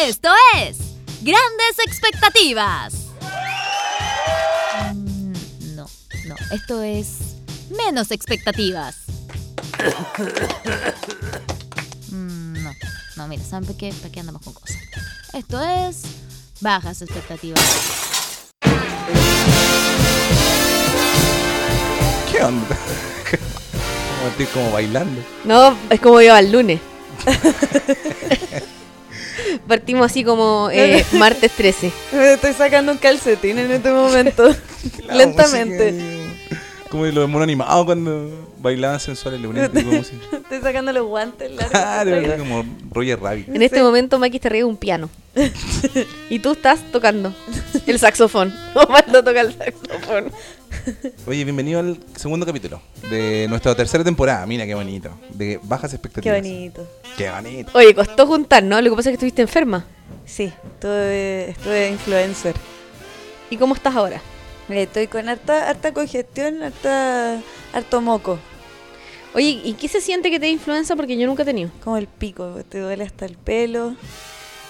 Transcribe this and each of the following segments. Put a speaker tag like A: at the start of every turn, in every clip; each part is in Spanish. A: Esto es Grandes Expectativas. Mm, No, no, esto es Menos Expectativas. Mm, No, no, mira, ¿saben por qué, por qué andamos con cosas? Esto es Bajas Expectativas.
B: ¿Qué onda? Como estoy como bailando.
C: No, es como yo al lunes. Partimos así como eh, martes 13.
D: Me estoy sacando un calcetín en este momento.
B: La
D: Lentamente.
B: música, Como de lo de mono animado cuando bailaban sensuales leones. tipo de música.
D: Estoy sacando los guantes largos.
B: Claro, era como Roger Rabbit.
C: En este momento Maki te riega un piano. y tú estás tocando el saxofón. Omar no toca el saxofón.
B: Oye, bienvenido al segundo capítulo de nuestra tercera temporada. Mira qué bonito. De bajas
D: Qué
B: expectativas.
D: bonito.
B: Qué bonito.
C: Oye, costó juntar, ¿no? Lo que pasa es que estuviste enferma.
D: Sí, estuve, estuve influencer.
C: ¿Y cómo estás ahora?
D: Eh, Estoy con harta, harta congestión, harta, harto moco.
C: Oye, ¿y qué se siente que te dé influenza? Porque yo nunca he tenido.
D: Como el pico, te duele hasta el pelo.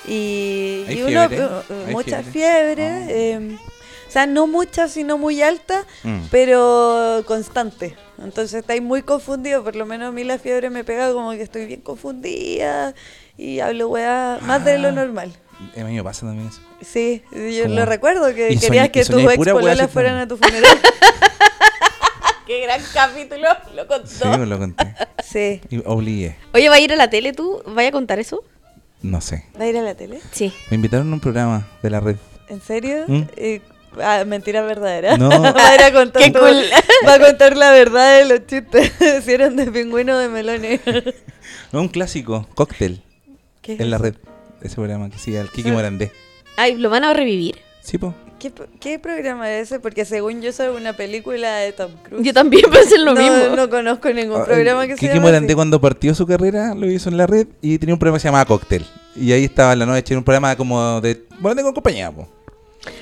D: Y,
B: ¿Hay
D: y uno,
B: fiebre?
D: eh, eh,
B: ¿Hay
D: mucha fiebre.
B: fiebre? Ah.
D: eh, o sea, no mucha, sino muy alta,
B: Mm.
D: pero constante. Entonces estáis muy confundido. Por lo menos a mí la fiebre me pega como que estoy bien confundida y hablo weá más de
B: Ah.
D: lo normal.
B: Eh, A mí me pasa también eso.
D: Sí, yo
B: Como-
D: lo recuerdo que
B: y
D: querías
B: soñé- y
D: que
B: soñé
D: tus ex
B: pura weá
D: pololas
B: así
D: fueran
B: como-
D: a tu funeral. Qué gran capítulo, lo
B: Sí, me lo conté.
D: Sí.
B: Y obligué.
C: Oye, ¿va a ir a la tele tú? ¿Vaya a contar eso?
B: No sé.
D: ¿Va a ir a la tele?
C: Sí.
B: Me invitaron a un programa de la red.
D: ¿En serio?
B: ¿Mm?
D: Eh, ah, mentira verdadera.
B: No.
D: Va a ir a contar
C: Qué
D: tu-
C: cool.
D: Va a contar la verdad de los chistes. si eran de pingüino o de melones.
B: No, un clásico, cóctel,
D: ¿Qué,
B: en la red. Ese programa que sigue al
D: Ah.
B: Kiki Morandé.
C: Ay, ¿lo van a revivir?
B: Sí, po.
D: qué po- qué programa es ese? Porque según yo soy una película de Tom Cruise.
C: Yo también pensé en lo
D: no,
C: mismo.
D: no conozco ningún
B: Ah,
D: programa que
B: Kiki
D: se llame
B: Morandé
D: así.
B: cuando partió su carrera lo hizo en la red y tenía un programa que se llamaba Cóctel. Y ahí estaba en la noche, era un programa como de Morandé con compañía, po.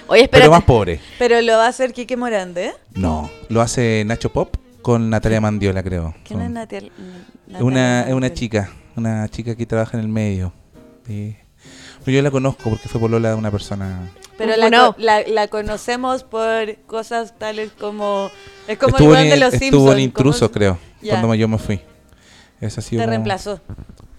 C: Oye,
B: pero más
C: espérate.
B: pobre.
D: Pero lo va a hacer Kike Morandé. ¿eh?
B: No, lo hace Nacho Pop con Natalia Mandiola, creo.
D: ¿Quién
B: Son-
D: es Natiel?
B: Es una, es una chica, una chica que trabaja en el medio. Y- pero yo la conozco porque fue polola de una persona.
D: Pero la,
C: Bueno.
D: co- la, la conocemos por cosas tales como. Es como
B: estuvo
D: el weón
B: en,
D: de los
B: estuvo
D: Simpsons.
B: en Intrusos,
D: ¿cómo?
B: creo,
D: Ya.
B: cuando yo me fui. Eso ha
D: Te
B: sido como-
D: reemplazó.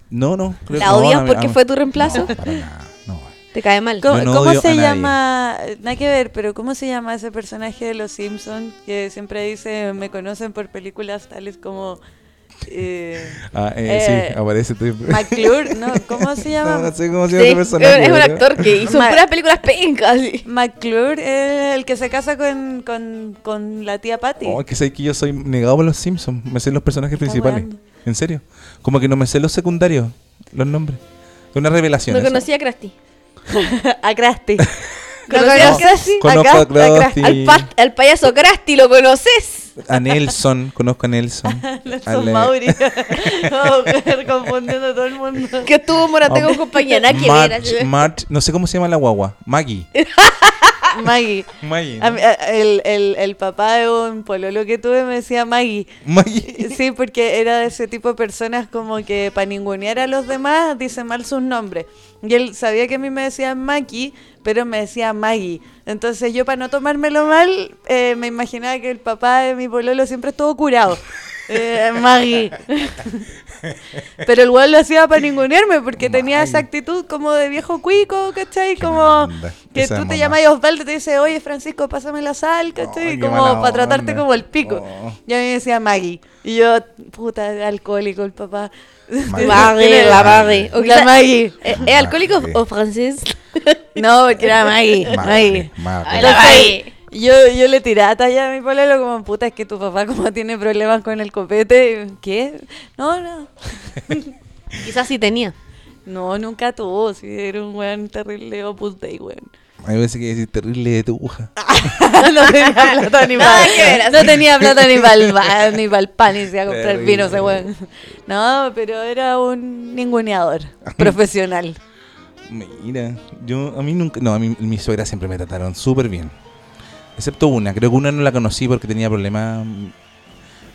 B: No, no. creo
C: ¿La
B: que no,
C: odias
B: a mí-
C: porque
B: a-
C: fue tu reemplazo?
B: No, para nada, no.
C: Te cae mal.
D: ¿Cómo,
B: no
D: cómo
B: odio a
D: se
B: nadie.
D: llama? Nada que ver, pero ¿cómo se llama ese personaje de los Simpsons que siempre dice me conocen por películas tales como. Eh,
B: Ah, eh, sí,
D: Eh,
B: aparece. tu-
D: McClure? ¿No? ¿Cómo se
B: No,
D: llama?
B: no sé cómo se llama
C: Sí,
B: ese personaje,
C: es un
B: pero-
C: actor que hizo
D: Ma-
C: puras películas pencas. sí.
D: McClure, eh, el que se casa con, con, con la tía Patty.
B: Oh, es que sé que yo soy negado por los Simpsons. Me sé los personajes
D: Está
B: principales.
D: weando.
B: En serio. Como que no me sé los secundarios, los nombres. Es una revelación.
C: No
B: eso.
C: conocía a Krusty.
D: a Krusty.
C: No
D: ¿Conocías
C: conozco-
D: Krusty?
B: Conozco
D: Acá-
B: a Krusty.
D: Krusty.
C: Al, pa- al payaso Krusty, ¿lo conoces?
B: A Nelson, conozco a Nelson.
D: Nelson
B: Al, eh,
D: Mauri. Mujer, confundiendo a todo el mundo.
C: Que estuvo Morate
B: Ah,
C: con compañía. Nada que ver,
B: March,
C: así.
B: March- no sé cómo se llama la guagua. Maggie.
D: Ah, Maggie.
B: Maggie.
D: A mí- a- el, el, el papá de un pololo que tuve me decía Maggie.
B: Maggie.
D: Sí, porque era de ese tipo de personas como que para ningunear a los demás dicen mal sus nombres. Y él sabía que a mí me decían Maki, pero me decía Maggie. Entonces yo para no tomármelo mal, eh, me imaginaba que el papá de mi pololo siempre estuvo curado. Eh, Maggie. pero el weón lo hacía para ningunearme porque tenía esa actitud como de viejo cuico, ¿cachai? Como
B: mala onda.
D: que
B: Esa
D: tú te
B: mamá.
D: llamas Osvaldo y te dice, oye Francisco, pásame la sal, ¿cachai?
B: Ay, qué
D: como
B: mala
D: para tratarte
B: onda.
D: como el pico.
B: Oh.
D: Y a mí me decía Maggie. Y yo, puta, alcohólico el papá.
B: Maggie.
C: Maggie, la Maggie. O
D: La
C: sea,
D: Maggie.
C: ¿Es es alcohólico
B: Maggie.
C: o francés?
D: No, porque era Maggie.
B: Maggie.
D: Maggie.
B: Maggie.
C: Ay, la Maggie.
D: Yo, yo le tiraba talla a mi polelo como, puta, es que tu papá como tiene problemas con el copete. ¿Qué? No, no.
C: Quizás sí tenía.
D: No, nunca tuvo. Sí, era un weón terrible opus day, weón.
B: A mí me parece que decir terrible de tu aguja.
D: no tenía plata ni
C: Nada
D: para
C: que ver, así.
D: no tenía plata ni para el ba- ni para el pan ni se iba a comprar
B: Terrible.
D: vino ese weón. No, pero era un ninguneador profesional.
B: Mira, yo a mí nunca, no, a mí mis suegras siempre me trataron súper bien. Excepto una, creo que una no la conocí porque tenía problemas, mm,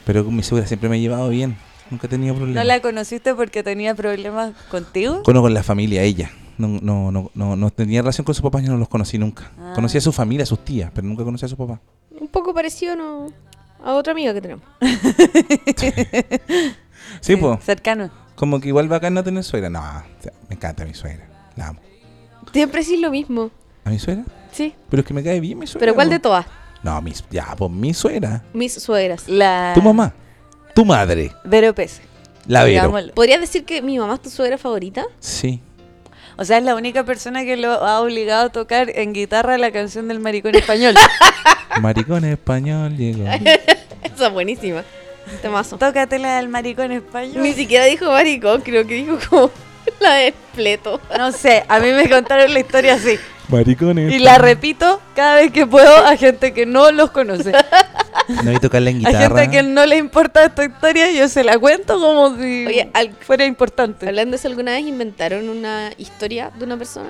B: pero con mi suegra siempre me he llevado bien. Nunca he tenido
D: ¿No
B: problemas.
D: la conociste porque tenía problemas contigo?
B: Cono con la familia, ella. no, no, no, no, no tenía relación con sus papás, yo no los conocí nunca.
D: Ah.
B: Conocí a su familia, a sus tías, pero nunca conocí a su papá.
C: Un poco parecido ¿no? a otra amiga que tenemos.
B: Sí, pues,
D: Cercano.
B: como que igual bacán no tener suegra. No, o sea, me encanta mi suegra, la amo.
C: Siempre sí lo mismo.
B: ¿A mi suegra?
C: Sí.
B: Pero es que me cae bien mi suegra.
C: Pero ¿cuál
B: po.
C: de todas?
B: No, mis, ya, pues mi suegra.
C: Mis suegras.
D: La...
B: Tu mamá, tu madre,
D: Vero Pérez.
B: la Vero.
D: Digámoslo.
C: ¿Podrías decir que mi mamá es tu suegra favorita?
B: Sí.
D: O sea, es la única persona que lo ha obligado a tocar en guitarra la canción del maricón español.
B: Maricón español llegó.
C: Esa es buenísima. Temazo.
D: Tócatela del maricón español.
C: Ni siquiera dijo maricón, creo que dijo como la de pleto.
D: No sé, a mí me contaron la historia así.
B: Maricón
D: Y la repito cada vez que puedo a gente que no los conoce.
B: No vi tocarla en
D: A
B: guitarra.
D: gente que no le importa esta historia, yo se la cuento como si
C: Oye, al-
D: fuera importante.
C: Hablando de eso, ¿alguna vez inventaron una historia de una persona?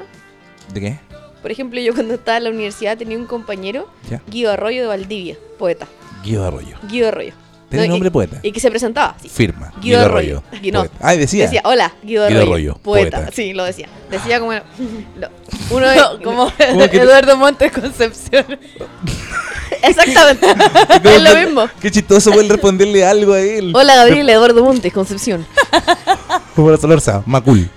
B: ¿De qué?
C: Por ejemplo, yo cuando estaba en la universidad tenía un compañero,
B: Ya.
C: Guido Arroyo de Valdivia, poeta.
B: Guido Arroyo.
C: Guido Arroyo.
B: Tiene
C: No, y-
B: nombre poeta.
C: Y que se presentaba, sí.
B: Firma.
C: Guido Arroyo. Gui- no.
B: Poeta. Ay, decía.
C: Decía, hola,
B: Guido
C: Guido Arroyo,
B: Arroyo,
C: poeta.
B: poeta. Ah.
C: Sí, lo decía. Decía como... lo- uno de,
D: como
B: que te-
D: Eduardo Montes Concepción.
C: Exactamente. es lo mismo.
B: Qué chistoso poder responderle algo a él.
C: Hola, Gabriel Eduardo Montes, Concepción.
B: Hola, Solorza. Macul.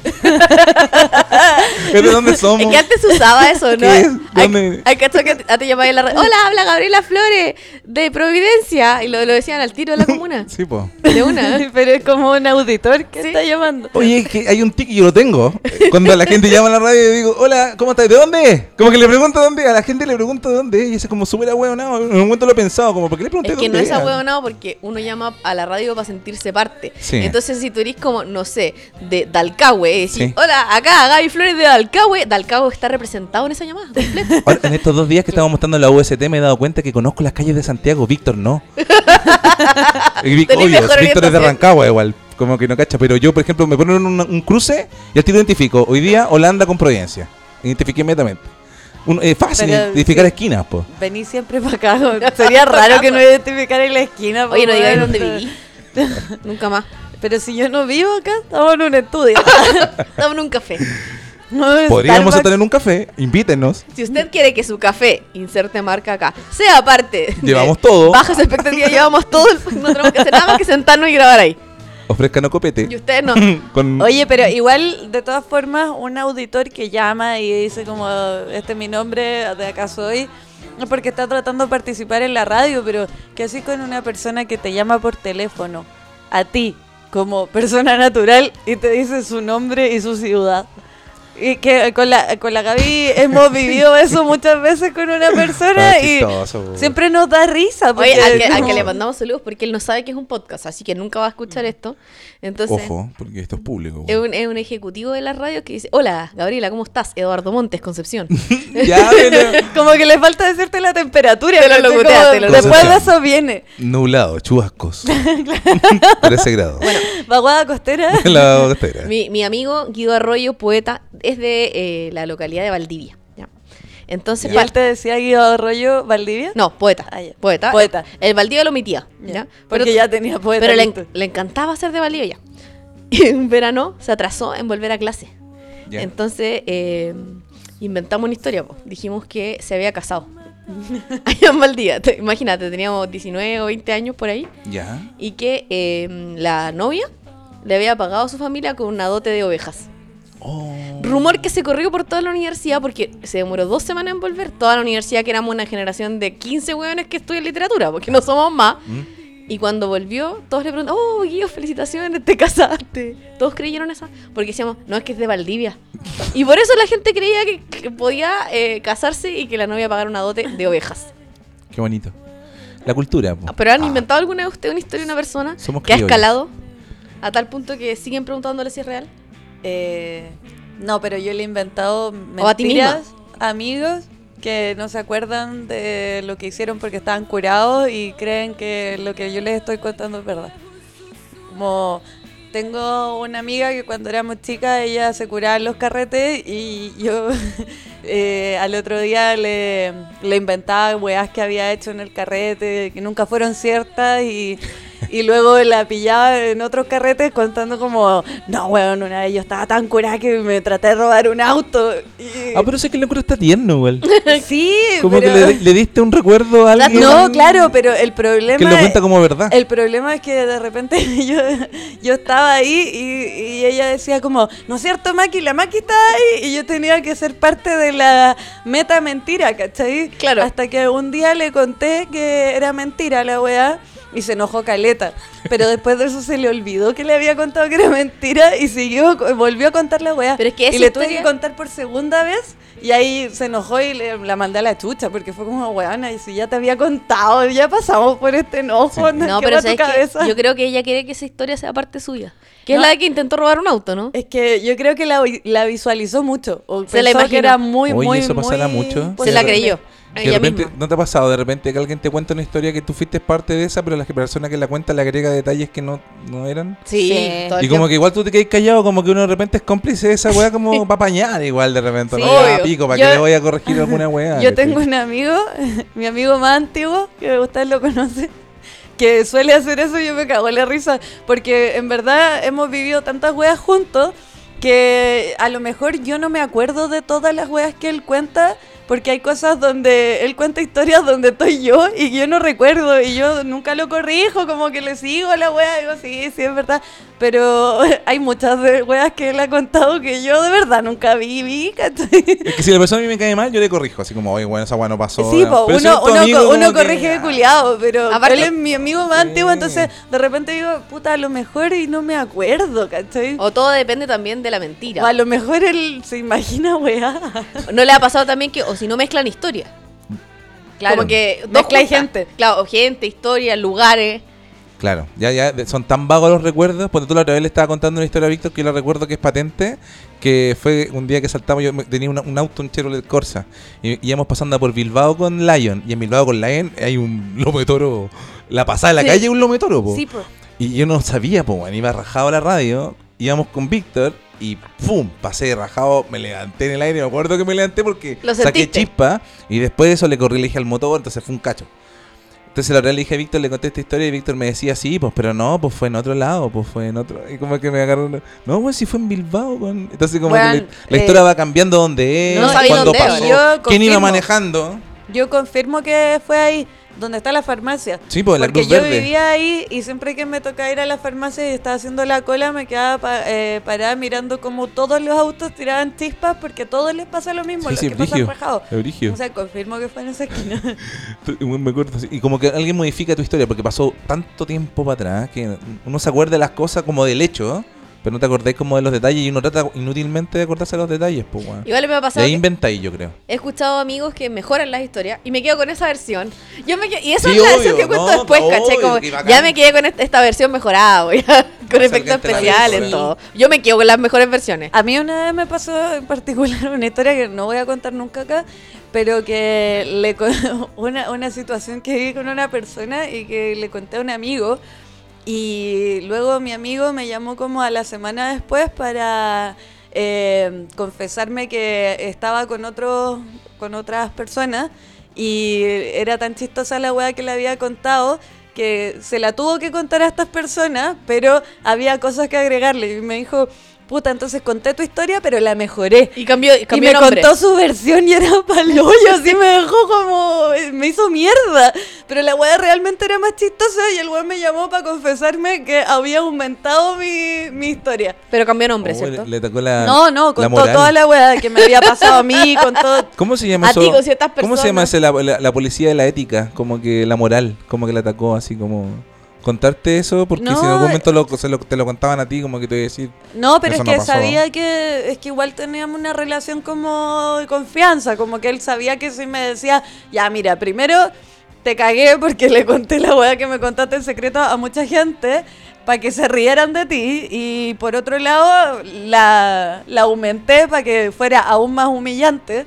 B: ¿De dónde
C: Es
B: somos?
C: que antes se usaba eso, ¿no?
B: ¿Qué es?
C: Hay-
B: ¿Dónde?
C: Hay cachado que antes te llamaba en la red. Hola, habla Gabriela Flores de Providencia. Y lo, lo decían al tiro de la comuna.
B: Sí, po.
C: De una. ¿eh?
D: Pero es como un auditor que
C: Sí.
D: está llamando.
B: Oye, es que hay un tic y yo lo tengo. Cuando la gente llama a la radio, yo digo, hola, ¿cómo estás? ¿De dónde es? Como que le pregunto dónde es. A la gente le pregunto dónde es. Y eso es como súper ahueonado. En un momento lo he pensado, como, ¿por qué le pregunté
C: Es que no
B: dónde
C: es
B: era?
C: ahueonado porque uno llama a la radio para sentirse parte.
B: Sí.
C: Entonces, si tú eres como, no sé, de Dalcahue, y decís,
B: Sí.
C: hola, acá Gaby Flores de Dalcahue, Dalcahue está representado en esa llamada. completa.
B: Ahora, en estos dos días que estábamos mostrando la UST me he dado cuenta que conozco las calles de Santiago, Víctor no. Y Vic-
C: Tenés
B: obvio,
C: mejor
B: Víctor es de
C: orientación.
B: Rancagua igual, como que no cacha, pero yo por ejemplo me ponen un, un cruce y al tiro identifico, hoy día Holanda con Providencia, identifiqué inmediatamente. Un- eh, fácil
D: Pero,
B: identificar
D: sí.
B: esquinas, po.
D: Vení siempre para acá. güey. Sería raro que no identificara en la esquina.
C: Oye, no
D: pues,
C: digas
D: güey.
C: dónde viví. Nunca más.
D: Pero si yo no vivo acá, estamos en un estudio.
C: Dame un café.
B: Podríamos estar
D: Starbucks.
B: en un café, invítenos.
C: Si usted quiere que su café, inserte marca acá, sea parte. de
B: Llevamos todo.
C: Bajas expectativas, llevamos todo. No tenemos que hacer nada más que sentarnos y grabar ahí.
B: Ofrezcanos copete.
C: Y ustedes no.
B: Con-
D: Oye, pero igual, de todas formas, un auditor que llama y dice como, este es mi nombre, de acá soy, es porque está tratando de participar en la radio, pero ¿qué así con una persona que te llama por teléfono? A ti, como persona natural, y te dice su nombre y su ciudad. Y que con la, con la Gaby hemos vivido eso muchas veces con una persona
B: Ah,
D: y
B: chistoso, po.
D: eh, siempre nos da risa.
C: Oye,
D: porque
C: al que, al
D: como-
C: que le mandamos saludos porque él no sabe que es un podcast, así que nunca va a
D: Mm.
C: escuchar esto. Entonces,
B: Ojo, porque esto es público.
C: es un, es un ejecutivo de las radios que dice: Hola, Gabriela, ¿cómo estás? Eduardo Montes, Concepción.
B: ya, pero-
D: Como que le falta decirte la temperatura.
C: Te lo
D: ¿cachai?
C: locutea,
D: Como
C: te lo
D: Después de
B: locutea.
D: eso viene.
B: Nublado, chubascos. 13 grados.
D: Vaguada costera.
B: La costera.
C: Mi, mi amigo Guido Arroyo, poeta, es de eh, la localidad de Valdivia. ¿ya? Entonces,
D: ¿Cuál te decía Guido Arroyo Valdivia?
C: No, poeta.
D: Ah, ya.
C: Poeta.
D: Poeta.
C: El Valdivia lo omitía.
D: Ya,
C: ¿ya?
D: porque ya tenía poeta
C: Pero le,
D: listo.
C: le encantaba ser de Valdivia ya. Y un verano se atrasó en volver a clase.
B: Ya.
C: Entonces eh, inventamos una historia. po. Dijimos que se había casado. Allá en Valdivia. Te- imagínate, teníamos 19 o 20 años por ahí.
B: Ya.
C: Y que eh, la novia le había pagado a su familia con una dote de ovejas.
B: Oh.
C: Rumor que se corrió por toda la universidad porque se demoró dos semanas en volver. Toda la universidad, que éramos una generación de 15 hueones que estudian literatura, porque no somos más.
B: ¿Mm?
C: Y cuando volvió, todos le preguntaron, oh, Guido, felicitaciones, te casaste. Todos creyeron esa, porque decíamos, no, es que es de Valdivia. Y por eso la gente creía que, que podía eh, casarse y que la novia pagara una dote de ovejas.
B: Qué bonito. La cultura. po.
C: Pero han
B: Ah,
C: inventado alguna de ustedes una historia de una persona
B: Somos
C: que ha
B: criollos.
C: escalado a tal punto que siguen preguntándole si es real.
D: Eh, no, pero yo le he inventado mentiras
C: O a ti
D: a amigos que no se acuerdan de lo que hicieron porque estaban curados y creen que lo que yo les estoy contando es verdad. Como tengo una amiga que cuando éramos chicas ella se curaba en los carretes y yo eh, al otro día le, le inventaba weas que había hecho en el carrete que nunca fueron ciertas y, Y luego la pillaba en otros carretes contando como, no, weón, una vez yo estaba tan curada que me traté de robar un auto. Y-
B: Ah, pero sé que el locura está tierno, igual.
D: sí,
B: Como
D: pero... Ah,
B: que le, le diste un recuerdo a alguien.
D: No, claro, pero el problema...
B: Que lo
D: es-
B: cuenta como verdad.
D: El problema es que de repente yo, yo estaba ahí y, y ella decía como, ¿no es cierto, Maki? La Maki está ahí y yo tenía que ser parte de la meta mentira, ¿cachai?
C: Claro.
D: Hasta que un día le conté que era mentira la weá y se enojó Caleta. Pero después de eso se le olvidó que le había contado que era mentira y siguió, volvió a contar la weá.
C: Pero es que esa
D: y le tuve
C: historia-
D: que contar por segunda vez y ahí se enojó y le, la mandé a la chucha porque fue como, weana, y si ya te había contado, ya pasamos por este enojo.
B: Sí.
D: Onda,
C: No,
D: ¿qué
C: pero
D: va tu
C: sabes
D: cabeza?
C: que yo creo que ella quiere que esa historia sea parte suya. Que
D: No.
C: es la de que intentó robar un auto, ¿no?
D: Es que yo creo que la, la visualizó mucho. O
C: Se la
D: pensó
C: imaginó.
D: que era muy,
B: Oye,
D: muy,
B: eso pasará
D: muy Pues,
B: mucho. Se
C: Se la
D: posible.
C: creyó.
B: Que de
C: Ella
B: repente,
C: misma.
B: ¿No te ha pasado de repente que alguien te cuenta una historia que tú fuiste parte de esa, pero la persona que la cuenta le agrega detalles que no, no eran?
C: Sí,
D: Sí.
C: todo el
B: Y como
C: tiempo.
B: que igual tú te quedas callado, como que uno de repente es cómplice de esa weá, como para apañar igual de repente.
C: Sí,
B: ¿no? Ya,
C: obvio.
B: pico, para
D: Yo-
B: que le voy a corregir alguna weá.
D: Yo
B: ¿cachai?
D: tengo un amigo, mi amigo más antiguo, que usted lo conoce, que suele hacer eso y yo me cago en la risa. Porque en verdad hemos vivido tantas weas juntos que a lo mejor yo no me acuerdo de todas las weas que él cuenta. Porque hay cosas donde él cuenta historias donde estoy yo y yo no recuerdo y yo nunca lo corrijo, como que le sigo a la wea, digo, sí, sí, es verdad. Pero hay muchas de weas que él ha contado que yo de verdad nunca viví, ¿cachai?
B: Es que si la persona a mí me cae mal, yo le corrijo. Así como, oye, bueno, esa weá no pasó.
D: Sí,
B: weá".
D: po,
B: Pero si es
D: uno,
B: tu
D: uno,
B: amigo,
D: co-
B: como
D: uno
B: que,
D: corrige de
B: ah,
D: culiado, pero
C: Aparte-
D: él es mi amigo más
B: Sí.
D: antiguo, entonces de repente digo, puta, a lo mejor y no me acuerdo, ¿cachai?
C: O todo depende también de la mentira.
D: O a lo mejor él se imagina, weá.
C: ¿No le ha pasado también que, o si no mezclan historia?
B: Claro.
C: Como que dos
D: Mezcla
C: juntas.
D: gente.
C: Claro, gente, historia, lugares.
B: Claro, ya, ya de- son tan vagos los recuerdos. Cuando tú la otra vez le estaba contando una historia a Víctor que yo la recuerdo que es patente, que fue un día que saltamos, yo me- tenía una- un auto, un Chevrolet Corsa, y y íbamos pasando por Bilbao con Lion, y en Bilbao con Lion hay un lomo de toro, la pasada de la
C: Sí.
B: calle es un lomo de toro, po.
C: Sí, po.
B: y yo no sabía, po, weón, iba rajado a la radio, íbamos con Víctor, y ¡pum! Pasé rajado, me levanté en el aire, me acuerdo que me levanté porque
C: Lo
B: saqué
C: sentiste.
B: chispa, y después de eso le corrí, le dije al motor, entonces fue un cacho. Entonces la verdad le dije a Víctor, le conté esta historia y Víctor me decía, sí, pues, pero no, pues fue en otro lado, pues fue en otro. Y como que me agarró. una- No, pues si fue en Bilbao, con... Entonces como
D: Weón,
B: que le- la
D: eh,
B: historia va cambiando dónde es,
C: no sabía
B: cuándo
C: dónde era.
B: pasó,
D: Yo
B: quién iba
D: confirmo.
B: manejando.
D: Yo confirmo que fue ahí, donde está la farmacia.
B: Sí, pues en la
D: Porque
B: Cruz
D: yo
B: Verde.
D: vivía ahí y siempre que me tocaba ir a la farmacia y estaba haciendo la cola, me quedaba pa- eh, parada mirando como todos los autos tiraban chispas porque todos les pasa lo mismo,
B: Sí,
D: los
B: sí,
D: que
B: brigio.
D: pasan rajados.
B: Es brigio.
D: O sea, confirmo que fue en esa esquina.
B: Tú- Me acuerdo, así. Y como que alguien modifica tu historia, porque pasó tanto tiempo para atrás que uno se acuerda de las cosas como del hecho, pero no te acordáis como de los detalles y uno trata inútilmente de acordarse de los detalles, pues, weón.
C: Igual me ha
B: Y
C: pasado.
B: ahí
C: que
B: inventáis, yo creo.
C: He escuchado amigos que mejoran las historias y me quedo con esa versión. Yo me quedo- y esa
B: Sí,
C: es la
B: obvio,
C: versión que cuento
B: no,
C: después,
B: obvio,
C: ¿cachai? Como,
B: qué bacán.
C: ya me quedé con esta, esta versión mejorada, güey, con
B: que
C: efectos
B: entre la
C: especiales,
B: versión.
C: todo. Yo me quedo con las mejores versiones.
D: A mí una vez me pasó en particular una historia que no voy a contar nunca acá, pero que le con- una, una situación que vi con una persona y que le conté a un amigo. Y luego mi amigo me llamó como a la semana después para eh, confesarme que estaba con otros con otras personas y era tan chistosa la weá que le había contado que se la tuvo que contar a estas personas, pero había cosas que agregarle. Y me dijo, puta, entonces conté tu historia, pero la mejoré.
C: Y cambió, y
D: Y
C: cambió
D: me
C: nombre.
D: contó su versión y era paloyo, así me dejó como. me hizo mierda. Pero la weá realmente era más chistosa y el weón me llamó para confesarme que había aumentado mi, mi historia.
C: Pero cambió nombre,
B: Oh,
C: ¿cierto?
B: le, le tocó la.
D: No, no,
B: la
D: contó
B: moral.
D: toda la weá que me había pasado a mí, contó.
B: ¿Cómo se llama
C: A
B: eso?
C: ti con ciertas
B: ¿Cómo se llama
C: personas.
B: ese, la, la- la policía de la ética? Como que la moral, como que la atacó así como... Contarte eso porque
D: No,
B: si en algún momento lo,
C: eh,
B: se lo- te lo contaban a ti, como que te iba a decir...
D: No, pero
B: Eso
D: es
B: no
D: que
B: pasó.
D: sabía que. Es que igual teníamos una relación como de confianza, como que él sabía que si me decía, ya mira, primero te cagué porque le conté la weá que me contaste en secreto a mucha gente para que se rieran de ti y por otro lado la, la aumenté para que fuera aún más humillante.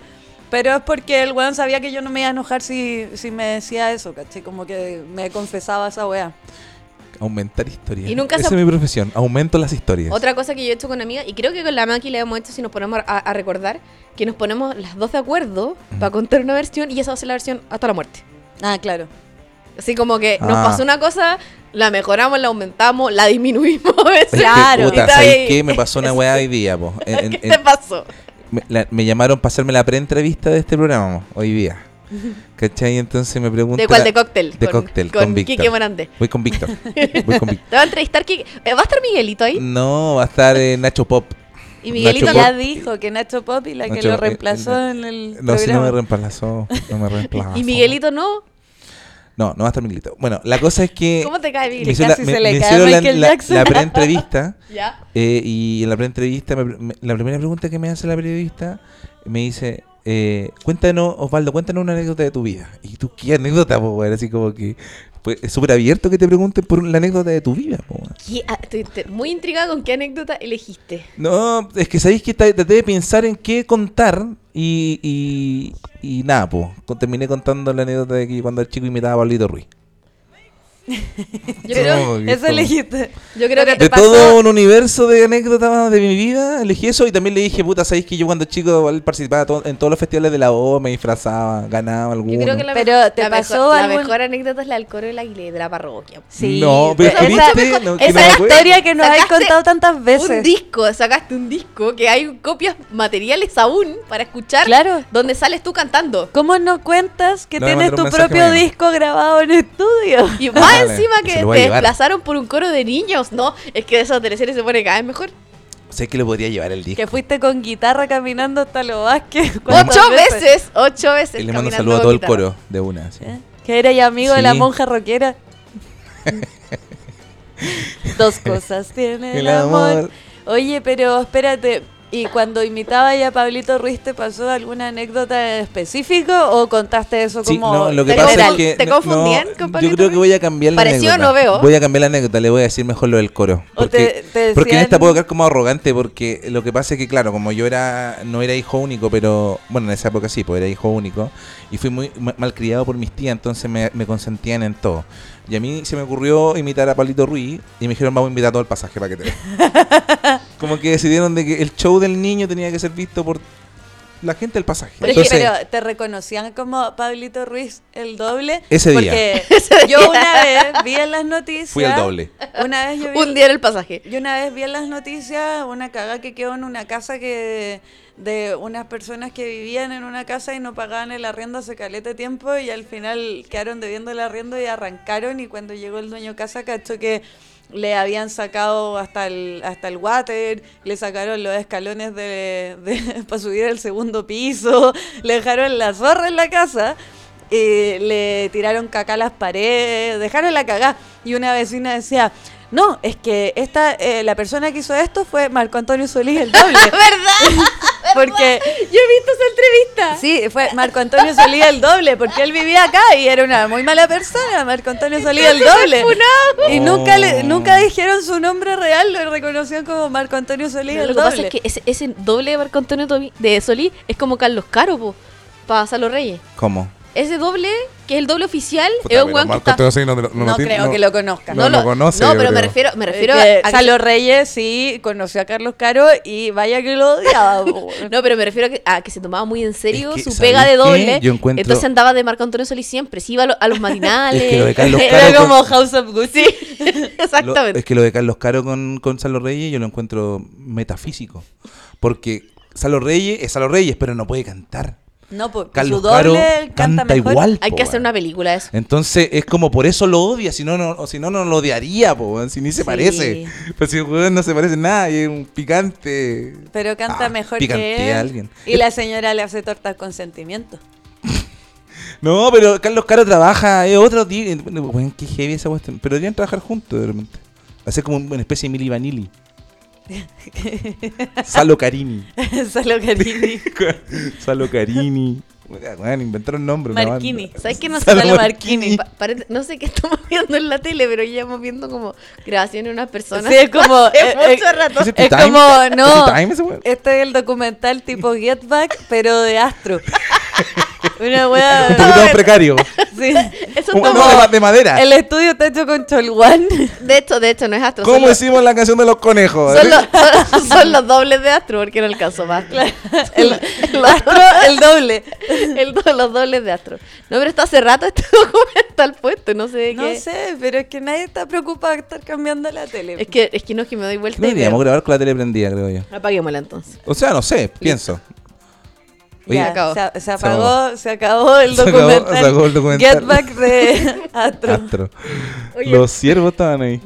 D: Pero es porque el weón sabía que yo no me iba a enojar si, si me decía eso, caché, como que me confesaba esa weá.
B: Aumentar historias.
C: Y nunca
B: Esa
C: se-
B: es mi profesión, aumento las historias.
C: Otra cosa que yo he hecho con amigas, y creo que con la Maki le hemos hecho, si nos ponemos a, a recordar, que nos ponemos las dos de acuerdo para contar una versión y esa va a ser la versión hasta la muerte.
D: Ah, claro.
C: Así como que nos
B: Ah.
C: pasó una cosa, la mejoramos, la aumentamos, la disminuimos a
B: Es
C: veces.
B: que,
D: Claro.
B: puta,
C: Y está
B: ¿sabes
C: ahí.
B: qué? Me pasó una weá hoy día, po. En-
C: ¿Qué
B: en-
C: te
B: en-
C: pasó?
B: me, la- me llamaron para hacerme la preentrevista de este programa, mo, hoy día. ¿Cachai? Entonces me preguntan.
C: ¿De cuál? ¿De cóctel?
B: De cóctel, con, Víctor.
C: Quique Morandé.
B: Voy con Víctor. Voy con Víctor.
C: Te va a entrevistar Quique. Eh, ¿Va a estar Miguelito ahí?
B: No, va a estar eh, Nacho Pop.
C: Y Miguelito
B: Mm, Nacho
D: ya
B: Pop.
D: dijo que Nacho Popi la que
B: Nacho- eh,
D: lo reemplazó en el
B: No,
D: programa.
B: si no me reemplazó. No me reemplazó.
C: Y Miguelito no.
B: No, no va a estar Miguelito. Bueno, la cosa es que.
C: ¿Cómo te cae Miguelito?
D: Miguel?
B: hicieron
D: Casi se le cae a
B: hicieron Eh, la-
D: Michael
B: la-
D: Jackson.
B: la preentrevista.
C: Ya.
B: Eh, y en la preentrevista, me- me- la primera pregunta que me hace la periodista, me dice, eh, cuéntanos, Osvaldo, cuéntanos una anécdota de tu vida. Y tú, ¿qué anécdota, po, weón? Así como que pues, es súper abierto que te pregunten por la anécdota de tu vida, po, weón.
C: ¿Qué- ah, estoy- estoy muy intrigada con qué anécdota elegiste.
B: No, es que sabéis que está- traté de pensar en qué contar y, y, y nada, po. Con- Terminé contando la anécdota de que cuando el chico imitaba a Pablito Ruiz.
C: Yo creo,
B: Como que
D: Eso
B: todo.
D: elegiste.
C: yo creo que
B: De
C: te pasó.
B: todo un universo de anécdotas de mi vida, elegí eso y también le dije, puta, ¿sabéis que yo cuando chico igual participaba to- en todos los festivales de la O, me disfrazaba, ganaba alguno?
C: Yo creo que la,
D: Pero,
C: mejor-
D: ¿te
C: la
D: pasó
C: mejor, la
D: algún-
C: mejor anécdota es la del coro de la Aguilera de la parroquia.
D: Sí.
B: No, pero
D: esa-
B: ¿viste? No, que no
D: esa es
B: me
D: la
B: acuerdo.
D: historia que nos habéis
C: Sacaste
D: contado tantas
C: Un
D: veces.
C: disco, sacaste un disco que hay copias materiales aún para escuchar
D: Claro.
C: donde sales tú cantando.
D: ¿Cómo no cuentas que
B: Le voy a
D: tienes
B: mandar
D: tu
B: un mensaje
D: propio
B: mañana.
D: disco grabado en estudio?
C: Y más
B: Dale,
C: encima
B: se
C: que
B: lo
C: te
B: voy a llevar.
C: desplazaron por un coro de niños, ¿no? Es que esa teleserie se pone cada vez mejor.
B: Sé que le podría llevar el disco.
D: Que fuiste con guitarra caminando hasta los Vázquez. ¿cuántas
C: Ocho veces, ocho veces.
B: Y le mando un
C: caminando
B: saludo a todo el
C: guitarra.
B: coro de una. sí.
D: ¿Eh? Que eres amigo de la
B: Sí.
D: monja roquera. Dos cosas tiene el amor. Oye, pero espérate. ¿Y cuando imitaba ya a Pablito Ruiz te pasó alguna anécdota en específico o contaste eso
B: Sí,
D: como
B: no, lo que
C: ¿Te
B: pasa es
C: confund-
B: que.
C: te
B: no-
C: confundían
B: no,
C: con
B: Yo
C: Pablito
B: creo que
C: Ruiz?
B: voy a cambiar la
C: Parecido
B: anécdota.
C: no veo.
B: Voy a cambiar la anécdota, le voy a decir mejor lo del coro.
D: o te,
B: porque-
D: te decían
B: Porque en esta puedo quedar como arrogante porque lo que pasa es que, claro, como yo era no era hijo único, pero bueno, en esa época sí, pues era hijo único y fui muy ma- malcriado por mis tías, entonces me, me consentían en todo. Y a mí se me ocurrió imitar a Pablito Ruiz y me dijeron, vamos a invitar a todo el pasaje para que te veas". Como que decidieron de que el show del niño tenía que ser visto por la gente del pasaje.
D: Pero, es que-
B: Entonces,
D: pero te reconocían como Pablito Ruiz el doble.
B: Ese día.
D: Porque yo una vez vi en las noticias.
B: fui el doble.
D: Una vez yo vi
C: Un día en el pasaje.
D: Eh, Yo una vez vi en las noticias una caga que quedó en una casa que de unas personas que vivían en una casa y no pagaban el arriendo hace caleta de tiempo y al final quedaron debiendo el arriendo y arrancaron y cuando llegó el dueño de casa cachó que le habían sacado hasta el hasta el water, le sacaron los escalones de, para subir al segundo piso, le dejaron la zorra en la casa. Eh, le tiraron caca a las paredes, dejaron la cagá. Y una vecina decía, no, es que esta, eh, la persona que hizo esto fue Marco Antonio Solís el doble.
C: ¿Verdad?
D: porque
C: Yo he visto esa entrevista.
D: sí, fue Marco Antonio Solís el doble, porque él vivía acá y era una muy mala persona, Marco Antonio Solís el doble. Y nunca le, nunca dijeron su nombre real, lo reconocieron como Marco Antonio Solís
C: Pero
D: el
C: lo que pasa
D: doble.
C: es que ese, ese doble de Marco Antonio Tobi- de Solí es como Carlos Caro, po, para los Reyes.
B: ¿Cómo?
C: Ese doble, que es el doble oficial,
B: Puta,
C: es
B: pero
C: un weón que
B: Marco
C: está...
B: Antonio Solís no, no- no
D: no
B: tiene-
D: creo
B: no-
D: que lo conozcan.
B: no lo conoce,
C: No,
B: yo
C: pero me
B: creo.
C: refiero, me refiero
D: Eh, que
C: a...
D: Salo Reyes sí conoció a Carlos Caro y vaya que lo odiaba. po.
C: No, pero me refiero a que, a que se tomaba muy en serio
B: Es que,
C: su pega de
B: ¿sabéis qué?
C: doble.
B: Yo encuentro-
C: Entonces andaba de Marco Antonio Solís siempre. Sí, iba a, lo- a los matinales.
B: Es que lo de Carlos Caro
D: Era
B: con-
D: como House of Gucci.
B: Lo-
C: Exactamente.
B: es que lo de Carlos Caro con, con Salo Reyes yo lo encuentro metafísico. Porque Salo Reyes es Salo Reyes, pero no puede cantar.
D: No, pues
B: Carlos
D: su doble
B: Caro
D: canta,
B: canta,
D: mejor.
B: igual.
C: Hay
B: po,
C: que hacer
B: weón.
C: una película de eso.
B: Entonces es como por eso lo odia, si no, no, o si no, no lo odiaría, po, weón, si ni se
C: Sí.
B: parece. Pero si el weón no se parece en nada y es un picante.
D: Pero canta
B: Ah,
D: mejor
B: picantea
D: que él.
B: a alguien.
D: Y la señora le hace tortas con sentimiento.
B: No, pero Carlos Caro trabaja, es otro tipo. Weón, qué heavy esa cuestión. Pero deberían trabajar juntos de repente. Hacer como una especie de Mili Vanilli. Salo Carini.
D: Salo Carini.
B: Salo Carini. Bueno, inventaron nombre. una
D: Marquini.
B: banda.
C: ¿Sabes qué? No sé,
B: Salo
C: Salo
B: Marquini.
C: Pa- parece- no sé qué estamos viendo en la tele, pero ya estamos viendo como grabaciones de unas personas.
D: Sí, es como-
C: Hace
D: eh,
C: mucho
D: eh,
C: rato.
B: ¿Ese
D: Es
B: tu time?
D: como,
B: ¿Ese
D: no. Eh,
B: tu time ese weón?
D: Este es el documental tipo Get Back, pero de Astro. Una
B: Un
D: wea.
B: poquito más precario.
D: Sí.
C: Eso
B: Un-
C: es como-
B: no, de ma- de madera.
D: El estudio está hecho con cholguán.
C: De hecho, de hecho, no es astro. son
B: ¿Cómo
C: los-
B: hicimos la canción de los conejos?
C: Son los, son- son los dobles de astro porque no alcanzó más.
D: El, el astro, el doble.
C: El do- los dobles de astro. No, pero está hace rato este documental puesto, no sé
D: No
C: qué.
D: sé, pero es que nadie está preocupado de estar cambiando la tele.
C: Es que, es que no es que me doy vuelta. y
B: Deberíamos
C: veo.
B: grabar con la tele prendida, creo yo.
C: Apaguémosla entonces.
B: O sea, no sé, pienso. Oye,
D: Ya,
C: acabó.
D: Se, se apagó, se acabó el
B: Se acabó-
D: documental.
B: se acabó el documental.
D: Get Back de Astro.
B: Astro. Los ciervos estaban ahí.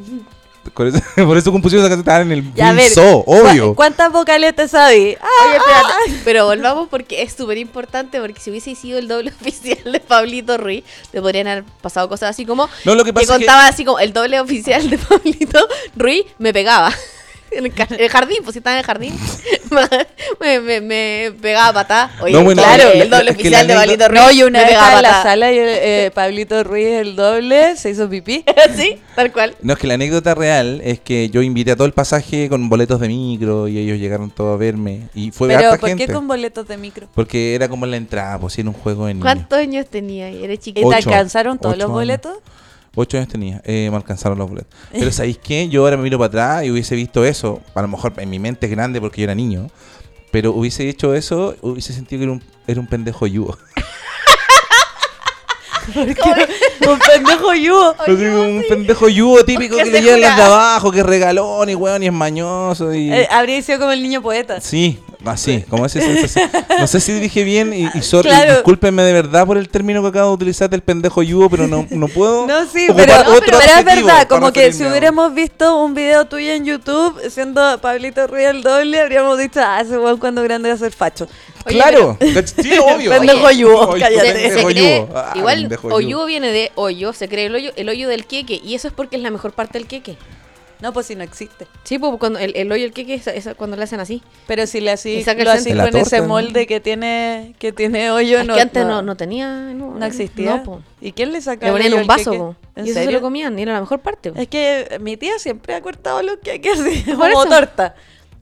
B: Por eso, por eso compusieron esa canción, estaban en el
D: Ya, a
B: Bin
D: ver,
B: zoo, obvio.
D: ¿Cu- ¿Cuántas vocales te Ah, sabes?
C: Oye, espérate. Pero volvamos porque es súper importante. Porque si hubiese sido el doble oficial de Pablito Ruiz, te podrían haber pasado cosas así como.
B: No, lo que
C: Que
B: pasa es que
C: contaba así como el doble oficial de Pablito Ruiz me pegaba. En el, ca- en el jardín, pues si estaba en el jardín, me, me, me pegaba patada. Oye,
B: No, bueno,
C: claro,
B: la-
C: el doble
B: es que
C: oficial
B: la
C: de Pablito
B: anécdota-
C: Ruiz.
D: No, y una
C: me
D: vez
C: pegaba
D: estaba en la
C: patada.
D: sala y eh, Pablito Ruiz, el doble, se hizo pipí.
C: Sí, tal cual.
B: No, es que la anécdota real es que yo invité a todo el pasaje con boletos de micro y ellos llegaron todos a verme. Y fue
D: Pero,
B: harta
D: ¿por
B: gente.
D: qué con boletos de micro?
B: Porque era como la entrada, pues sí, era un juego de niños.
C: ¿Cuántos años tenía? ahí? Era
D: ¿Y
C: chiquita.
B: Ocho,
D: te alcanzaron todos
B: ocho
D: los
B: años.
D: boletos?
B: Ocho años tenía, eh, me alcanzaron los boletos. Pero ¿sabéis qué? Yo ahora me miro para atrás y hubiese visto eso. A lo mejor en mi mente es grande porque yo era niño. Pero hubiese hecho eso, hubiese sentido que era un, era un pendejo yugo.
D: Un pendejo yugo.
B: Así como un pendejo yugo típico
C: Que
B: que,
C: se
B: le llevan las de
C: jura.
B: abajo, que es regalón y weón y es mañoso. Y...
D: Eh, habría sido como el niño poeta.
B: Sí, así, como esa sensación. No sé si dije bien y, y sorry,
D: Claro.
B: discúlpenme de verdad por el término que acabo de utilizar del pendejo yugo, pero no, no puedo.
D: No, sí,
B: ocupar
D: pero,
B: otro
D: pero es
B: adjetivo para
D: verdad, como que si
B: referirme a-
D: hubiéramos visto un video tuyo en YouTube siendo Pablito Ruiz el doble, habríamos dicho, ah, ese weón cuando grande va a ser facho.
C: Oye,
B: Claro, sí, obvio.
D: Pendejo
B: Oye,
D: yugo,
B: oye,
D: cállate.
C: Se- se
B: pendejo
C: cree-
B: yugo. Ah,
C: igual
B: pendejo
C: hoyugo viene de hoyo, se cree el hoyo, el hoyo del queque, y eso es porque es la mejor parte del queque.
D: No, pues si no existe.
C: Sí, pues cuando el, el hoyo del queque es, es cuando le hacen así.
D: Pero si le
C: Y
D: así,
C: saca el
D: lo así
B: centro.
D: con
B: La torta,
D: ese
B: ¿no?
D: molde que tiene que tiene hoyo,
C: Es
D: no,
C: que antes no, no tenía. No,
D: no existía.
C: No, po.
D: ¿Y quién le sacaba
C: Le ponían
D: el hoyo
C: un
D: al queque?
C: vaso, po.
D: ¿En
C: Y eso se
D: serio?
C: lo comían, y era la mejor parte. po.
D: Es que eh, mi tía siempre ha cortado los queques así, como
C: Por eso.
D: torta.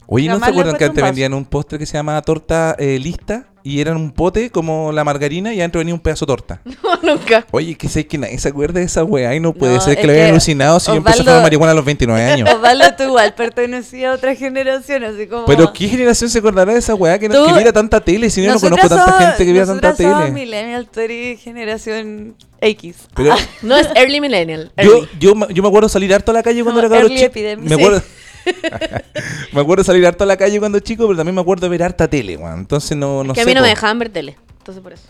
B: Oye, ¿no
D: Jamás
B: se
D: le
B: acuerdan que
D: encuentro
B: antes
D: un vaso.
B: vendían un postre que se llamaba torta eh, lista? Y era un pote como la margarina y adentro venía un pedazo de torta.
C: No, nunca.
B: Oye, que sé que nadie se acuerda de esa weá y no puede
D: No,
B: ser que
D: es
B: lo hayan
D: que
B: alucinado si yo empecé a
D: Osvaldo-
B: fumar marihuana a los 29 años.
D: Osvaldo, Pues tú igual pertenecías a otra generación, así como...
B: Pero ¿qué generación se acordará de esa weá que, no-
D: Tú-
B: que viera tanta tele? Si yo no
D: Nosotras
B: conozco tanta
D: somos-
B: gente que viera tanta
D: nosotras somos
B: tele.
D: millennial, tú eres generación X.
B: Pero
C: No es early millennial.
B: yo,
C: early.
B: yo, me- yo me acuerdo salir harto a la calle cuando
D: Como
B: era cabrón
D: early
B: chico.
D: epidemic.
B: Me acuerdo, me acuerdo salir harto a la calle cuando chico, pero también me acuerdo de ver harta tele, weón. Entonces no, no
C: que
B: sé.
C: a mí no
B: po.
C: me dejaban ver tele. Entonces por eso.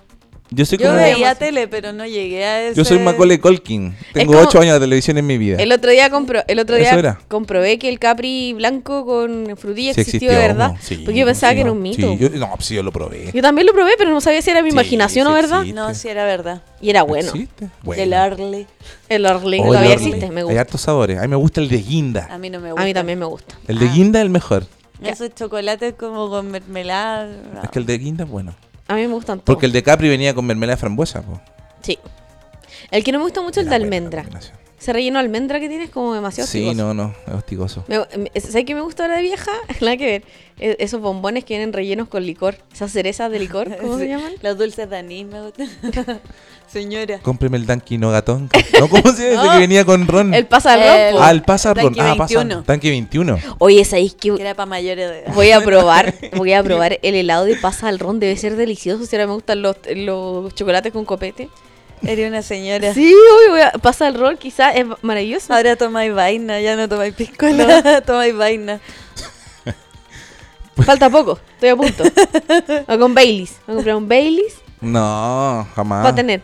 B: Yo soy
D: Yo
B: como-
D: veía tele, pero no llegué a ese...
B: Yo soy Macaulay Colkin. Tengo
C: como-
B: 8 años de televisión en mi vida.
C: El otro día compro, el otro
B: Eso
C: día
B: era.
C: comprobé que el Capri blanco con frutilla
B: Sí
C: existió, de verdad.
B: sí,
C: porque yo pensaba
B: sí,
C: que era un mito.
B: sí, yo- no, pues, sí, yo lo probé.
C: Yo también lo probé, pero no sabía si era mi
B: Sí,
C: imaginación o
B: sí
C: verdad.
B: existe.
D: No, sí, era verdad.
C: Y era bueno.
B: ¿Existe?
D: El Arle.
C: El Orly
B: Oh, el
C: todavía
B: Orly.
C: existe, me
B: Hay
C: gusta.
B: hartos sabores. A mí me gusta el de guinda.
D: A mí no me gusta.
C: A mí también me gusta.
B: El de
D: Ah.
B: guinda es el mejor.
D: Esos chocolates como con mermelada. no.
B: Es que el de guinda es bueno.
C: A mí me gustan todos.
B: Porque el de Capri venía con mermelada de frambuesa. po.
C: Sí. El que no me gusta mucho es el de
B: Era buena
C: almendra.
B: combinación.
C: Ese relleno de almendra que tienes como demasiado
B: Sí, no,
C: hostigoso.
B: no, es hostigoso.
C: Me- me- ¿Sabes qué me gusta ahora de vieja? Nada que ver. E- Esos bombones que vienen rellenos con licor. Esas cerezas de licor, ¿cómo
D: Sí,
C: se llaman?
D: Los dulces de anís me gustan. Señora.
B: Cómpreme el Dunkin' Nogatón. No, ¿cómo se llama ese
C: No.
B: que venía con ron?
C: El pasa de
D: El-
C: ron, po.
B: ah, el pasa ron.
D: Tanque
B: Ah, pasa.
D: 21.
B: Tanque 21.
C: Oye, ¿sabéis qué?
D: Que era para mayores de edad.
C: Voy a probar, voy a probar el helado de pasa al ron, debe ser delicioso. Si ahora me gustan los, los chocolates con copete.
D: Era una señora.
C: Sí, uy, voy a- pasa al ron, quizás es maravilloso.
D: Ahora tomáis vaina, ya no tomáis piscola, tomáis vaina.
C: Falta poco, estoy a punto. O con Baileys, voy a comprar un Baileys
B: No, jamás.
C: para tener.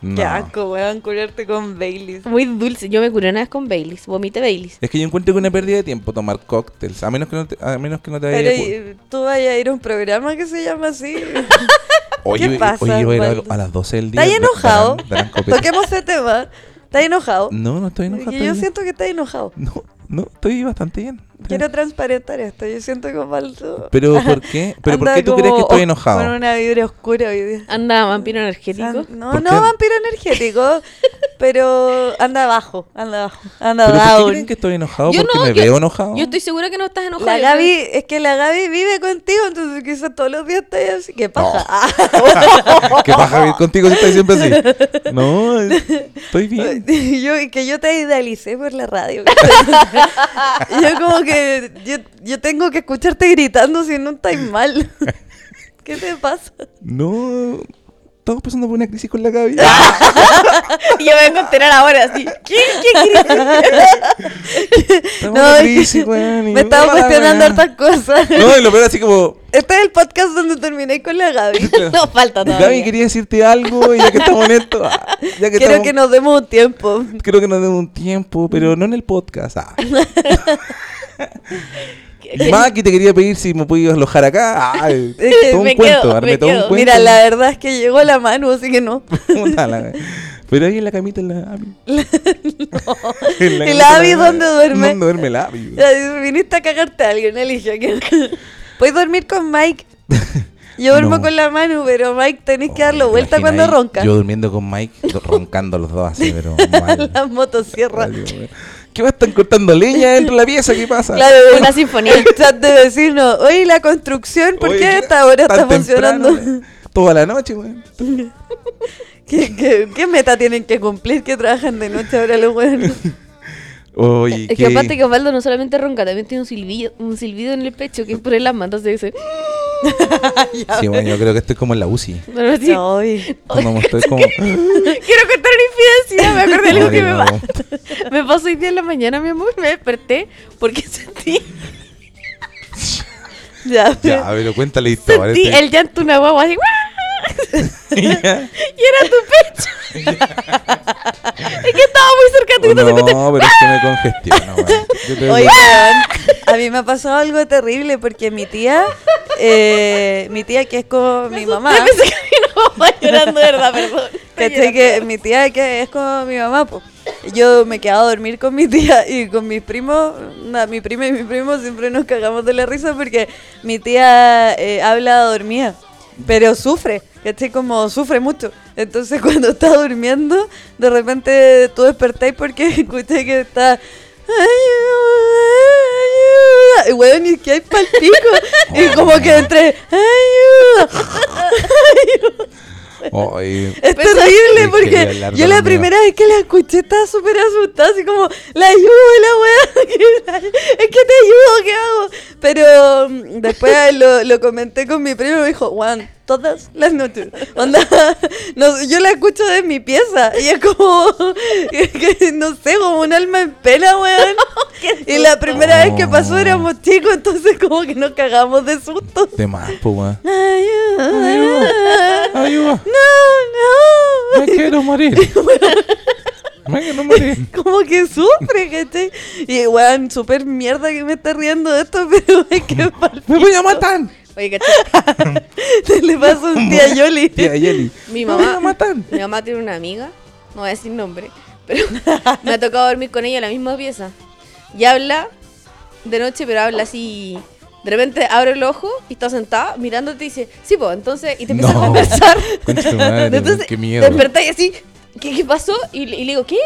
B: No. Eh,
D: Qué asco, weón, curarte con Baileys.
C: Muy dulce, yo me curé una vez con Baileys, vomité Baileys.
B: Es que yo encuentro que una pérdida de tiempo tomar cócteles, a menos que no te, a menos que no te vaya
D: Pero y- tú vas a ir a un programa que se llama así.
B: Oye,
D: ¿qué
B: oye,
D: pasa,
B: oye, yo voy a ir a-
D: Osvaldo?
B: a las 12 del día.
D: ¿Estás enojado?
B: darán- darán copete.
D: Toquemos ese tema. ¿Estás enojado?
B: No, no estoy enojado.
D: Porque
B: estoy
D: yo
B: bien.
D: siento que estás enojado.
B: No, no, estoy bastante bien.
D: quiero transparentar esto. Yo siento como algo.
B: Pero ¿por qué? ¿Pero por
D: Anda
B: qué tú crees que
D: como
B: estoy
D: Con
B: enojado?
D: una vibra oscura hoy día.
C: Anda, vampiro
D: An-
C: energético.
D: No,
B: ¿Por
D: no
B: qué?
D: vampiro energético, pero anda abajo, anda abajo, anda
B: ¿Pero por qué
D: down.
B: creen que estoy enojado?
C: Yo
B: ¿Porque
C: no,
B: me
C: yo-
B: veo enojado?
C: Yo estoy segura que no estás enojada. ¿eh?
D: La
C: yo creo-
D: Gaby, es que la Gaby vive contigo, entonces quizás todos los días estás así, que paja.
B: ¿Qué pasa Javier, contigo si estás siempre así? No, estoy bien.
D: yo, que yo te idealicé por la radio. yo como que yo, yo tengo que escucharte gritando si no estás mal. ¿Qué te pasa?
B: No, estamos pasando por una crisis con la Gaby.
C: Yo vengo a enterar ahora, así. ¿Qué? ¿Qué quieres?
B: Estamos
D: No,
B: en una
D: es que
B: crisis, weón. y-
D: Me estaba
B: Hola,
D: cuestionando
B: weón.
D: hartas cosas.
B: No, y lo peor así como...
D: Este es el podcast donde terminé con la Gaby.
C: No falta todavía.
B: Gaby, quería decirte algo y ya que estamos en esto... ah, ya que
D: Quiero
B: estamos-
D: que nos demos un tiempo.
B: Creo que nos demos un tiempo, pero no en el podcast. Ah. Maki, te quería pedir si me podías alojar acá. Ah, todo un
C: me
B: cuento,
C: quedo,
B: armé
C: me
B: todo un
C: quedo.
B: cuento.
D: Mira, la verdad es que llegó la mano, así que no.
B: Puta la- Pero ahí en la camita en la Abby. En
D: ¿Y
B: camita
D: la
B: en
D: Abby dónde duerme?
B: ¿Dónde duerme la Abby?
D: Ya, Viniste a cagarte a alguien, Elige. que- Puedes dormir con Mike. Yo duermo
B: No.
D: con la mano, pero Mike tenés que darlo
B: Oh,
D: vuelta
B: imagina
D: cuando
B: ahí
D: ronca.
B: Yo durmiendo con Mike, do- roncando los dos así, pero mal.
D: Las motosierras.
B: Ay, Dios mío. ¿Qué va a estar cortando leña dentro de la pieza? ¿Qué pasa?
D: Claro,
C: Una
D: el-
C: sinfonía.
D: el chat de vecinos. Oye, la construcción, ¿por
B: Oye,
D: qué a
B: ¿qué-
D: esta hora
B: tan
D: está
B: temprano?
D: funcionando?
B: Toda la noche, weón.
D: ¿Qué, qué, qué meta tienen que cumplir que trabajan de noche ahora los buenos?
B: Oye,
C: Es que aparte que Osvaldo no solamente ronca, también tiene un silbido, un silbido en el pecho que es por el asma, entonces dice...
B: Sí, bueno, yo creo que estoy como en la UCI.
C: Bueno, sí.
D: No, oye.
B: Como estoy como...
C: Quiero contar una infidencia, me acordé de algo
B: Ay,
C: que me,
B: no.
C: pa- me pasó hoy día en la mañana, mi amor, me desperté porque sentí,
D: Ya,
B: Ya, pero cuéntale la historia.
C: sentí el llanto de una guagua así,
B: Ya.
C: y era tu pecho. es que estaba muy cerca de ti, entonces escuché-
B: Oh, No, pero es que me congestiona, weón. Yo creo
D: Oye,
B: que-
D: weón, a mí me ha pasado algo terrible porque mi tía, eh, mi tía que es como mi mamá,
C: Yo pensé que mi mamá estaba llorando, de verdad, perdón. Estoy
D: ¿cachai? Que mi tía que es como mi mamá, po. yo me quedaba a dormir con mi tía y con mis primos, na, mi prima y mi primo siempre nos cagamos de la risa porque mi tía eh, habla dormida, pero sufre, ¿cachai? Como sufre mucho. Entonces cuando está durmiendo, de repente tú despertáis porque escuché que está... "Ayuda, ayuda". Y weón, y que hay palpico. y como que entre... Ayuda.
B: Oye,
D: Es
C: Pero-
D: terrible
B: Yo quería
D: porque
B: hablar de
D: yo
B: la
D: la
B: mía.
D: primera vez que la escuché estaba súper asustada, así como, la ayudo, la weá, es que te ayudo, ¿qué hago? Pero mm, después lo, lo comenté con mi primo y me dijo, Juan, todas las noches, onda, no, yo la escucho de mi pieza y es como, que no sé, como un alma en pena, weón. Y la primera vez que pasó éramos chicos, entonces como que nos cagamos de susto.
B: de más, po, weón.
D: Ayuda, ayuda.
B: Ayuda,
D: No, no.
B: me quiero morir. Me quiero morir.
D: Como que sufre, ¿cachai? Y weón, súper mierda que me está riendo de esto, pero es que pal-
B: Me voy a matar.
C: Oye, ¿cachai?
D: se le pasa un tía Yoli.
B: Tía Yeli.
C: Mi
B: Me voy a
C: mamá...
B: matar.
C: Mi mamá tiene una amiga, no voy a decir nombre, pero me ha tocado dormir con ella en la misma pieza. Y habla de noche, pero habla así. De repente abre el ojo y está sentada mirándote y dice, sí, pues, entonces, y te empieza
B: No.
C: a conversar.
B: Concha tu madre,
C: entonces,
B: qué miedo.
C: despertá y así, ¿qué, qué pasó? Y, le- y le digo, ¿qué?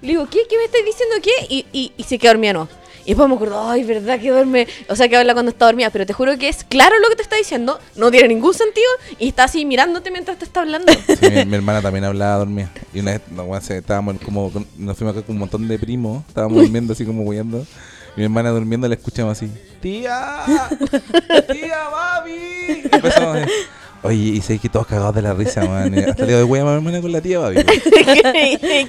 C: Le digo, ¿qué? ¿Qué me estás diciendo? ¿Qué? Y, y, y se queda dormida, no. Y después me acuerdo, ay, verdad que duerme. O sea, que habla cuando está dormida, pero te juro que es claro lo que te está diciendo, no tiene ningún sentido y está así mirándote mientras te está hablando.
B: Sí, mi, mi hermana también hablaba, dormía. Y una vez no, weón, se- estábamos como, con- nos fuimos acá con un montón de primos, estábamos durmiendo así como huyendo. Y mi hermana durmiendo la escuchamos así. ¡Tía! ¡Tía, mami! Y empezamos así. Oye, y sé que todos cagados de la risa, man. Y Hasta le doy hueá a mi hermana con la tía, babi.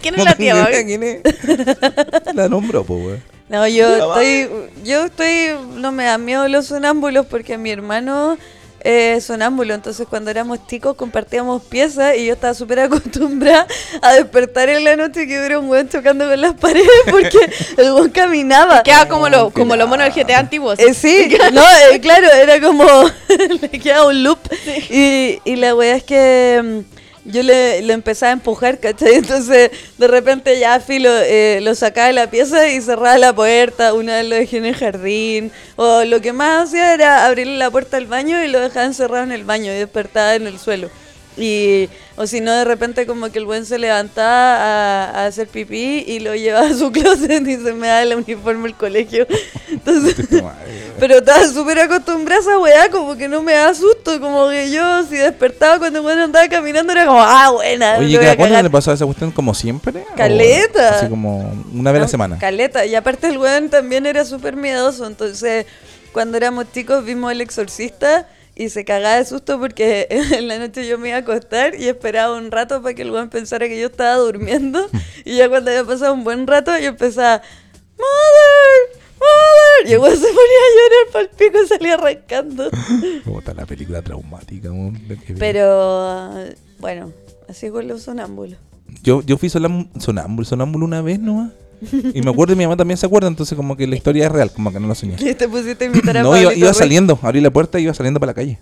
C: ¿Quién es la tía,
B: No tengo
C: Babi?
B: idea quién es. La nombró, po, weón.
D: No, yo
B: La madre.
D: estoy, yo estoy, no me dan miedo los sonámbulos porque mi hermano eh, es sonámbulo, entonces cuando éramos chicos compartíamos piezas y yo estaba súper acostumbrada a despertar en la noche y que hubiera un weón chocando con las paredes porque el weón caminaba.
C: Queda como los como lo monos del GTA antiguos.
D: Eh, sí, no, eh, claro, era como le queda un loop. Y, y la weá es que mm, yo le, le empezaba a empujar, ¿cachai? Entonces, de repente ya Filo eh, lo sacaba de la pieza y cerraba la puerta, una vez lo dejé en el jardín, o lo que más hacía era abrirle la puerta al baño y lo dejaba encerrado en el baño y despertaba en el suelo. Y, o si no, de repente como que el buen se levantaba a, a hacer pipí y lo llevaba a su closet y se me daba el uniforme al colegio. Entonces, pero estaba súper acostumbrada a esa weá, como que no me da susto, como que yo si despertaba cuando bueno andaba caminando era como, ah, buena.
B: Oye,
D: me voy a
B: ¿cada cuándo
D: cagar".
B: le pasaba esa cuestión? ¿Como siempre? ¿O
D: Caleta.
B: Así como una vez a la
D: No,
B: semana.
D: Caleta, y aparte el weón también era súper miedoso, entonces cuando éramos chicos vimos El Exorcista y se cagaba de susto porque en la noche yo me iba a acostar y esperaba un rato para que el weón pensara que yo estaba durmiendo y ya cuando había pasado un buen rato yo empezaba, ¡Mother! ¡Mother! Y el weón se ponía a llorar para pico y salía arrancando.
B: Puta, la película traumática. weón, la que vi.
D: Pero bueno, así con los sonámbulos.
B: Yo, yo fui solam- sonámbulo, sonámbulo una vez nomás. Y me acuerdo, y mi mamá también se acuerda, entonces como que la historia es real, como que no lo soñé.
D: Y te pusiste a invitar a
B: No, iba,
D: Pablito
B: iba
D: Ruiz.
B: saliendo, abrí la puerta y iba saliendo para la calle.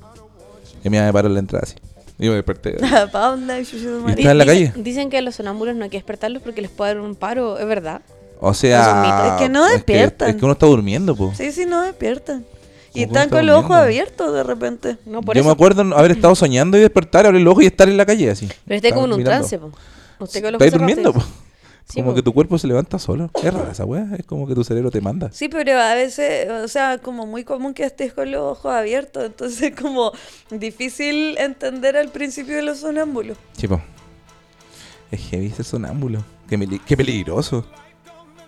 B: Y mi mamá me paró en la entrada así. Y me desperté.
D: Pa' onda, chuchu, madre.
B: ¿Estás en la calle?
C: Dicen que a los sonámbulos no hay que despertarlos porque les puede dar un paro, es verdad.
B: O sea...
D: Es un mito. Es que no despiertan.
B: Es que, uno está durmiendo, po.
D: Sí, sí, no despiertan. Y
B: Como cuando
D: están
B: está
D: con los ojos
B: durmiendo.
D: abiertos de repente.
C: No, por
B: Yo me
C: eso.
B: acuerdo haber estado soñando y despertar, abrir los ojos y estar en la calle así.
C: Pero
D: este
C: está como en
B: Estaba
C: un
B: mirando.
C: trance, po. Usted con
B: Estáis
C: Pues los ojos cerrados,
B: durmiendo, po.
C: Sí,
B: Como
C: po.
B: que tu cuerpo se levanta solo. Es rara esa weá, es como que tu cerebro te manda.
D: Sí, pero a veces, o sea, como muy común que estés con los ojos abiertos, entonces como difícil entender al principio de los sonámbulos.
B: Chico. Es heavy ser sonámbulo. Qué, meli- qué peligroso.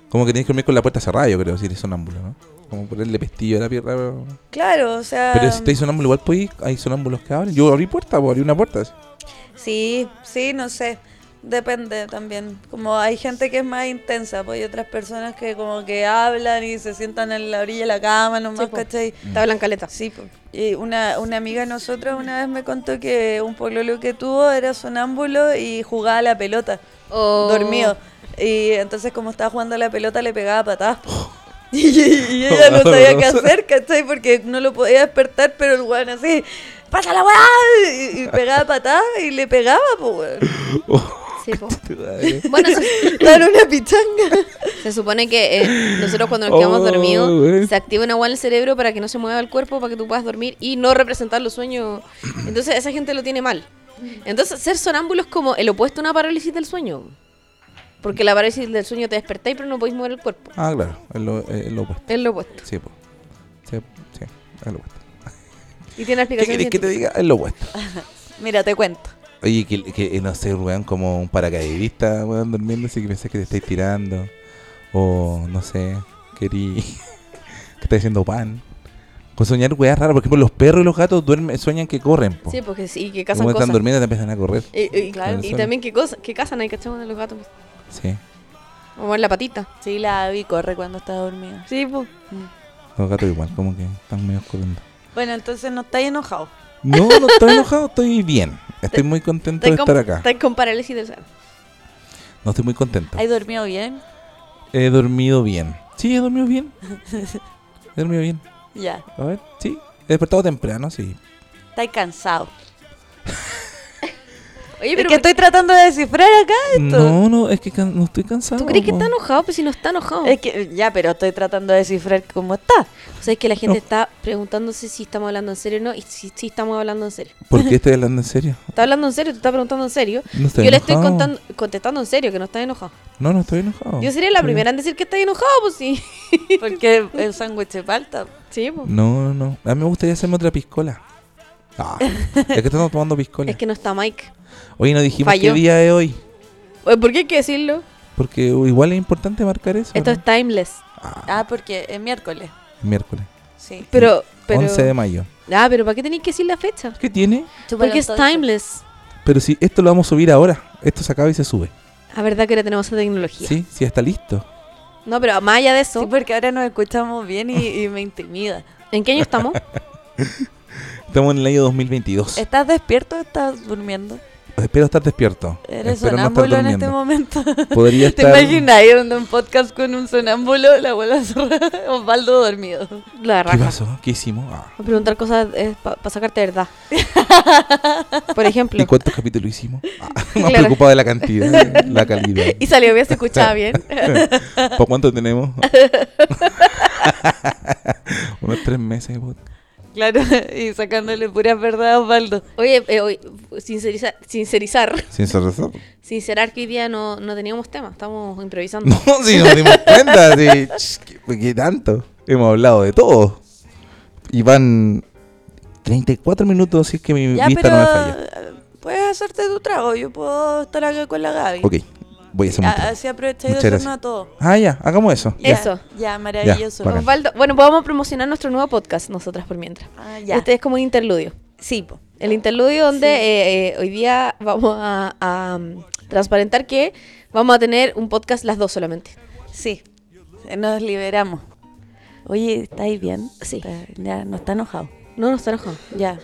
B: Como que tienes que dormir con la puerta cerrada, yo creo, si eres sonámbulo, ¿no? Como ponerle pestillo a la pierna. Pero,
D: Claro, o sea...
C: Ah.
B: pero si estáis sonámbulo, igual podéis. Hay sonámbulos que abren. Yo abrí puerta, po, abrí una puerta. así.
D: Sí, sí, no sé. Depende también. Como hay gente que es más intensa, pues hay otras personas que como que hablan y se sientan en la orilla de la cama nomás,
C: Sí, po.
D: ¿cachai?
C: Te hablan caleta.
D: Sí, po. y una, una amiga de nosotros una vez me contó que un pololo que tuvo era sonámbulo y jugaba a la pelota,
C: Oh.
D: dormido. Y entonces como estaba jugando a la pelota le pegaba patadas. po. Y, y ella no sabía qué hacer, ¿cachai? Porque no lo podía despertar, pero el weón así, ¡pasa la weá! Y, y pegaba patadas y le pegaba, pues weón.
B: Oh,
C: Sí, po.
B: Madre.
C: Bueno, se,
D: Dar una pichanga.
C: se supone que eh, nosotros cuando nos quedamos
B: Oh, güey.
C: dormidos se activa una agua en el cerebro para que no se mueva el cuerpo, para que tú puedas dormir y no representar los sueños. Entonces esa gente lo tiene mal. Entonces ser sonámbulo es como el opuesto a una parálisis del sueño. Porque la parálisis del sueño te despertáis pero no podéis mover el cuerpo.
B: Ah, claro, es lo, es lo opuesto.
C: Es lo opuesto.
B: Sí, po. Sí, sí, es lo opuesto.
C: Y tiene
B: ¿Qué
C: explicación.
B: querés que te diga? Es lo opuesto.
D: Mira, te cuento.
B: Oye, que, que, eh, no sé, weón, como un paracaidista, weón, durmiendo, así que pensás que te estáis tirando. O, no sé, querí. que está haciendo pan. Con soñar weas raras, por ejemplo, los perros y los gatos duermen, eh, sueñan que corren, po.
C: Sí, porque sí, que
B: Como
C: cazan
B: están
C: cosas.
B: durmiendo, te empiezan a correr.
C: Y, y-
B: Claro.
C: y también que, cosa, que cazan ahí, cachamos de los gatos.
B: Sí,
C: O mover la patita.
D: Sí, la vi corre cuando está dormida.
C: Sí, pues.
B: los gatos igual, como que están medio corriendo.
D: Bueno, entonces no estáis enojado.
B: No, no estoy enojado, estoy bien. Estoy muy contento de estar acá.
C: Estás con parálisis del sueño.
B: No estoy muy contento.
D: ¿Has dormido bien?
B: He dormido bien. Sí, he dormido bien. He dormido bien.
D: Ya.
B: A ver, sí. He despertado temprano, sí.
D: Estáis cansado.
C: Oye,
D: Es
C: pero
D: que
C: ¿por qué-
D: estoy tratando de descifrar acá esto.
B: No, no, es que can- no estoy cansado.
C: ¿tú crees que
B: po.
C: está enojado? Pues si no está enojado.
D: Es que, ya, pero estoy tratando de descifrar cómo está.
C: O sea, es que la gente
B: No.
C: está preguntándose si estamos hablando en serio o no, y si, si estamos hablando en serio.
B: ¿Por qué estoy hablando en serio?
C: Está hablando en serio, tú estás preguntando en serio.
B: No estoy
C: Yo le estoy
B: enojado.
C: contando, contestando en serio, que no estás enojado.
B: No, no estoy enojado.
C: Yo sería la
B: Estoy
C: primera en decir que estás enojado, pues sí.
D: Porque el sándwich de palta.
C: Sí, pues.
B: bien. No, no, no. A mí me gustaría hacerme otra piscola. Ah, es que estamos tomando piscola.
C: Es que no está Mike.
B: Hoy no dijimos qué
C: Falló.
B: día es hoy.
C: Oye, ¿Por qué hay que decirlo?
B: Porque igual es importante marcar eso.
C: Esto
B: ¿no?
C: es timeless.
B: Ah,
D: Ah, porque es miércoles.
B: miércoles.
D: Sí.
C: Pero, pero.
B: 11 de mayo.
C: Ah, pero ¿para qué tenéis que decir la fecha?
B: ¿Qué tiene?
C: Porque es timeless.
B: Pero si esto lo vamos a subir ahora. Esto se acaba y se sube.
C: La Ah, verdad que ahora tenemos esa tecnología.
B: Sí, sí, está listo.
C: No, pero más allá de eso,
D: Sí, porque ahora nos escuchamos bien y, y me intimida.
C: ¿en qué año estamos?
B: Estamos en el año 2022.
D: ¿Estás despierto o estás durmiendo?
B: Espero estar despierto.
D: Eres
B: Espero no estar
D: sonámbulo en este
B: durmiendo.
D: momento.
B: Podría
D: ¿Te
B: estar.
D: imaginas ir a un podcast con un sonámbulo, la abuela zorra, Osvaldo dormido?
C: La
B: ¿Qué
C: raja.
B: pasó? ¿Qué hicimos? Ah.
C: A preguntar cosas para sacarte verdad. Por ejemplo.
B: ¿Y cuántos capítulos hicimos? Ah, más
C: Claro.
B: preocupado de la cantidad, la calidad.
C: Y salió bien, se escuchaba bien.
B: ¿Por cuánto tenemos? Unos tres meses. puta.
D: Claro, y sacándole puras verdades a Osvaldo.
C: Oye, eh, oye, sinceriza- sincerizar.
B: Sin sorpresa.
C: Sincerar que hoy día no, no teníamos tema, estamos improvisando.
B: No, si nos dimos cuenta, si, ch, ¿qué, pues, qué tanto? Hemos hablado de todo. Y van 34 minutos, si es que mi
D: Ya,
B: vista
D: pero
B: no me falla.
D: eh, puedes hacerte tu trago. Yo puedo estar acá con la Gaby.
B: Ok, voy a hacer un
D: A-
B: trago.
D: así aprovecháis de
B: Muchas
D: hacernos
B: gracias.
D: a todos.
B: Ah, ya, hagamos eso.
D: Ah, Ya,
C: Eso.
D: Ya, maravilloso.
B: bacán.
C: Osvaldo, bueno, pues vamos a promocionar nuestro nuevo podcast nosotras por mientras.
D: Ah, ya.
C: Este es como un interludio.
D: Sí, po.
C: El interludio donde
D: Sí.
C: eh, eh, hoy día vamos a, a, um, transparentar que vamos a tener un podcast las dos solamente.
D: Sí. Eh, Nos liberamos. Oye, ¿estáis bien?
C: Sí.
D: Está- Ya, no está enojado.
C: No nos enojamos.
D: Ya.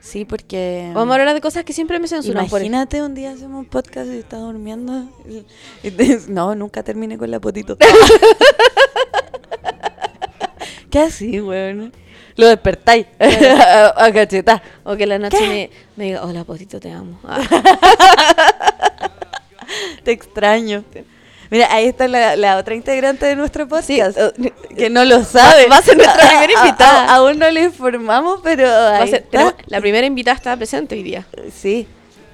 D: Sí, porque.
C: Vamos a hablar de cosas que siempre me censuran por eso.
D: Imagínate un día hacemos un podcast y estás durmiendo. y- y te- no, nunca terminé con la potito. ¿Qué así, weón? Lo despertáis. a cachetá.
C: O que la noche
D: ¿Qué?
C: me, me diga, hola, potito, te amo. Ah,
D: Te extraño. Mira, ahí está la, la otra integrante de nuestro podcast. que no lo sabe.
C: va a ser nuestra primera
D: A- a-
C: invitada.
D: a- aún no le informamos, pero.
C: va a
D: ahí
C: ser-
D: está.
C: tenemos- la primera invitada está presente hoy día.
D: Sí.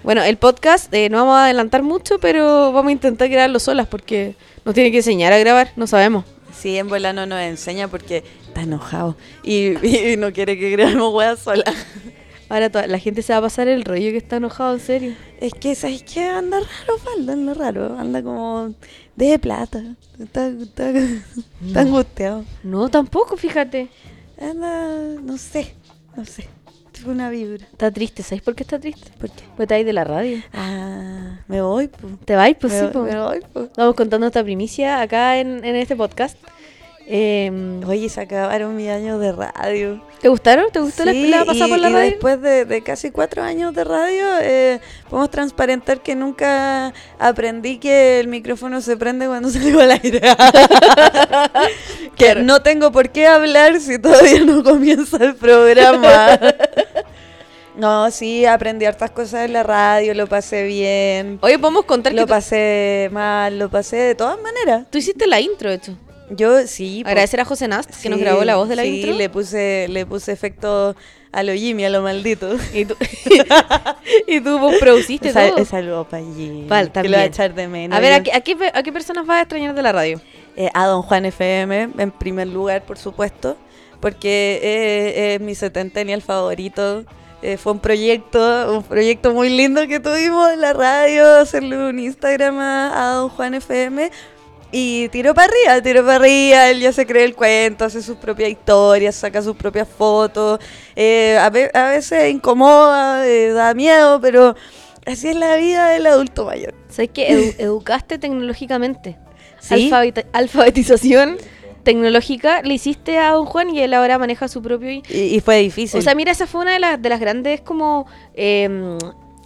C: Bueno, el podcast eh, no vamos a adelantar mucho, pero vamos a intentar grabarlo solas porque nos tiene que enseñar a grabar, no sabemos.
D: Sí, en volano nos enseña porque está enojado y, y no quiere que grabemos weas sola.
C: Ahora toda- la gente se va a pasar el rollo que está enojado, en serio.
D: Es que, ¿sabes qué? Anda raro, Faldo, anda raro. Anda como de plata. Está, está- está angustiado.
C: No, tampoco, fíjate.
D: Anda, no sé, no sé. Tengo una vibra.
C: Está triste, ¿sabes por qué está triste?
D: ¿Por qué?
C: Pues te vas de la radio.
D: Ah, me voy, po.
C: Te vais, pues
D: me,
C: sí,
D: voy-
C: po.
D: me voy, po.
C: Estamos contando esta primicia acá en, en este podcast. Eh,
D: Oye, se acabaron mis años de radio.
C: ¿Te gustaron? ¿Te gustó la-
D: Sí,
C: la, pasada
D: y-
C: por la
D: y
C: radio?
D: después de, de casi cuatro años de radio, eh, podemos transparentar que nunca aprendí que el micrófono se prende cuando salgo al aire. que no tengo por qué hablar si todavía no comienza el programa. no, sí, aprendí hartas cosas en la radio, lo pasé bien.
C: Oye, podemos contar que
D: Lo
C: tú,
D: pasé mal, lo pasé de todas maneras.
C: tú hiciste la intro, de hecho.
D: Yo sí. po.
C: Agradecer a José Nast, que nos
D: Sí,
C: grabó la voz de la
D: sí,
C: intro.
D: le puse, le puse efecto a lo Jimmy, a lo maldito.
C: Y tú, y tú vos produciste
D: Sal-
C: todo.
D: saludo para Jimmy.
C: Pal,
D: que
C: también.
D: lo va a echar de menos.
C: A ver, ¿a
D: Yo-
C: qué, a qué pe- a qué personas vas a extrañar de la radio?
D: eh, a Don Juan FM, en primer lugar, por supuesto, porque eh, es mi setentenial favorito. Eh, fue un proyecto, un proyecto muy lindo que tuvimos en la radio, hacerle un Instagram a, a Don Juan FM. Y tiró para arriba, tiró para arriba, él ya se cree el cuento, hace sus propias historias, saca sus propias fotos, eh, a, ve- a veces incomoda, eh, da miedo, pero así es la vida del adulto mayor.
C: ¿Sabes que educaste tecnológicamente? Alfabeta- alfabetización tecnológica le hiciste a don Juan y él ahora maneja su propio... i-
D: Y, y fue difícil.
C: O sea, mira, esa fue una de las, de las grandes como... em,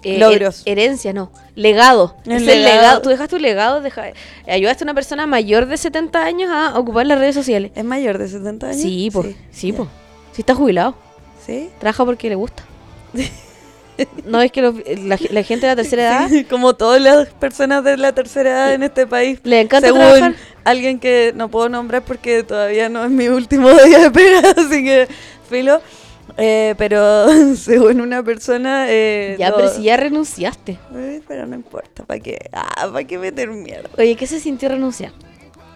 C: eh,
D: Logros.
C: her- herencia, no. Legado.
D: El
C: Es el
D: legado.
C: legado. Tú dejas tu legado, deja- ayudaste a una persona mayor de 70 años a ocupar las redes sociales.
D: ¿Es mayor de 70 años?
C: Sí, pues. Sí,
D: ya.
C: po. Sí está jubilado.
D: ¿Sí?
C: Trabaja porque le gusta. No, es que los- la, la gente de la tercera edad
D: Sí, Como todas las personas de la tercera edad en este país.
C: le encanta
D: según
C: trabajar.
D: alguien que no puedo nombrar porque todavía no es mi último día de pega, así que filo. Eh, pero según una persona... eh,
C: Ya,
D: lo-
C: pero si ya renunciaste.
D: Eh, pero no importa, ¿para qué? Ah, ¿para qué meter mierda?
C: Oye, ¿qué se sintió renunciar?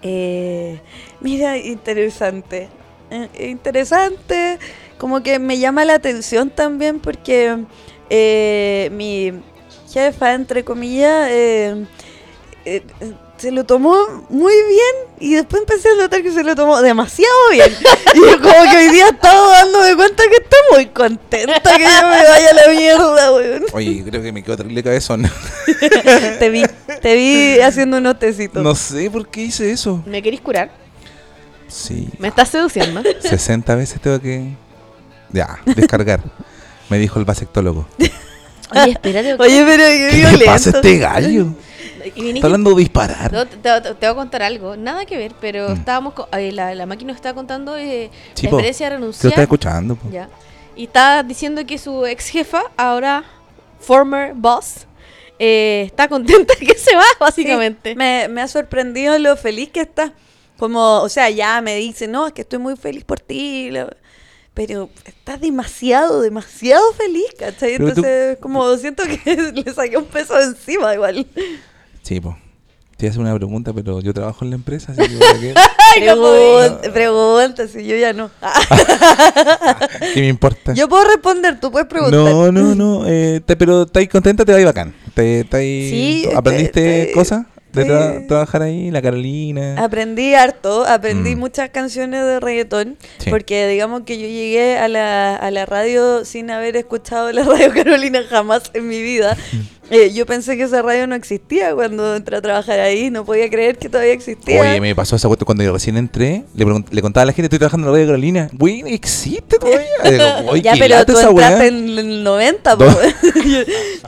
D: Eh, mira, interesante. Eh, interesante. Como que me llama la atención también porque eh, mi jefa, entre comillas, eh, eh, eh, se lo tomó muy bien y después empecé a notar que se lo tomó demasiado bien. Y yo como que hoy día estaba dándome cuenta que estoy muy contenta que yo me vaya a la mierda, weón.
B: Oye, creo que me quedó terrible cabezón.
D: Te vi, te vi haciendo un tecitos.
B: No sé por qué hice eso.
C: ¿Me querés curar?
B: Sí.
C: Me estás seduciendo.
B: 60 veces tengo que. Ya, descargar. Me dijo el vasectólogo.
A: Oye, espérate.
D: Oye, pero qué
B: ¿Qué le
D: violento.
B: pasa a este gallo?
C: Y viniste-
B: Está hablando de disparar.
C: No, te, te- te voy a contar algo, nada que ver, pero estábamos co- eh, la, la máquina nos estaba contando eh,
B: Mm. Sí,
C: la
B: po.
C: experiencia de
B: Se lo está
C: renunciar.
B: escuchando. po.
C: Ya. Y está diciendo que su ex jefa, ahora former boss, eh, está contenta que se va, básicamente.
D: Sí, me, me ha sorprendido lo feliz que está. Como, o sea, ya me dice, no, es que estoy muy feliz por ti. la- Pero estás demasiado, demasiado feliz, ¿cachai?
B: Pero tú-
D: Entonces, como siento que le saqué un peso de encima igual.
B: Sí, po. Te voy a hacer una pregunta, pero yo trabajo en la empresa, así que, ¿para qué?
D: Pregunta, pregunta, si yo ya no. Ah,
B: ¿Qué me importa?
D: yo puedo responder, tú puedes preguntar.
B: No, no, no. eh, te- pero estáis contenta, te va a ir bacán. Te, te-
D: Sí,
B: ¿Aprendiste
D: te- te-
B: cosas de
D: te- Ah,
B: tra- trabajar ahí? La Carolina.
D: Aprendí harto, aprendí
B: Mm.
D: muchas canciones de reggaetón,
B: Sí.
D: porque digamos que yo llegué a la, a la radio sin haber escuchado la radio Carolina jamás en mi vida.
B: Mm.
D: Eh, yo pensé que esa radio no existía cuando entré a trabajar ahí, no podía creer que todavía existía.
B: Oye, me pasó esa cuestión cuando yo recién entré. Le, pregun- le contaba a la gente, estoy trabajando en la radio Carolina. Güey, ¿existe todavía? Digo, "Oye,
D: ya,
B: qué
D: pero
B: lata
D: tú
B: esa
D: entraste
B: weá".
D: en el 90,
B: Do-
D: po. yo,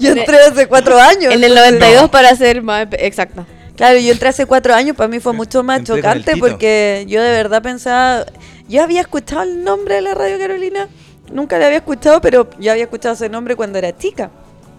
D: yo entré hace cuatro años.
C: En el
D: entonces-
C: 92 para ser más pe- exacto.
D: Claro, yo entré hace cuatro años, para mí fue mucho más
B: Entré con
D: chocante
B: el Tito.
D: porque yo de verdad pensaba, yo había escuchado el nombre de la Radio Carolina, nunca la había escuchado, pero yo había escuchado ese nombre cuando era chica.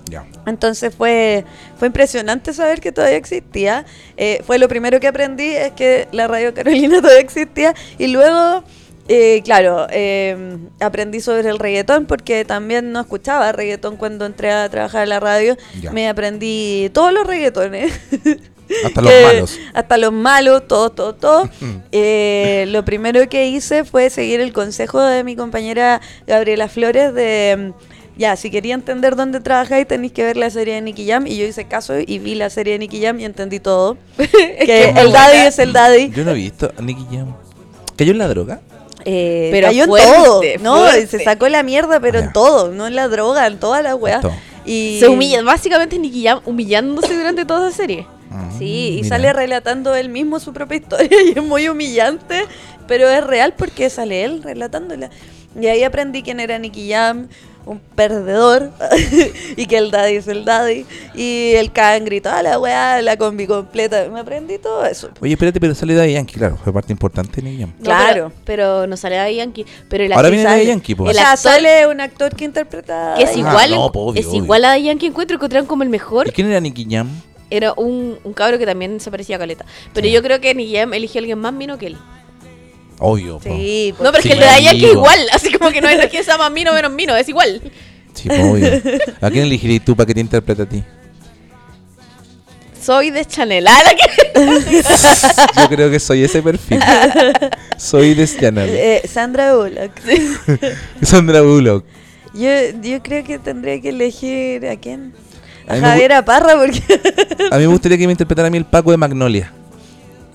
B: Ya.
D: Entonces fue, fue impresionante saber que todavía existía. Eh, fue lo primero que aprendí, es que la Radio Carolina todavía existía. Y luego, eh, claro, eh, aprendí sobre el reggaetón porque también no escuchaba reggaetón cuando entré a trabajar en la radio.
B: Ya.
D: Me aprendí todos los reggaetones.
B: Hasta los
D: Eh,
B: malos. Mm.
D: Hasta los malos, todo, todo, todo. Eh, lo primero que hice fue seguir el consejo de mi compañera Gabriela Flores de... mm, Ya, si quería entender dónde trabajáis tenéis que ver la serie de Nicky Jam. Y yo hice caso y vi la serie de Nicky Jam y entendí todo. que
B: muy
D: eh, el daddy es el daddy.
B: Yo no he visto a Nicky Jam. ¿Cayó en la droga?
D: Eh,
C: Pero
D: cayó en
C: fuerte,
D: todo. No,
C: fuerte.
D: se sacó la mierda, pero
B: Ah, ya.
D: en todo. No en la droga, en todas las weas.
B: todo.
D: Y...
C: Se humilla, básicamente es Nicky Jam humillándose durante toda la serie.
B: Ah,
C: Mm,
D: Sí, y
B: mira.
D: sale relatando él mismo su propia historia y es muy humillante, pero es real porque sale él relatándola. Y ahí aprendí quién era Nicky Jam, un perdedor, y que el daddy es el daddy, y el cangri, toda la weá, la combi completa. Me aprendí todo eso.
B: Oye, espérate, pero sale Daddy Yankee, claro. Fue parte importante de Nicky Jam.
C: No, pero-
D: Claro.
C: Pero, no sale de Yankee. Pero el
B: Ahora
C: actor
B: viene
C: sale-
B: Daddy Yankee, po.
D: O
C: El
D: sea,
C: actor
D: sale un actor que interpreta.
C: que es
B: Ah,
C: igual,
B: no, po, obvio,
C: es
B: obvio.
C: igual a Daddy Yankee encuentro que eran como el mejor.
B: ¿Y quién era Nicky Jam?
C: Era un, un cabro que también se parecía a Caleta. Pero
B: Sí.
C: yo creo que Nicky Jam eligió a alguien más mino que él.
B: Obvio, po.
D: Sí, pues,
C: No, pero es
B: Sí,
C: que el de Daddy Yankee es
B: amigo.
C: igual. Así como que no es que sea más mino menos mino, es igual.
B: Sí, po, obvio. ¿A quién elegirías tú para que te interprete a ti?
C: Soy de Chanel. Ah, la que-
B: Yo creo que soy ese perfil. Soy de Chanel.
D: eh, Sandra Bullock.
B: Sandra Bullock.
D: Yo, yo creo que tendría que elegir a quién.
B: A
D: A
B: mí me gu-
D: Javier Aparra, porque.
B: A mí me gustaría que me interpretara a mí el Paco de Magnolia.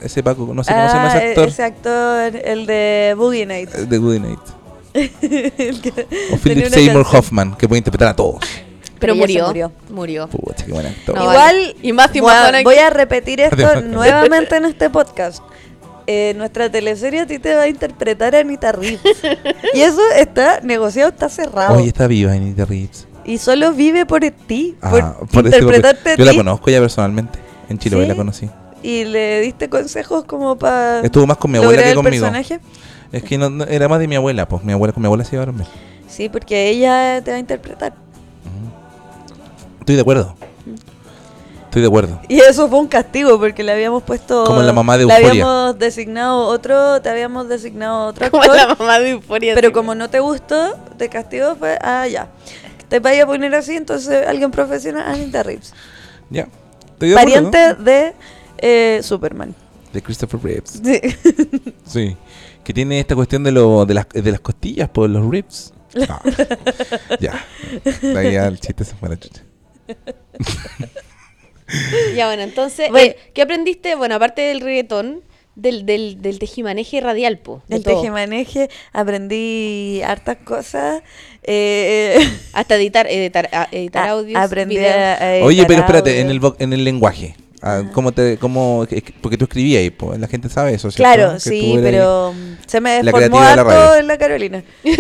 B: Ese Paco, no sé cómo se llama
D: Ah,
B: ese actor. Eh,
D: Ese actor, el de Boogie Nights.
B: De Good Night.
D: El que
B: O
D: tenía
B: Philip
D: una
B: Seymour
D: canción.
B: Hoffman, que puede interpretar a todos.
C: Pero
D: ya
C: murió.
D: se
C: Murió.
B: Pucha, qué buen actor.
C: No,
D: Igual,
C: vale. Y Matthew
D: voy, a,
C: McConaughey.
D: voy a repetir esto
B: Matthew
D: nuevamente en este podcast. Eh, nuestra teleserie a ti te va a interpretar Anita Reeves. y eso está negociado, está cerrado.
B: Oye, está viva Anita Reeves.
D: Y solo vive por ti,
B: Ah,
D: por,
B: por eso-
D: interpretarte a
B: Yo la
D: ti.
B: conozco ya personalmente. En Chiloé
D: ¿Sí?
B: la conocí.
D: Y le diste consejos como para
B: Estuvo más con mi abuela
D: lograr
B: que
D: el
B: conmigo.
D: personaje.
B: Es que no, no- era más de mi abuela, pues mi abuela con mi abuela se llevaron bien.
D: Sí, porque ella te va a interpretar.
B: Estoy de acuerdo.
D: Mm.
B: Estoy de acuerdo.
D: Y eso fue un castigo porque le habíamos puesto.
B: Como la mamá de
D: Le
B: Euphoria.
D: habíamos designado otro, te habíamos designado otro
C: Como la
D: actor.
C: mamá de Euphoria.
D: Pero
C: sí.
D: como no te gustó, te castigo fue. Ah, ya. Te vaya a poner así, entonces alguien profesional, Anita Reeves.
B: Ya. Estoy de acuerdo.
D: Pariente de eh, Superman.
B: De Christopher Reeves.
D: Sí.
B: Sí. Que tiene esta cuestión de, lo, de, las, de las costillas por los ribs. Ah. ya. De ahí ya el chiste se fue a la chucha.
C: Ya, bueno, entonces.
D: Bueno.
C: eh, ¿Qué aprendiste? Bueno, aparte del reggaetón, del, del, del tejimaneje radial, po. de
D: El
C: todo.
D: tejimaneje, aprendí hartas cosas. eh,
C: Hasta editar, editar, a- editar
D: a-
C: audios.
D: aprendí
C: videos.
D: Ah, a, a
B: Oye,
D: editar
B: pero espérate,
D: audio.
B: en el, vo- en el lenguaje. Ah, ¿Cómo te, cómo, porque tú escribías y pues, la gente sabe eso. ¿cierto?
D: Claro,
B: Que
D: sí,
B: tú eres-
D: pero mm, se me
B: la
D: deformó
B: creativa de la
D: harto
B: radio.
D: en la Carolina.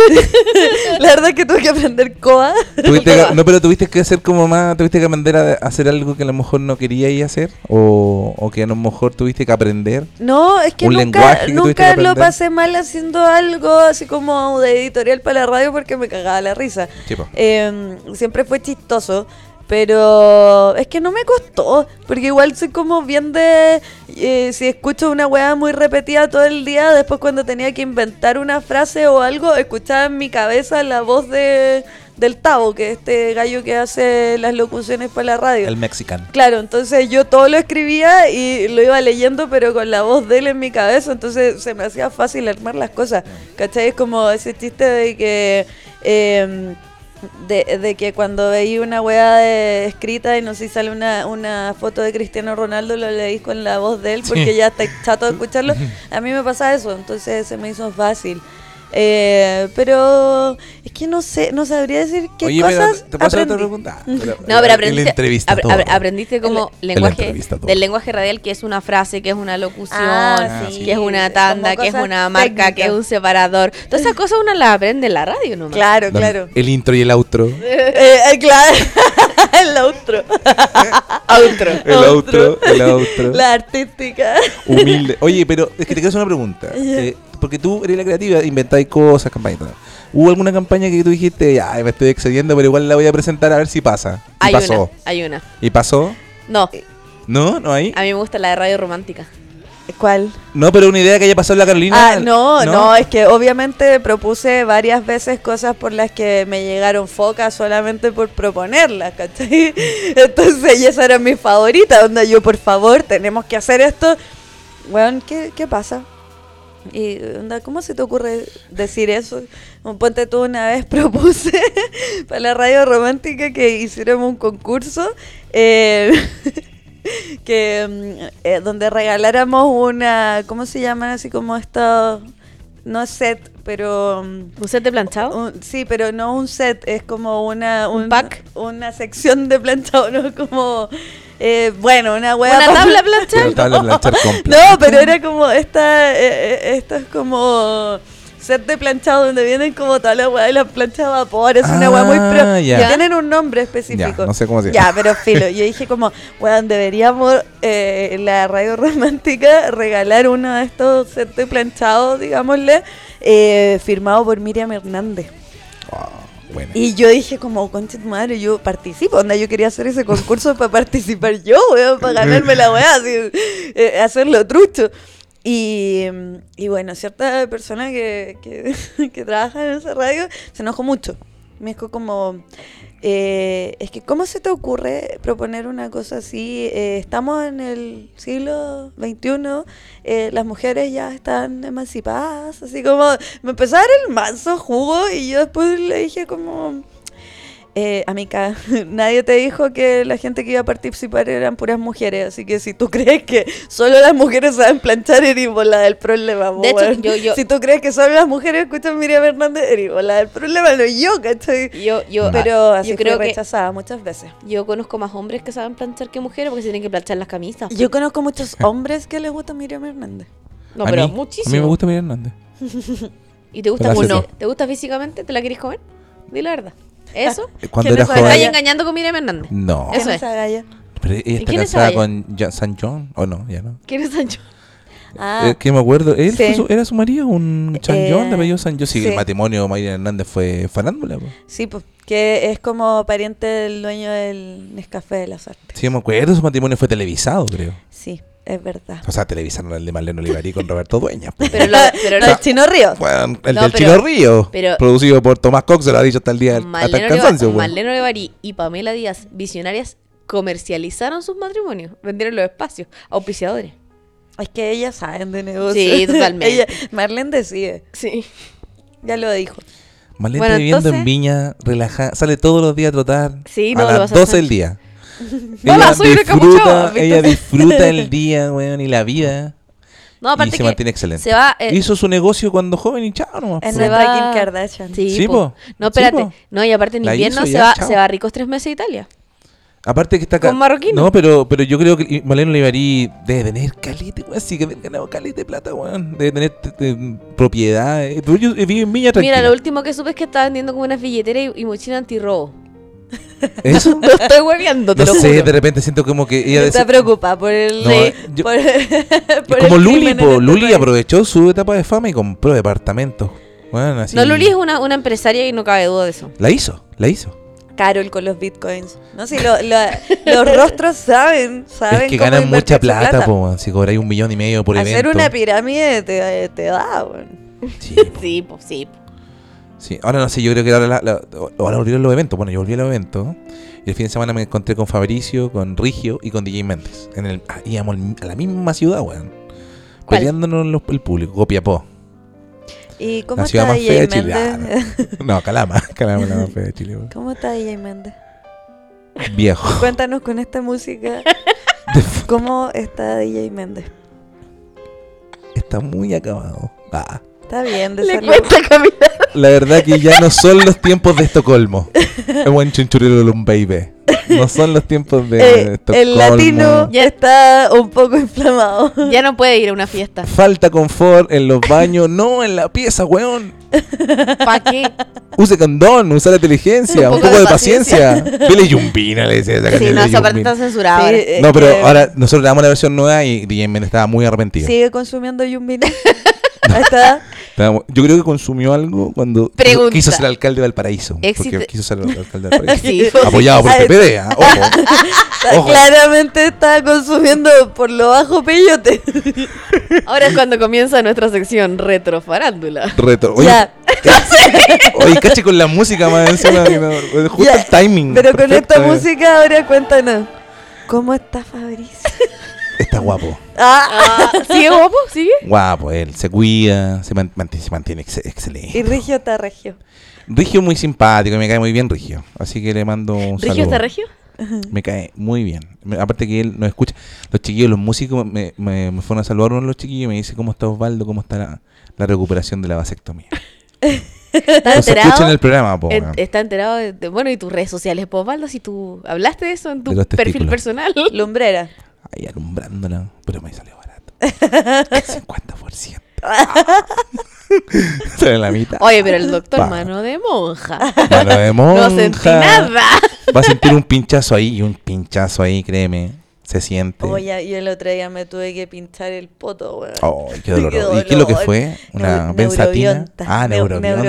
D: la verdad es que tuve que aprender coa.
B: Tuviste que- no, pero tuviste que hacer como más, tuviste que aprender a hacer algo que a lo mejor no queríais hacer o, o que a lo mejor tuviste que aprender.
D: No, es que
B: Un lenguaje que
D: nunca,
B: tuviste que
D: nunca lo
B: aprender.
D: pasé mal haciendo algo así como de editorial para la radio porque me cagaba la risa.
B: Sí, po.
D: Eh, siempre fue chistoso, pero es que no me costó, porque igual soy como bien de... eh, si escucho una weá muy repetida todo el día, después cuando tenía que inventar una frase o algo, escuchaba en mi cabeza la voz de, del Tavo, que es este gallo que hace las locuciones para la radio.
B: El mexicano.
D: Claro, entonces yo todo lo escribía y lo iba leyendo, pero con la voz de él en mi cabeza, entonces se me hacía fácil armar las cosas. ¿Cachai? Es como ese chiste de que. eh, de, de que cuando veí una weá de- escrita y no sé si sale una, una foto de Cristiano Ronaldo, lo leí con la voz de él porque ya está chato de escucharlo. A mí me pasa eso, entonces se me hizo fácil. Eh, pero es que no sé, no sabría decir qué
B: Oye, pero,
D: cosas.
B: ¿te puedo hacer otra
D: aprendí.
B: pregunta? No,
C: No, pero aprendiste,
B: entrevista
C: apre-
B: todo.
C: apre- aprendiste como
B: la
C: lenguaje
B: entrevista todo.
C: del lenguaje radial que es una frase, que es una locución,
D: Ah,
B: sí.
C: que es una
D: Como
C: tanda, que es
D: cosas
C: una marca, que es
D: técnicas.
C: un separador. Todas esas cosas uno las aprende en la radio nomás.
D: Claro,
B: Dame
D: claro.
B: El intro y el outro.
D: Eh, eh, claro, el outro. outro.
B: El outro, el outro.
D: La artística.
B: Humilde. Oye, pero es que te quiero hacer una pregunta. Eh, porque tú eres la creativa, inventáis cosas, campañas. y todo. ¿Hubo alguna campaña que tú dijiste, ay, me estoy excediendo, pero igual la voy a presentar a ver si pasa? Y
C: Hay
B: pasó.
C: una, hay una.
B: ¿Y pasó?
C: No,
B: ¿No? ¿No
D: Ah.
B: hay?
C: a mí me gusta la de radio romántica.
D: ¿Cuál?
B: No, pero una idea que haya pasado en la Carolina.
D: Ah, no, no, es que obviamente propuse varias veces cosas por las que me llegaron focas solamente por proponerlas, ¿cachai? Entonces, y esa era mi favorita, onda, yo, por favor, tenemos que hacer esto. Weón, ¿qué, qué pasa? Y, onda, ¿cómo se te ocurre decir eso? Un Ponte tú una vez propuse para la radio romántica que hiciéramos un concurso. eh, que mm, eh, donde regaláramos una, ¿cómo se llaman así como estos? No es set, pero mm,
C: ¿Busete planchado?
D: un- sí, pero no un set, es como una
C: ¿Un pack?
D: una sección de planchado, no como eh, bueno, una hueá
C: ¿Una
D: pa-
C: tabla planchada?
B: Pero tabla planchar completo.
D: No, pero era como esta eh, eh, estos como set de planchado donde vienen como toda la hueá de la plancha de vapor, es una hueá muy
B: Ah,
D: pro.
B: ya.
D: Tienen un nombre específico.
B: Ya, no sé cómo se llama.
D: Ya, pero filo, yo dije como, weón, deberíamos eh, en la radio romántica regalar uno de estos sets de planchados, digámosle, eh, firmado por Miriam Hernández.
B: Oh, bueno.
D: Y yo dije como, concha tu madre, yo participo, onda, yo quería hacer ese concurso para participar yo, weón, para ganarme la weá, así, eh, hacerlo trucho. Y, mm, y bueno, cierta persona que, que, que trabaja en esa radio se enojó mucho. Me dijo como, eh, es que ¿cómo se te ocurre proponer una cosa así? Eh, estamos en el siglo XXI, eh, las mujeres ya están emancipadas, así como me empezó a dar el mazo jugo y yo después le dije como, eh, amiga, nadie te dijo que la gente que iba a participar eran puras mujeres, así que si tú crees que solo las mujeres saben planchar, eres vos la del problema. po,
C: De hecho,
D: weón.
C: yo- yo-
D: Si tú crees que solo las mujeres escuchan Miriam Hernández, eres vos la del problema, no yo, ¿cachai?
C: Yo, yo,
D: Pero así
C: yo creo
D: fui
C: que
D: rechazada muchas veces.
C: yo conozco más hombres que saben planchar que mujeres porque se tienen que planchar las camisas.
D: Yo conozco muchos hombres que les gusta Miriam Hernández.
C: No,
B: A
C: pero
B: mí-
C: muchísimo.
B: A mí me gusta Miriam Hernández.
C: ¿Y te gusta,
B: Pero hace
C: fisi-
B: eso.
C: ¿Te gusta físicamente? ¿Te la querés comer? Di la verdad. ¿Eso?
B: Cuando
D: ¿Quién
B: era
D: es
C: ¿Te
D: Vaya.
C: estás
B: joven.
C: engañando con Miriam Hernández?
B: No.
C: Eso
D: ¿Quién
C: es.
D: esa galla?
B: Pero ella está
C: quién es
B: casada
C: ella?
B: con Ja- San John. ¿O no? Ya no.
C: ¿Quién es Sancho?
D: Ah,
B: Eh, que me acuerdo, él
D: Sí.
B: fue su- era su marido, un chanjón
D: Eh,
B: de apellido San John. Sí,
D: sí.
B: el matrimonio de María Hernández fue farándula. po.
D: sí, pues, que es como pariente del dueño del Nescafé de las Artes.
B: Sí, me acuerdo, su matrimonio fue televisado, creo.
D: Sí, es verdad.
B: O sea, televisaron el de Marlene Olivari con Roberto Dueñas. po.
C: Pero lo, pero
D: No,
C: lo-
D: el Chino Ríos.
B: Ah. Bueno, el
C: No,
B: del
C: pero-
B: Chino Río,
C: pero-
B: producido por Tomás Cox, se lo ha dicho hasta el día del- hasta el
C: Marlene Oliva-
B: cansancio. po.
C: Marlene Olivari y Pamela Díaz, visionarias, comercializaron sus matrimonios, vendieron los espacios, auspiciadores.
D: Es que ellas saben de negocios.
C: Sí, totalmente.
D: Ella- Marlene decide,
C: Sí.
D: ya lo dijo.
B: Marlene
C: Bueno,
B: está viviendo
C: entonces-
B: en Viña, relajada, sale todos los días a trotar
C: Sí,
B: a
C: no, lo
B: las
C: vas a
B: 12
C: hacer.
B: del día.
C: Hola, soy Eureka Muchova,
B: disfruta,
C: Víctor.
B: ella disfruta el día, weón, y la vida.
C: No, aparte
B: y se
C: que
B: mantiene excelente.
C: Se va. eh,
B: Hizo su negocio cuando joven y chao nomás.
D: Es
B: po.
C: se
D: nuestra
C: va-
D: Kim Kardashian.
C: Ah. Sí,
B: Sí,
C: po.
B: po.
C: No,
B: Sí,
C: espérate.
B: po.
C: No, y aparte en
B: La
C: invierno
B: hizo
C: se
B: ya,
C: va,
B: chao.
C: se va a ricos tres meses a Italia.
B: Aparte que está ca-
C: Con marroquino.
B: No, pero, pero yo creo que Maleno Olivarí debe tener calete, weón. Sí que debe ganar calete de plata, weón. Debe tener t- t- propiedades. Pero yo vivo en Viña tranquila.
C: Mira, lo último que supe es que estaba vendiendo como unas billeteras y, y mochila antirrobo.
B: ¿Eso?
C: Lo estoy hueviando, te
B: No
C: lo
B: sé,
C: juro.
B: de repente siento como que ella...
D: Está
B: dese-
D: preocupada por el.
B: No,
D: Sí.
B: yo-
D: por- por
B: es como
D: el
B: Luli,
D: crimen en
B: po.
D: este
B: Luli
D: país.
B: aprovechó su etapa de fama y compró departamentos. Bueno, así...
C: No, Luli es una, una empresaria y no cabe duda de eso.
B: La hizo, la hizo.
D: Carol con los bitcoins. No sé, lo- lo- los rostros saben, saben.
B: es que
D: cómo
B: ganan
D: invertir
B: mucha
D: su
B: plata, po. weón. Si cobráis un millón y medio por
D: Hacer
B: evento.
D: una pirámide te, te da, weón.
B: Sí, po.
C: Sí, pues sí. po.
B: Sí, ahora no sé, yo creo que ahora, la, la- ahora volvieron los eventos. Bueno, yo volví a los eventos. Y el fin de semana me encontré con Fabricio, con Rigio y con DJ Méndez. En el, ah, íbamos al- a la misma ciudad, weón.
C: ¿Cuál?
B: Peleándonos los- el público, Copiapó.
D: ¿Y cómo
B: La ciudad
D: está
B: más fea
D: DJ
B: de Chile.
D: Méndez?
B: Ah, no, Calama. Calama es la más fea de Chile, weón.
D: ¿Cómo está DJ Méndez?
B: Viejo.
D: Cuéntanos con esta música. ¿Cómo está DJ Méndez?
B: Está muy acabado. Ah.
D: Está bien, de
C: Le
D: salud.
C: cuesta caminar.
B: La verdad que ya no son los tiempos de Estocolmo. Es buen chinchurero baby. No son los tiempos de
D: Eh,
B: Estocolmo.
D: el latino ya está un poco inflamado.
C: Ya no puede ir a una fiesta.
B: Falta confort en los baños, no en la pieza, weón.
C: ¿Para qué?
B: Use condón, usa la inteligencia, un poco, de paciencia. Dile yumbina, le decía esa
C: Sí,
B: canción,
C: no,
B: dile
C: esa parte
B: yumbina.
C: está censurada. ahora.
D: Sí, eh,
B: No, pero
D: que
B: ahora nosotros le damos la versión nueva y DJ Men estaba muy arrepentido.
D: Sigue consumiendo yumbina. Ahí está.
B: Estaba- Yo creo que consumió algo cuando
C: Pregunta.
B: quiso ser alcalde de Valparaíso. Porque
C: Existe-
B: quiso ser el alcalde de Valparaíso.
C: Sí, po.
B: Apoyado por
D: Ah,
B: el PPD, ah, ojo.
D: Está-
B: Ojo.
D: claramente está consumiendo por lo bajo peyote.
C: Ahora es cuando comienza nuestra sección retrofarándula.
B: Retro. Oye,
D: ya.
B: Oye, caché con la música más encima. que no- justo
D: ya.
B: el timing.
D: Pero con
B: perfecto,
D: esta
B: eh.
D: música ahora cuéntanos. ¿Cómo está Fabricio?
B: Está guapo.
D: Ah,
C: ¿Sigue guapo? ¿Sigue?
B: Guapo, él se cuida, se man- mantiene, se mantiene ex- excelente.
D: y Rigio está regio.
B: Rigio muy simpático, me cae muy bien Rigio. Así que le mando un
C: ¿Regio
B: saludo.
C: está regio?
B: Me cae muy bien. Me- Aparte que él nos escucha. Los chiquillos, los músicos, me, me- me fueron a saludar uno de los chiquillos y me dice cómo está Osvaldo, cómo está la, la recuperación de la vasectomía.
C: ¿Está
B: Entonces escuchen
C: enterado?
B: el programa, po,
C: Eh,
B: weón.
C: Está enterado de, de- bueno, y tus redes sociales, pues, Osvaldo, si tú hablaste de eso en tu
B: De los
C: perfil
B: testículos.
C: personal.
D: Lumbrera.
B: Ahí alumbrándola, pero me salió barato. 50%. Ah. Sale la mitad.
C: Oye, pero el doctor
B: Pa.
C: mano de monja.
B: Mano de monja.
C: No sentí nada.
B: Va a sentir un pinchazo ahí y un pinchazo ahí, créeme. Se siente. Ay,
D: Oye, Oh, yo el otro día me tuve que pinchar el poto, weón.
B: qué doloroso. ¿Y qué es lo que fue? Oh, Una benzatina. Ah, neurobión.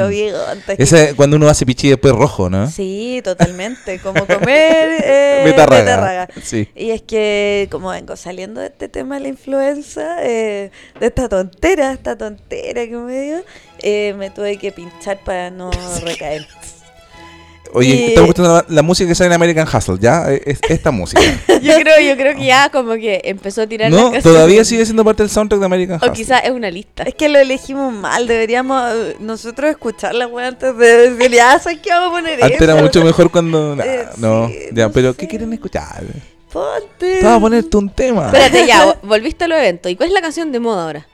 D: Ese...
B: Ese cuando uno hace pichí después rojo, ¿no?
D: Sí, totalmente. Como comer. Eh,
B: Betarraga.
D: betarraga.
B: Sí.
D: Y es que, como vengo saliendo de este tema de la influenza, eh, de esta tontera, esta tontera que me dio, eh, me tuve que pinchar para no recaer.
B: Oye,
D: Y-
B: estamos escuchando la, la música que sale en American Hustle, ¿ya? eh, Es, esta música.
C: Yo creo, yo creo que ya como que empezó a tirar
B: no,
C: las
B: todavía
C: canciones.
B: sigue siendo parte del soundtrack de American Hustle.
C: O quizás es una lista.
D: Es que lo elegimos mal, deberíamos eh, nosotros escucharla, weón, antes de decir, ya, ¿sabes qué vamos a poner?
B: Antes era
D: eso?
B: mucho mejor cuando. nah,
D: Eh,
B: no,
D: sí,
B: ya,
D: no
B: pero
D: sé.
B: ¿qué quieren escuchar?
D: Ponte.
B: Te vas a ponerte un tema.
C: Espérate, ya, vo- volviste a los eventos. ¿Y cuál es la canción de moda ahora?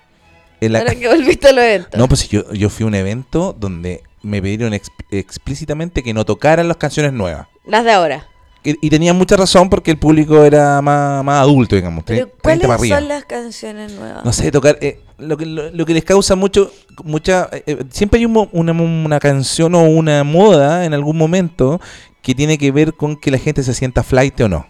B: En la-
C: Ahora que volviste a los eventos.
B: No, pues yo, yo fui a un evento donde me pidieron exp- explícitamente que no tocaran las canciones nuevas.
C: Las de ahora.
B: Y, y tenían mucha razón porque el público era más, más adulto, digamos.
D: Pero,
B: 30
D: ¿cuáles
B: para arriba.
D: son las canciones nuevas?
B: No sé, tocar. eh, lo, que, lo, lo que les causa mucho. mucha eh, eh, Siempre hay un mo- una, una canción o una moda en algún momento que tiene que ver con que la gente se sienta flight o no.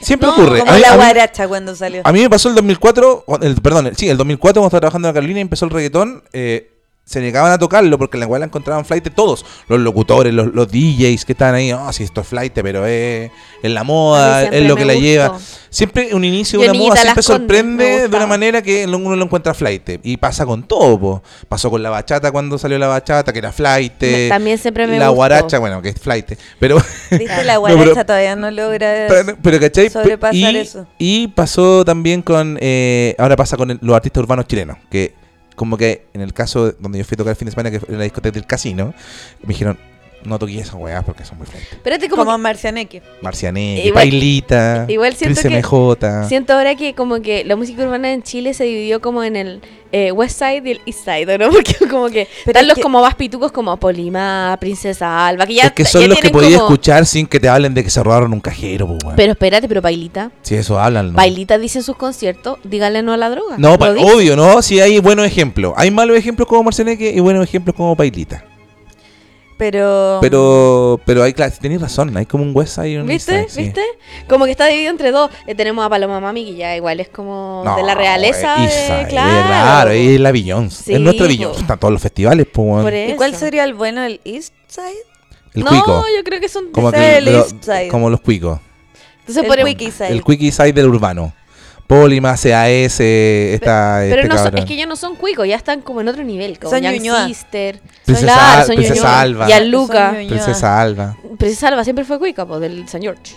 B: Siempre
C: No,
B: ocurre.
D: Como
B: A mí-
D: la
B: a mí-
D: guaracha cuando salió.
B: a mí me pasó el 2004, cuando- el, perdón, el- sí, el 2004 cuando estaba trabajando en la Carolina y empezó el reggaetón, eh, se negaban a tocarlo porque en la cual la encontraban flight todos, los locutores, los, los DJs que estaban ahí, ah, sí, esto es flight, pero es, es la
C: A
B: moda,
C: mí siempre
B: es lo
C: me
B: que la
C: gustó.
B: lleva. Siempre un inicio de
C: Yo
B: una
C: niñita
B: moda siempre
C: las Condes, me
B: sorprende de
C: gustaba.
B: una manera que lo- uno lo encuentra flight. Y pasa con todo, po. pasó con la bachata cuando salió la bachata, que era flight.
C: Me- también siempre me
B: La
C: gustó.
B: guaracha, bueno, que es flight. Pero
D: Viste, la
B: No,
D: guaracha
B: pero-
D: todavía no logra.
B: pero, pero, ¿cachai?
D: sobrepasar
B: y,
D: eso.
B: y pasó también con. eh, ahora pasa con el- los artistas urbanos chilenos. Que, como que en el caso donde yo fui a tocar el fin de semana, que fue en la discoteca del casino, me dijeron: No toqué esas weas porque son muy fuertes.
C: Espérate, como,
D: Como
C: que-
D: Marcianeque.
B: Marcianeque,
C: Igual-
B: Pailita,
C: igual siento
B: Dulce
C: que-
B: MJ.
C: siento ahora que como que la música urbana en Chile se dividió como en el eh, West Side y el East Side, ¿no? Porque como que
D: Pero
C: están
D: es
C: los
D: que-
C: como más pitucos como Polima, Princesa Alba, que ya
B: es que son
C: ya
B: los que
C: tienen
B: podía
C: como-
B: escuchar sin que te hablen de que se robaron un cajero, pues, weón.
C: Pero espérate, pero Bailita,
B: Si eso hablan, ¿no?
C: Bailita dice en sus conciertos, dígale no a la droga.
B: No,
C: Lo
B: pa-
C: dice.
B: obvio, ¿no? Si hay buenos ejemplos. Hay malos ejemplos como Marcianeque y buenos ejemplos como Pailita.
D: Pero.
B: Pero, pero hay, claro, tenéis razón, hay como un West Side y un East Side,
C: ¿Viste?
B: sí.
C: ¿Viste? Como que está dividido entre dos. Eh, tenemos a Paloma Mami, que ya igual es como de la
B: No,
C: realeza.
B: East
C: de-
B: Side, ella,
C: claro.
B: claro, ella es la Beyoncé.
C: Sí,
B: es nuestra
C: po.
B: Beyoncé. Están todos los festivales, pues, weón.
C: Por
D: ¿Y
C: eso.
D: cuál sería el bueno del East Side?
B: El
C: no,
B: cuico.
C: yo creo que son.
B: Como,
D: ese
B: que-
D: es el
B: pero-
D: East Side.
B: como los cuicos.
C: Entonces
D: el
C: podemos-
D: Wiki Side.
B: El quickie side del urbano. Polima, CAS, está
C: Pero
B: este
C: no son-
B: cabrón.
C: es que ya no son cuicos, ya están como en otro nivel. Como
D: Son
C: Young
D: Ñuñoa.
C: Sister.
B: Princesa
C: claro,
B: Al-
C: son
B: Princesa
C: Ñuñoa.
B: Alba.
C: Y al Luca.
D: Son
B: Princesa Alba.
C: Princesa Alba siempre fue cuica, pues, del San George.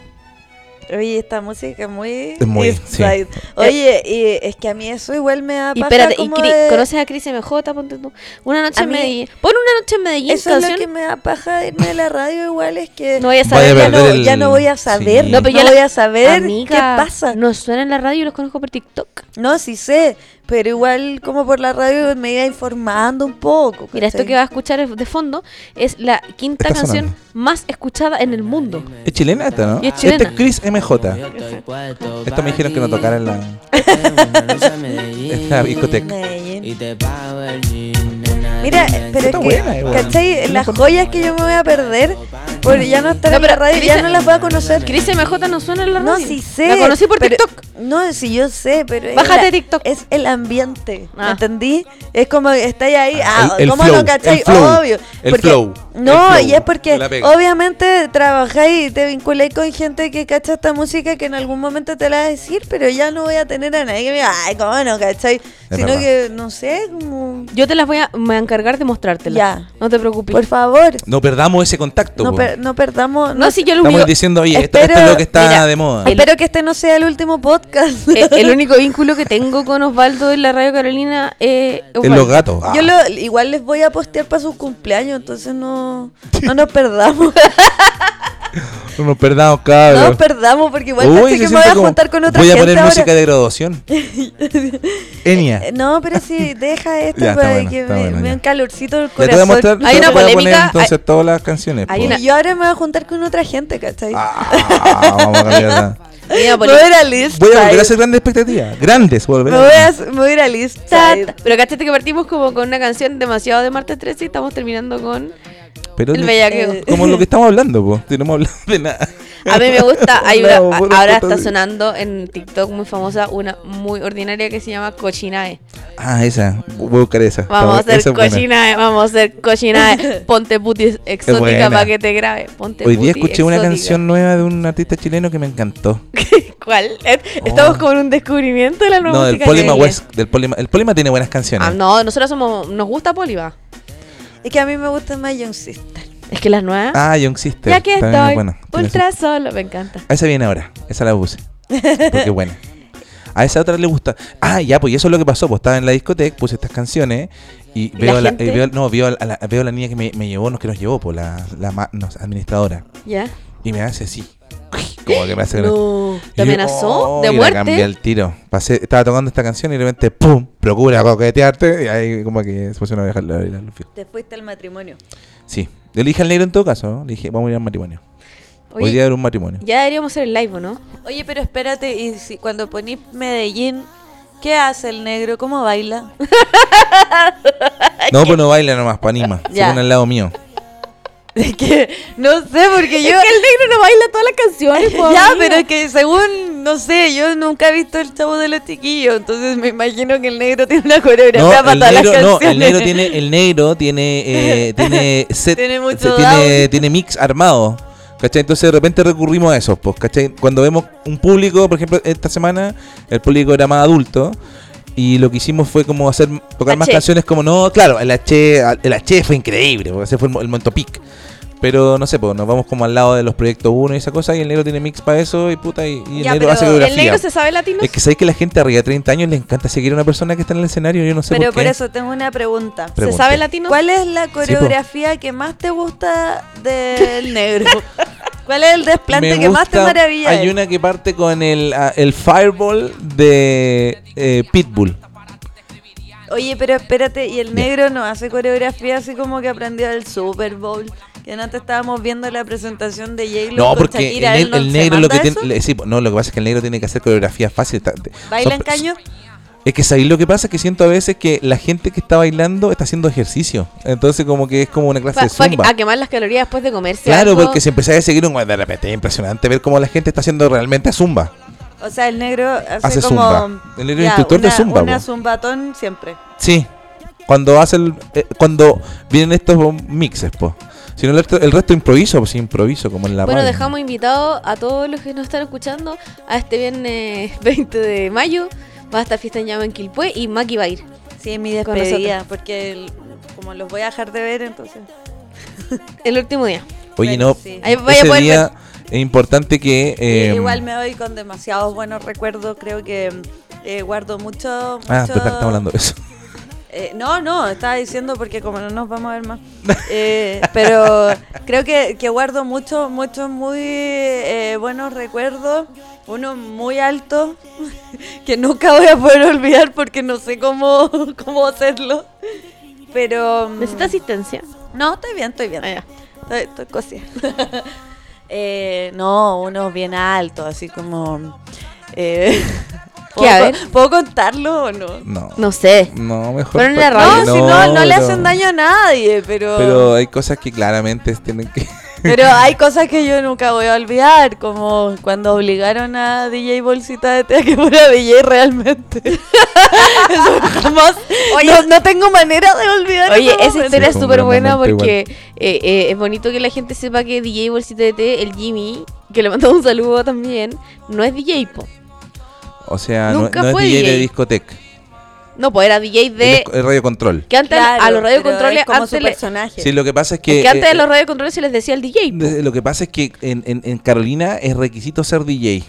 D: Oye, esta música es muy,
B: Es muy,
D: East
B: sí. Eh,
D: Side. Oye, y es que a mí eso igual me da
C: Y
D: paja
C: espérate, y
D: como
C: Cri-
D: de-
C: ¿conoces a Cris MJ? Ponte tú. Una noche
D: A
C: en
D: mí-
C: Medellín. Pon una noche en Medellín.
D: Eso es lo
C: canción.
D: que me da paja de irme de la radio igual es que
C: No voy a
B: Vaya
C: saber.
B: a
C: ya
D: ya,
B: perder
D: no,
B: el-
D: ya no voy a saber,
B: Sí.
D: no,
C: No, pero yo la-
D: voy a saber
C: Amiga,
D: qué pasa. No.
C: Nos suena en la radio y los conozco por TikTok.
D: sí sé, pero igual como por la radio me iba informando un poco.
C: Mira, esto
D: ¿cachai?
C: que vas a escuchar es- de fondo es la quinta
B: Está
C: canción
B: sonando.
C: más escuchada en el mundo.
B: Es chilena esta, ¿no?
C: Y es
B: Este es
C: chilena.
B: Chris MJ. Esto me dijeron que no tocara en la, en la discoteca.
D: Medellín. Mira,
E: Mira,
D: pero es
B: Está
D: que,
B: buena igual.
D: ¿cachai? Las joyas que yo me voy a perder por ya no estar
C: No,
D: en la
C: pero
D: radio, ya
C: Cris-
D: no las voy a conocer.
C: Cris MJ no suena en la
D: No,
C: radio.
D: sí sé.
C: La conocí por
D: pero-
C: TikTok.
D: No, sí yo sé, pero. es
C: Bájate
D: la-
C: TikTok.
D: Es el ambiente. ¿Me
C: Ah.
D: entendí? Es como que estáis ahí. Ah,
B: El- el
D: ¿cómo
B: flow,
D: no cacháis?
B: el flow,
D: Obvio.
B: el
D: porque-
B: flow,
D: No,
B: el flow,
D: y es
B: te
D: porque
B: la pega.
D: obviamente trabajáis y te vinculáis con gente que cacha esta música que en algún momento te la va a decir, pero ya no voy a tener a nadie que me diga, ay, ¿cómo no cacháis?
B: Es
D: Sino
B: verdad.
D: que, no sé, como.
C: Yo te las voy a, me voy a encargar de mostrártelas.
D: Ya.
C: No te preocupes.
D: Por favor,
B: No perdamos ese contacto.
D: no,
B: po.
D: per- no perdamos.
C: no, si yo lo
B: Estamos
C: único, eh,
B: diciendo, oye, esto,
D: Espero-
B: esto es lo que está
C: mira,
B: de moda.
C: el-
D: Espero que este no sea el último podcast.
C: eh, el único vínculo que tengo con Osvaldo en la radio Carolina es
B: En
C: Osvaldo.
B: los gatos. Ah.
D: Yo lo- igual les voy a postear para sus cumpleaños, entonces no, no nos perdamos.
B: No nos perdamos,
D: no
B: cabrón.
D: nos perdamos porque igual
B: Uy,
D: casi
B: se
D: que me voy
B: siente
D: a
B: como-
D: juntar con otra
B: Voy a
D: gente
B: poner
D: ahora.
B: música de graduación. Enya.
D: Eh, No, pero sí, deja esto
B: Ya, está
D: para
B: bueno,
D: que
B: está
D: me,
B: bueno,
D: me
B: ya.
D: dé un calorcito del
B: Ya te voy a
D: corazón.
B: mostrar.
C: Hay
B: te
C: una
B: voy a poner
C: polémica,
B: entonces todas las canciones.
C: hay
B: po.
C: una-
D: Y yo ahora me voy a juntar con otra gente, ¿cachai?
B: Ah, vamos a cambiarla.
C: Mira,
D: me
C: por-
D: voy a ir a list
B: Voy a volver a
D: side.
B: hacer grandes expectativas. Grandes, volver
D: Me voy a, me voy a ir a list side.
C: Pero cachate que partimos como con una canción demasiado de martes 13 y estamos terminando con
B: Ah, Pero
C: el
B: no-
C: bellaqueo.
D: eh,
B: como lo que estamos hablando, po. Si no hemos hablado de nada.
C: A mí me gusta, hay una-
B: No, bueno,
C: ahora
B: puta,
C: está
B: sí.
C: sonando en TikTok muy famosa una muy ordinaria que se llama Cochinae.
B: Ah, esa. Voy a buscar esa.
C: Vamos a
B: Está bu- Ah, esa
C: hacer
B: es buena.
C: Cochinae, vamos a hacer Cochinae. Ponte putis exótica
B: buena.
C: para que te grabe. Ponte
B: Hoy día
C: puti
B: escuché una
C: exótica.
B: canción nueva de un artista chileno que me encantó.
C: ¿Cuál? Eh, Estamos con un descubrimiento de la nueva
B: Oh. No, del
C: música.
B: Polima
C: chilena.
B: West. Del Polima. El Polima tiene buenas canciones.
C: Ah, no, nosotros somos, nos gusta Polima.
D: Es que a mí me gusta más Young Sister.
C: Es que las nuevas.
B: Ah, Young Sister.
C: ya que
B: también es
C: estoy
B: buena. Tiene su-
C: ultra solo, me encanta.
B: A esa viene ahora. Esa la puse. Porque es buena. A esa otra le gusta. Ah, ya, pues y eso es lo que pasó. Pues estaba en la discoteca, puse estas canciones. Y veo, a la,
C: gente?
B: y veo- no, veo a la, a la- veo a la niña que me, me llevó, no, que nos llevó, pues la, la ma- no, administradora.
C: Ya.
B: Y me hace así. Como que me hace.
C: No,
B: Y
C: te
B: yo,
C: amenazó
B: oh,
C: de
B: y la cambié
C: muerte.
B: el tiro. Pasé, estaba tocando esta canción y de repente, ¡pum! Procura coquetearte. Y ahí como que se puso una vieja a bailar los fijos.
D: Te fuiste al matrimonio.
B: Sí. Yo le dije al negro en todo caso, ¿no? Le dije, vamos a ir al matrimonio. Hoy
C: Oye,
B: día era un matrimonio.
C: ya deberíamos hacer el live, ¿o ¿no?
D: Oye, pero espérate, y si cuando ponís Medellín, ¿qué hace el negro? ¿Cómo baila?
B: No, pues no baila nomás, pa' anima. Se
D: Ya.
B: pone al lado mío.
D: Es que no sé, porque yo.
C: Es que el negro no baila todas las canciones, po,
D: ya,
C: amiga.
D: pero es que según, no sé, yo nunca he visto el chavo de los chiquillos, entonces me imagino que el negro tiene una coreografía
B: No,
D: para
B: el
D: todas
B: negro,
D: las
B: no,
D: canciones.
B: el negro tiene, el negro tiene, eh, tiene set,
D: Tiene
B: se-
D: mucho
B: tiene, tiene mix armado. ¿Cachai? Entonces de repente recurrimos a esos, pues, ¿cachai? Cuando vemos un público, por ejemplo, esta semana, el público era más adulto. Y lo que hicimos fue como hacer tocar más
C: H.
B: canciones como no, claro, el H, el H fue increíble, porque ese fue el, mo- el momento peak. Pero no sé, pues nos vamos como al lado de los proyectos 1 y esa cosa. Y el negro tiene mix para eso y puta. Y, y el
C: Ya,
B: negro
C: pero
B: hace
C: ¿El
B: coreografía.
C: negro se sabe latino?
B: Es que sabéis que la gente arriba de 30 años le encanta seguir a una persona que está en el escenario. Yo no sé
D: Pero
B: por
D: por
B: qué.
D: eso tengo una pregunta.
C: ¿Se
B: Pregunta.
C: sabe latino?
D: ¿Cuál es la coreografía que más te gusta del negro? ¿Cuál es el desplante
B: Me
D: que más te
B: gusta-
D: maravilla?
B: Hay
D: de él?
B: una que parte con el, ah, el fireball de eh, Pitbull.
D: Oye, pero espérate, y el negro no hace coreografía así como que aprendió del Super Bowl. Que antes estábamos viendo la presentación de J-Lo
B: No,
D: con
B: porque el,
D: Shakira,
B: ne-
D: ¿él no
B: el
D: se
B: negro lo
D: manda
B: que tiene.
D: eso?
B: le- sí, po, no, lo que pasa es que el negro tiene que hacer coreografía fácil. ta- te-
D: ¿Baila en
B: son-
D: caño?
B: Es que sabéis lo que pasa es que siento a veces que la gente que está bailando está haciendo ejercicio. Entonces, como que es como una clase
C: Fue-
B: de
C: fue a que-
B: zumba.
C: a quemar las calorías después de comerse
B: Claro,
C: algo.
B: porque si empezáis a seguir un de repente es impresionante ver cómo la gente está haciendo realmente zumba.
D: O sea, el negro hace,
B: Hace
D: como.
B: zumba. El negro es instructor de
D: una-
B: zumba,
D: Una
B: po.
D: zumbatón siempre.
B: Sí. Cuando hace el- eh, cuando vienen estos mixes, po. Si no, el resto, el resto improviso, pues improviso, como en la
C: Bueno,
B: radio.
C: dejamos invitados a todos los que nos están escuchando a este viernes 20 de mayo. Va a estar fiesta en llama en Quilpué y Maki va a ir.
D: Sí, mi
C: Con
D: despedida, porque el- como los voy a dejar de ver, entonces.
C: El último día.
B: Oye,
D: Bueno,
B: no.
D: sí.
C: Ahí vaya a
B: ese
C: poder
B: día es importante que. eh,
D: Igual me voy con demasiados buenos recuerdos, creo que eh, guardo mucho. mucho
B: Ah, total, estamos hablando de eso.
D: Eh, no, no, estaba diciendo porque como no nos vamos a ver más. Eh, pero creo que, que guardo muchos, muchos muy eh, buenos recuerdos. Uno muy alto que nunca voy a poder olvidar porque no sé cómo, cómo hacerlo. Pero... mm,
C: ¿Necesita asistencia?
D: No, estoy bien, estoy bien.
C: Ah, ya.
D: Estoy, estoy cosida. Eh, no, uno bien alto, así como... eh,
C: ¿Qué? A
D: ¿puedo-
C: ver.
D: ¿Puedo contarlo o no?
B: No.
C: No sé.
B: No, mejor.
C: Pero en la
B: pa'
C: radio-
B: que
D: No, si no, no le
B: pero-
D: hacen daño a nadie, pero,
B: Pero
D: pero...
B: hay cosas que claramente tienen que.
D: hay cosas que yo nunca voy a olvidar, como cuando obligaron a DJ Bolsita de Té a que fuera DJ realmente. Eso jamás. no, no tengo manera de olvidar
C: Oye,
D: ese
C: esa
D: momento.
C: historia es
B: fue un
C: súper
B: gran
C: buena
B: momento
C: porque eh, eh, es bonito que la gente sepa que DJ Bolsita de Té, el Jimmy, que le mandamos un saludo también, no es DJ, po.
B: O sea, no,
C: Nunca
B: no es
C: fue
B: DJ, de
C: DJ.
B: discoteca.
C: No, pues era DJ
B: Él es
C: de...
B: co- es radio control.
C: Que antes
D: Claro,
C: a los
D: pero
C: radiocontroles...
D: es como su
C: antes le-
D: personaje.
B: Sí, lo que pasa es que.
C: que antes
B: eh,
C: a los radiocontroles se les decía el DJ, po.
B: De- Lo que pasa es que en, en- en Carolina es requisito ser DJ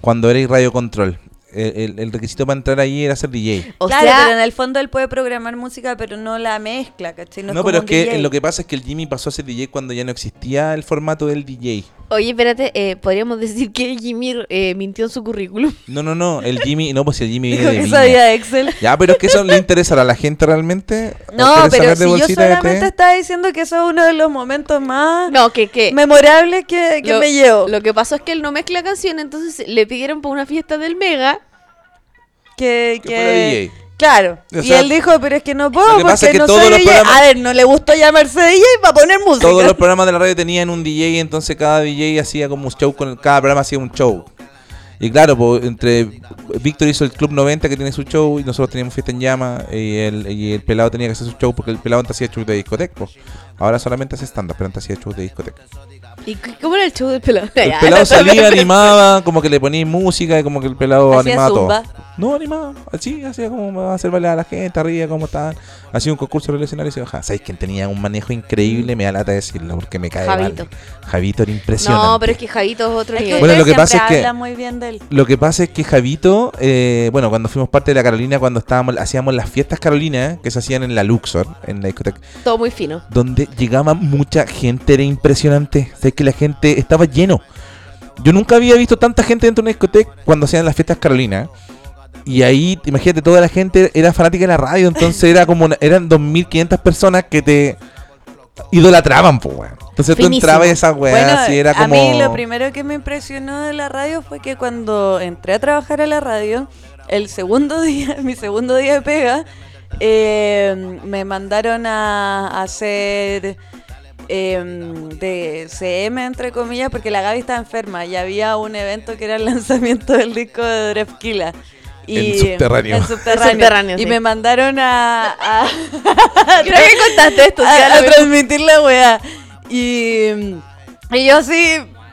B: cuando eres radio control. El, el- el requisito para entrar ahí era ser DJ.
C: O
D: claro,
C: sea,
D: pero en el fondo él puede programar música, pero no la mezcla, ¿cachai? No,
B: No,
D: es como
B: pero es
D: un
B: que
D: DJ.
B: lo que pasa es que el Jimmy pasó a ser DJ cuando ya no existía el formato del DJ.
C: Oye, espérate, eh, podríamos decir que el Jimmy eh, mintió en su currículum.
B: No, no, no, el Jimmy, no, pues el Jimmy
D: Dijo
B: viene de
D: que
B: Viña.
D: sabía Excel.
B: Ya, pero es que eso le interesará a la gente realmente. ¿O
D: No,
B: quieres
D: pero
B: sacar de
D: si yo
B: bolsita de té?
D: solamente estaba diciendo que eso es uno de los momentos más
C: No, que que
D: memorables que, que
C: lo-
D: me llevo.
C: Lo que pasó es que él no mezcla canciones, entonces le pidieron para una fiesta del Mega.
D: que,
B: Que
D: que-
B: fuera DJ.
D: Claro.
B: O
D: y
B: sea,
D: él dijo, pero es que no puedo
B: lo que
D: porque
B: pasa es que
D: no
B: todos
D: soy
B: los
D: DJ.
B: programas-
D: A ver, no le gustó llamarse DJ para poner música.
B: Todos los programas de la radio tenían un DJ, entonces cada DJ hacía como un show, con cada programa hacía un show. Y claro, po, entre Víctor hizo el Club 90 que tiene su show y nosotros teníamos Fiesta en Llama y el, y el pelado tenía que hacer su show porque el pelado antes hacía shows de discoteca. po. Ahora solamente hace stand-up, pero antes hacía shows de discoteca.
C: ¿Y c- cómo era el show del pelado?
B: El
C: Ya,
B: pelado
C: no,
B: salía, animaba, como que le ponía música y como que el pelado
D: Hacía
B: animaba todo.
D: zumba.
B: No, animaba, así, hacía como me va a hacer bailar a la gente, arriba, cómo estaban. Hacía un concurso en el escenario y se bajaba. ¿Sabéis quién tenía un manejo increíble? Me da lata decirlo porque me cae
C: Javito.
B: mal. Javito era impresionante.
C: No, pero es que Javito es otro
D: Es que
C: nivel.
B: Bueno,
D: ustedes
B: lo que pasa
D: siempre
B: es que-
D: hablan muy bien de él.
B: Lo que pasa es que Javito, eh, bueno, cuando fuimos parte de la Carolina, cuando estábamos, hacíamos las fiestas Carolina, que se hacían en la Luxor, en la discoteca,
C: Todo muy fino.
B: donde llegaba mucha gente, era impresionante. Sé que la gente estaba lleno. Yo nunca había visto tanta gente dentro de una discoteca cuando hacían las fiestas Carolina. Y ahí, imagínate, toda la gente era fanática de la radio, entonces era como una- eran 2500 personas que te idolatraban, pues, weón. Entonces tú
C: Finísimo.
B: entrabas a esa weá,
D: Bueno,
B: así era como
D: a mí lo primero que me impresionó de la radio fue que cuando entré a trabajar a la radio, el segundo día, mi segundo día de pega, eh, me mandaron a, a hacer eh, de CM, entre comillas, porque la Gaby estaba enferma y había un evento que era el lanzamiento del disco de Drefkila. Y
B: El subterráneo.
D: El subterráneo.
C: El subterráneo,
D: y
C: sí.
D: me mandaron a- a Ah,
C: Creo que contaste esto. sí,
D: a,
C: a
D: a
C: lo mejor.
D: transmitir la weá. Y, y yo así,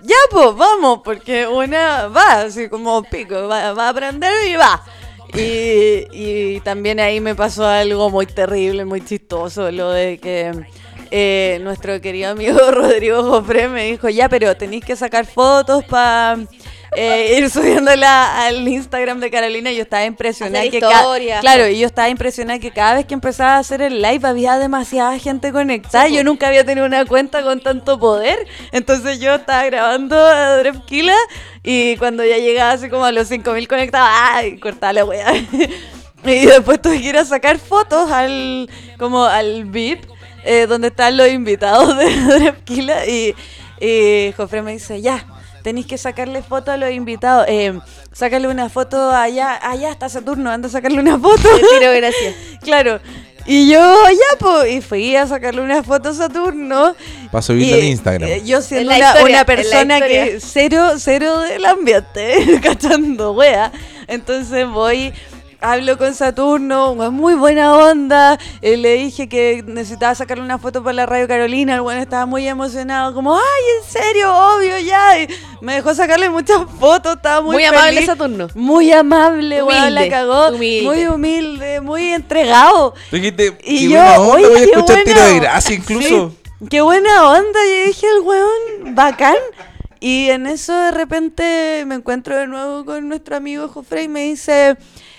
D: ya pues, vamos, porque una va así como pico, va, va a aprender y va. Y, y también ahí me pasó algo muy terrible, muy chistoso, lo de que eh, nuestro querido amigo Rodrigo Jofre me dijo, ya, pero tenéis que sacar fotos para ir subiéndola al Instagram de Carolina. Y yo estaba impresionada.
C: Hacer
D: Que ca-
C: historias.
D: claro, y yo estaba impresionada que cada vez que empezaba a hacer el live había demasiada gente conectada. yo nunca había tenido una cuenta con tanto poder. Entonces yo estaba grabando a Drefkila y cuando ya llegaba así como a los 5.000 conectados, ¡ay! Cortaba la weá. Y después tuve que ir a sacar fotos al como al VIP eh, donde están los invitados de Drepkila y, y Jofre me dice, ya, tenéis que sacarle foto a los invitados. Eh, sácale una foto allá, allá está Saturno, anda a sacarle una foto.
C: Tiro, gracias.
D: claro. Y yo, ya, pues, y fui a sacarle una foto a Saturno.
B: Para subirlo en
D: Y,
B: Instagram.
D: eh, yo siendo
C: En
D: una,
C: la historia,
D: una
C: en la
D: persona que
C: historia.
D: cero, cero del ambiente, cachando wea. Entonces voy, hablo con Saturno, un weón muy buena onda. eh, le dije que necesitaba sacarle una foto para la Radio Carolina. El bueno estaba muy emocionado, como, ay, en serio, obvio, ya. y me dejó sacarle muchas fotos, estaba muy,
C: Muy, amable
D: feliz.
C: Saturno.
D: Muy amable, weón, la
C: Humilde,
D: cagó.
C: humilde.
D: muy humilde, muy entregado.
B: Dijiste,
D: Y
B: qué
D: yo,
B: buena onda,
D: oye,
B: voy a
D: qué
B: escuchar
D: buena-
B: tiro de gracia ah, incluso.
D: Sí, qué buena onda, yo dije el weón, bacán. Y en eso de repente me encuentro de nuevo con nuestro amigo Jofre y me dice,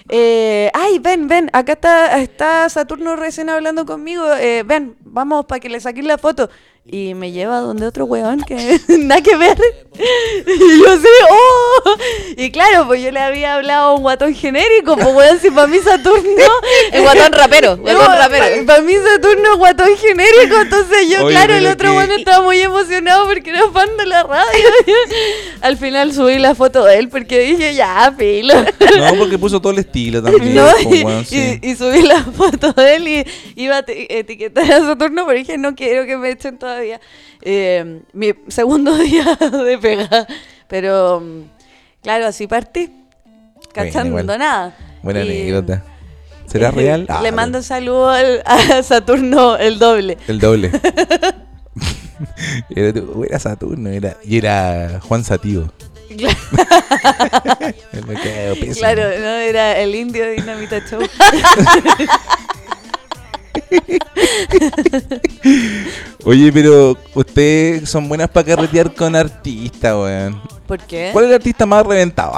D: eh, ay, ven, ven, acá está, está Saturno recién hablando conmigo, eh, ven, vamos para que le saquen la foto. Y me lleva donde otro weón que nada que ver. Y yo así, ¡oh! Y claro, pues yo le había hablado a un guatón genérico, pues weón, si para mí Saturno...
C: El guatón rapero, guatón rapero.
D: Para mí Saturno es guatón genérico, entonces yo,
B: Oye,
D: claro, el
B: pero
D: otro
B: que-
D: bueno estaba muy emocionado porque era fan de la radio. Al final subí la foto de él porque dije, ya, filo.
B: No, porque puso todo el estilo también.
D: ¿No?
B: po,
D: Y,
B: weón, sí.
D: y- y subí la foto de él y iba a te- etiquetar a Saturno, pero dije, no quiero que me echen todavía. Eh, mi segundo día de pegada. Pero, mm, claro, así partí. Cachando
B: igual.
D: nada.
B: Buena
D: Y-
B: anécdota. ¿Será
D: eh,
B: real? Ah,
D: Le mando un saludo al- a Saturno el doble.
B: El doble. era, tu- era Saturno era, y era Juan Sativo. Me quedo pésimo.
D: Claro, no era el indio de Dinamita Show.
B: Oye, pero ustedes son buenas para carretear con artistas, weón.
D: ¿Por qué?
B: ¿Cuál es el artista más reventado?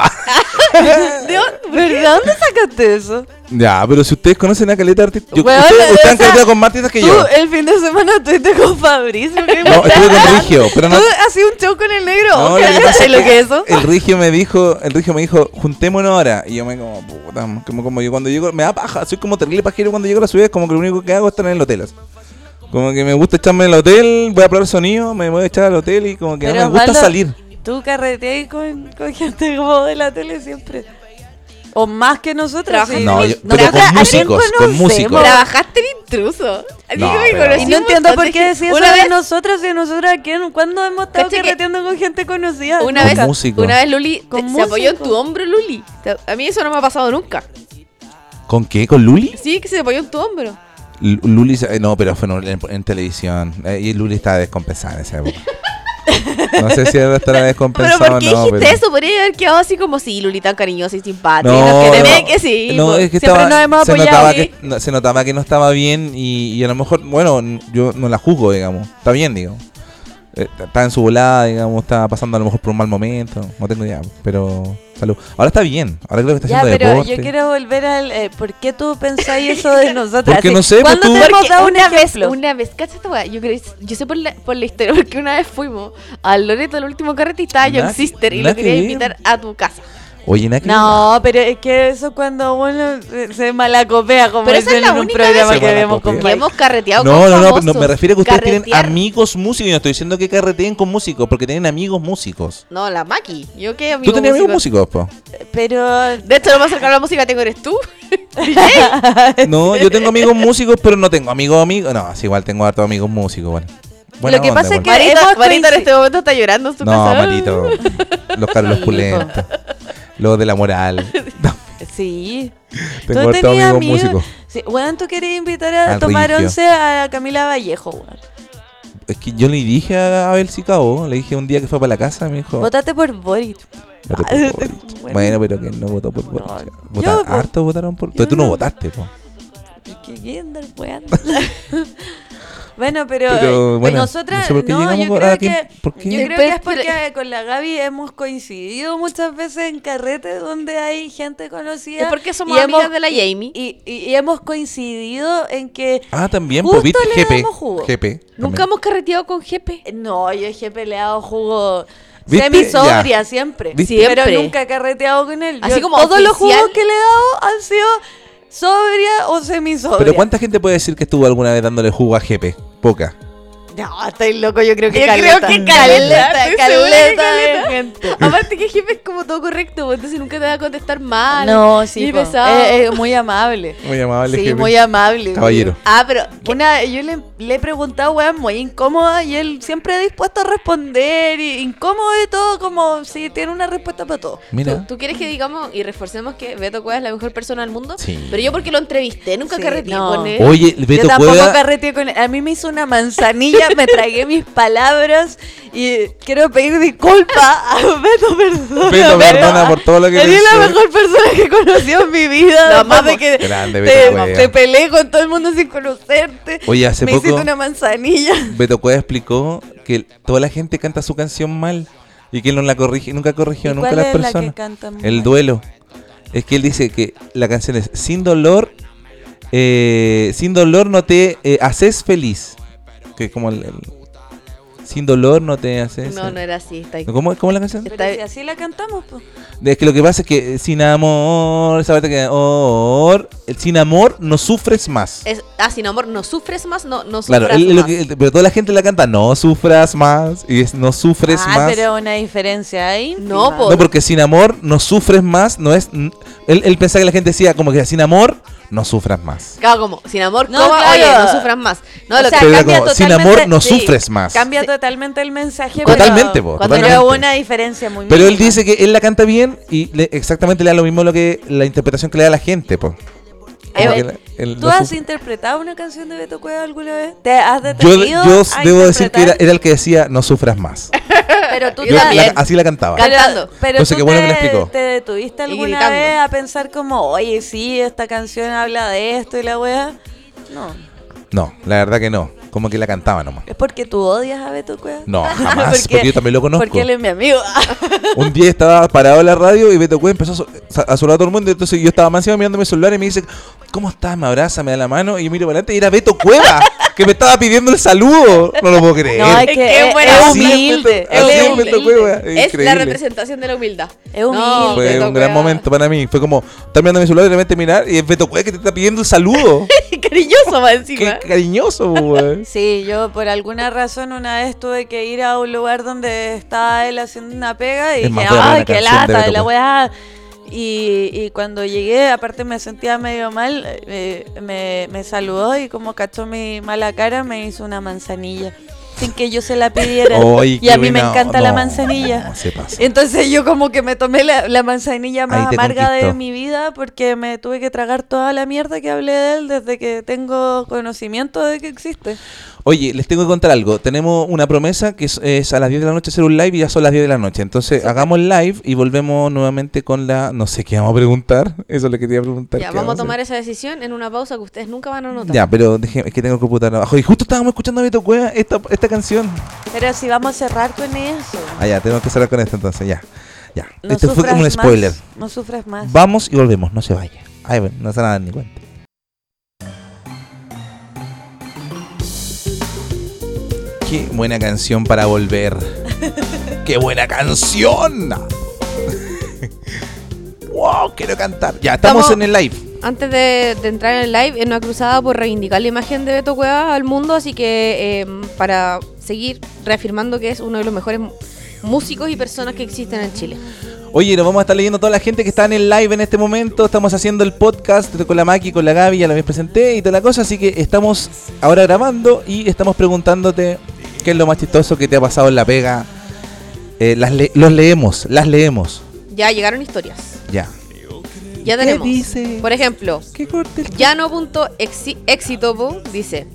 D: ¿De dónde, ¿De dónde sacaste eso?
B: ya, pero si ustedes conocen a Caleta Artista, yo-
D: Weón,
B: ustedes, ustedes han
D: esa-
B: carreteado con más artistas que
D: Tú
B: yo.
D: el fin de semana estuviste con Fabricio. ¿qué
B: No,
D: me
B: estuve
D: estás
B: con Rigio, pero no.
D: Tú hacías un show con el negro.
B: No, lo que
D: Ojalá,
B: pasa
D: ¿sabes
B: es
D: lo
B: que
D: que es eso?
B: El Rigio me dijo, el Rigio me dijo, juntémonos ahora. Y yo me como, puta, como, como yo cuando llego, me da paja, soy como terrible pajero cuando llego a la ciudad, como que lo único que hago es estar en el hotel. así. Como que me gusta echarme en el hotel, voy a probar sonido, me voy a echar al hotel y como que no me
D: Pero,
B: gusta
D: Osvaldo,
B: salir.
D: Tú carreteas con, con gente como de la tele siempre. O más que nosotros.
C: Trabajan
D: sí.
B: No, yo- pero
D: Nosotras,
B: con
D: ¿a quién
B: músicos, con
D: conocemos?
B: músicos.
C: Trabajaste en intruso. Así
B: No,
C: que me
B: pero-
C: conocí
D: Y
C: un
D: no entiendo
C: montón
D: por
C: de
D: qué
C: gente.
D: decís eso
C: una
D: de
C: vez,
D: nosotras y nosotras quién. ¿Cuándo hemos estado
C: Cacha que-
D: carreteando con gente conocida?
C: una
B: Con
C: vez,
B: músico.
C: una vez Luli te-
D: Con
C: se apoyó en
D: músico.
C: tu hombro, Luli. Te- A mí eso no me ha pasado nunca.
B: ¿Con qué? ¿Con Luli?
C: Sí, que se apoyó en tu hombro.
B: L- Luli, se- eh, no, pero fue en, en- en televisión. Eh, y Luli estaba descompensada en esa época. No sé si ahora estará
C: Pero
B: descompensada
C: ¿por
B: o
C: qué
B: no.
C: dijiste
B: pero-
C: eso? Podría haber quedado así como sí, Luli tan cariñosa y simpática.
B: No,
C: que
B: no,
C: te ve que sí.
B: no,
C: po.
B: es que
C: Siempre
B: estaba-
C: nos hemos
B: se
C: apoyado.
B: notaba
C: sí.
B: que no, se notaba que no estaba bien y, y a lo mejor, bueno, n- yo no la juzgo, digamos. Está bien, digamos. Eh, t- Estaba en su volada, digamos, estaba pasando a lo mejor por un mal momento, no tengo idea, pero salud. Ahora está bien, ahora creo que está
D: Ya,
B: haciendo
D: pero
B: deporte.
D: yo quiero volver al. eh, ¿Por qué tú pensáis eso de nosotras?
B: Porque
D: Sí,
B: no sé, pues
D: ¿Cuándo
B: tú-
D: te hemos
C: Porque
D: dado un
C: una vez,
D: ejemplo?
C: una vez, cacha esta weá, yo, creo- yo sé por la, por la historia, porque una vez fuimos al Loreto, el último carrete, y estaba Young
B: Nada que-
C: Sister, y
B: nada
C: lo
B: que
C: quería
B: ver.
C: invitar a tu casa.
B: Oye, nada que ver.
D: No, pero es que eso es cuando uno se- se malacopea, como
C: Pero esa
D: dicen
C: es la
D: en un
C: única
D: programa
B: vez-
D: que
B: Se
D: vemos con
B: malacopea.
C: Que
D: Mike.
C: hemos carreteado
B: No,
C: con
B: no, no,
C: famosos.
B: no, me refiero a que ustedes
C: Carretear.
B: tienen amigos músicos, y no estoy diciendo que carreteen con músicos, porque tienen amigos músicos.
C: No, la Maki. Yo qué amigo
B: ¿Tú tenías amigos músicos, po?
D: Pero.
C: De hecho, lo más cercano a la música tengo eres tú.
B: No, yo tengo amigos músicos, pero no tengo amigos amigos. No, es igual tengo hartos amigos músicos, bueno. Buena
D: Lo que
B: onda,
D: pasa es
B: bueno.
D: que
C: Marito,
D: hemos
C: Marito en
D: coincid-
C: este momento está llorando en su
B: No,
C: casa.
B: Marito. Los Carlos
D: Sí,
B: Pulentos. Los de la moral.
D: Sí.
B: Tengo harto amigos músicos.
D: Sí, weón, tú querías invitar a
B: Al
D: tomar
B: Rigio.
D: once a Camila Vallejo, weón.
B: Es que yo le dije a Abel Sicao, le dije un día que fue para la casa, me dijo.
D: Votate por Boric.
B: "Votó por
D: Ah,
B: Boric".
D: bueno.
B: Bueno, pero que no votó por Boric.
D: No,
B: Vota-
D: yo, pues,
B: harto votaron por.
D: yo
B: Tú no
D: no.
B: votaste, po.
D: Qué bien, weón. Bueno, pero,
B: Pero,
D: eh,
B: bueno,
D: nosotras,
B: no
D: no,
B: sé por qué llegamos
D: yo
B: a
D: creo
B: quién-
D: que,
B: ¿por qué?
D: yo creo
C: Después
D: que es porque
C: tre-
D: con la Gaby hemos coincidido muchas veces en carretes donde hay gente conocida.
C: Es porque somos
D: y
C: amigas
D: hemos-
C: de la
D: y-
C: Jamie.
D: Y, y- y hemos coincidido en que
B: Ah, también,
D: Justo
B: pues viste,
D: le
B: GP.
D: damos jugo.
B: GP. también.
C: Nunca hemos carreteado con Jepe.
D: No, yo he peleado jugo
B: ¿Viste?
D: semisobria
B: Ya.
D: siempre.
B: ¿Viste?
C: Siempre.
D: Pero nunca he carreteado con él.
C: Así
D: Yo-
C: como
D: todos los
C: oficial.
D: jugos que le he dado han sido sobria o semisobria.
B: Pero ¿cuánta gente puede decir que estuvo alguna vez dándole jugo a GP? Poca.
D: No, estoy loco, yo creo que
C: Yo creo
D: caleta.
C: que caleta, estoy segura que
D: caleta de
C: caleta.
D: gente.
C: Aparte que Jepe es como todo correcto, pues, entonces nunca te va a contestar mal.
D: No, sí,
C: ni
D: po.
C: pesado.
D: Eh, eh, muy amable.
B: Muy amable,
D: Sí,
B: jefe.
D: muy amable.
B: Caballero.
D: Ah, pero una, yo le, le he preguntado, weón, muy incómoda y él siempre dispuesto a responder y incómodo de todo, como si tiene una respuesta para todo.
B: Mira.
C: ¿Tú, tú quieres que digamos y reforcemos que Beto Cueva es la mejor persona del mundo?
B: Sí.
C: Pero yo porque lo entrevisté, nunca
D: Sí,
C: carreteé
D: no.
C: con él.
B: Oye,
D: Eh, yo
B: Beto
D: tampoco
B: Cueva.
D: carreteé con él. A mí me hizo una manzanilla, me tragué mis palabras y quiero pedir disculpas a Beto, perdona.
B: Beto, perdona por todo lo que
D: Eres
B: pensé.
D: la mejor persona que conoció en mi vida.
C: Lo
D: además de
C: amamos.
D: que
B: Grande,
D: te,
B: Beto Cueva.
D: te peleé con todo el mundo sin conocerte.
B: Oye, hace
D: me
B: poco-
D: hiciste una manzanilla.
B: Beto Cueva explicó que toda la gente canta su canción mal y que él no la corrige, nunca corrigió
D: ¿Y
B: nunca
D: cuál
B: a las
D: es la que
B: personas.
D: canta mal?
B: el duelo. Es que él dice que la canción es sin dolor, eh, sin dolor no te eh, haces feliz. Que es como el, el- sin dolor no te haces.
C: No, no era así. Está ahí.
B: ¿Cómo, cómo es la canción?
C: Está-
D: si así la cantamos, pues.
B: Es que lo que pasa es que eh, sin amor, esa parte que or, el sin amor no sufres más.
D: Eh,
C: Es, ah, sin amor, no sufres más, no, no sufras
B: Claro, él- él lo
C: más.
B: que- pero toda la gente la canta, no sufras más, y es no sufres
D: Ah,
B: más.
D: pero una diferencia ahí.
C: No, po.
B: No, porque sin amor no sufres más, no es... n- Él, él pensaba que la gente decía como que sin amor no sufras más.
C: Claro, como, sin amor,
D: No,
C: no,
D: claro.
C: oye, no sufras más. No,
D: O
C: lo
D: sea,
B: Pero era
D: cambia
B: como, sin
D: totalmente-
B: amor no
D: sí,
B: sufres más.
D: Cambia totalmente el mensaje.
B: Totalmente,
D: pero,
B: po,
D: cuando
B: totalmente.
D: era una diferencia muy
B: Pero él
D: mínima.
B: dice que él la canta bien y le- exactamente le da lo mismo lo que la interpretación que le da la gente, po. Como
D: Eh,
B: que la- él
D: ¿Tú
B: no
D: has
B: sufre.
D: interpretado una canción de Beto Cueva alguna vez? ¿Te has
B: Yo,
D: detenido?
B: yo
D: a
B: debo decir que era,
D: interpretar?
B: era el que decía no sufras más.
D: Pero tú
B: Yo
D: te-
B: la-
C: también.
B: así la cantaba.
C: Cal- cantando.
D: Pero, pero
B: Entonces,
D: tú
B: qué bueno que
D: te,
B: lo explicó.
D: te detuviste
C: Y
D: alguna
C: gritando.
D: vez a pensar como, oye, sí, esta canción habla de esto y la wea. No,
B: No, la verdad que no. Como que la cantaba nomás.
D: es porque tú odias a Beto Cueva.
B: No, jamás, porque yo también lo conozco.
D: Porque él es mi amigo.
B: Un día estaba parado en la radio y Beto Cueva empezó a, so- a saludar a todo el mundo. Entonces yo estaba más encima mirando mi celular y me dice, ¿cómo estás? Me abraza, me da la mano. Y yo miro para adelante y era Beto Cueva, que me estaba pidiendo el saludo. No lo puedo creer.
D: no, es que
C: Qué
D: es,
C: buena
D: es
B: Así
D: humilde.
B: Beto-
D: él
B: así
D: es
B: Eh, es
D: humilde.
B: Beto Cueva,
C: Es la
B: increíble.
C: representación de la humildad.
D: Es humilde.
C: No,
B: Fue
C: Beto
B: un gran
C: Cueva.
B: momento para mí. Fue como, estar mirando mi celular y de repente mirar y es Beto Cueva que te está pidiendo el saludo.
C: Cariñoso más
B: Qué
C: encima.
B: cariñoso, güey.
D: Sí, yo por alguna razón una vez tuve que ir a un lugar donde estaba él haciendo una pega y
B: Es
D: dije,
B: más, voy a poner
D: ¡ay,
B: una
D: qué
B: canción de
D: lata de
B: Beto
D: la
B: Cuevas".
D: weá! Y, y cuando llegué, aparte me sentía medio mal, eh, me, me saludó y como cachó mi mala cara, me hizo una manzanilla. Sin que yo se la pidiera.
B: Ay,
D: y a
B: qué
D: mí me
B: buena-
D: encanta la
B: no,
D: manzanilla.
B: no, se pasa.
D: Entonces yo como que me tomé la, la manzanilla
B: Ahí
D: más
B: te
D: amarga de
B: conquistó.
D: mi vida porque me tuve que tragar toda la mierda que hablé de él desde que tengo conocimiento de que existe.
B: Oye, les tengo que contar algo. Tenemos una promesa que es, es a las 10 de la noche hacer un live y ya son las 10 de la noche. Entonces, hagamos el live y volvemos nuevamente con la. No sé qué vamos a preguntar. Eso le quería preguntar.
C: Ya,
B: ¿qué
C: vamos a
B: hacer?
C: tomar esa decisión en una pausa que ustedes nunca van a notar.
B: Ya, pero deje- es que tengo el computador abajo. Y justo estábamos escuchando a Beto Cueva esta, esta canción.
D: Pero si vamos a cerrar con eso.
B: Ah, ya, tenemos que cerrar con esto entonces, ya. Ya.
D: No
B: esto fue
D: sufras
B: como un
D: más,
B: spoiler.
D: No sufras más.
B: Vamos y volvemos, no se vaya. Ay, bueno, no se van a dar ni cuenta. Qué buena canción para volver. Qué buena canción. wow, quiero cantar. Ya estamos,
C: Estamos-
B: en el live.
C: Antes de, de entrar en el live, eh, en una cruzada por reivindicar la imagen de Beto Cueva al mundo, así que eh, para seguir reafirmando que es uno de los mejores mu- músicos y personas que existen en Chile.
B: Oye, nos vamos a estar leyendo a toda la gente que está en el live en este momento. Estamos haciendo el podcast con la Maki, con la Gaby, ya la habéis presenté y toda la cosa. Así que estamos ahora grabando y estamos preguntándote qué es lo más chistoso que te ha pasado en la pega. Eh, las le- los leemos, las leemos.
C: Ya llegaron historias.
B: Ya.
C: Ya
B: ¿Qué
C: tenemos.
B: dice?
C: Por ejemplo,
B: ¿Qué corte?
C: Llano.exitobo dice: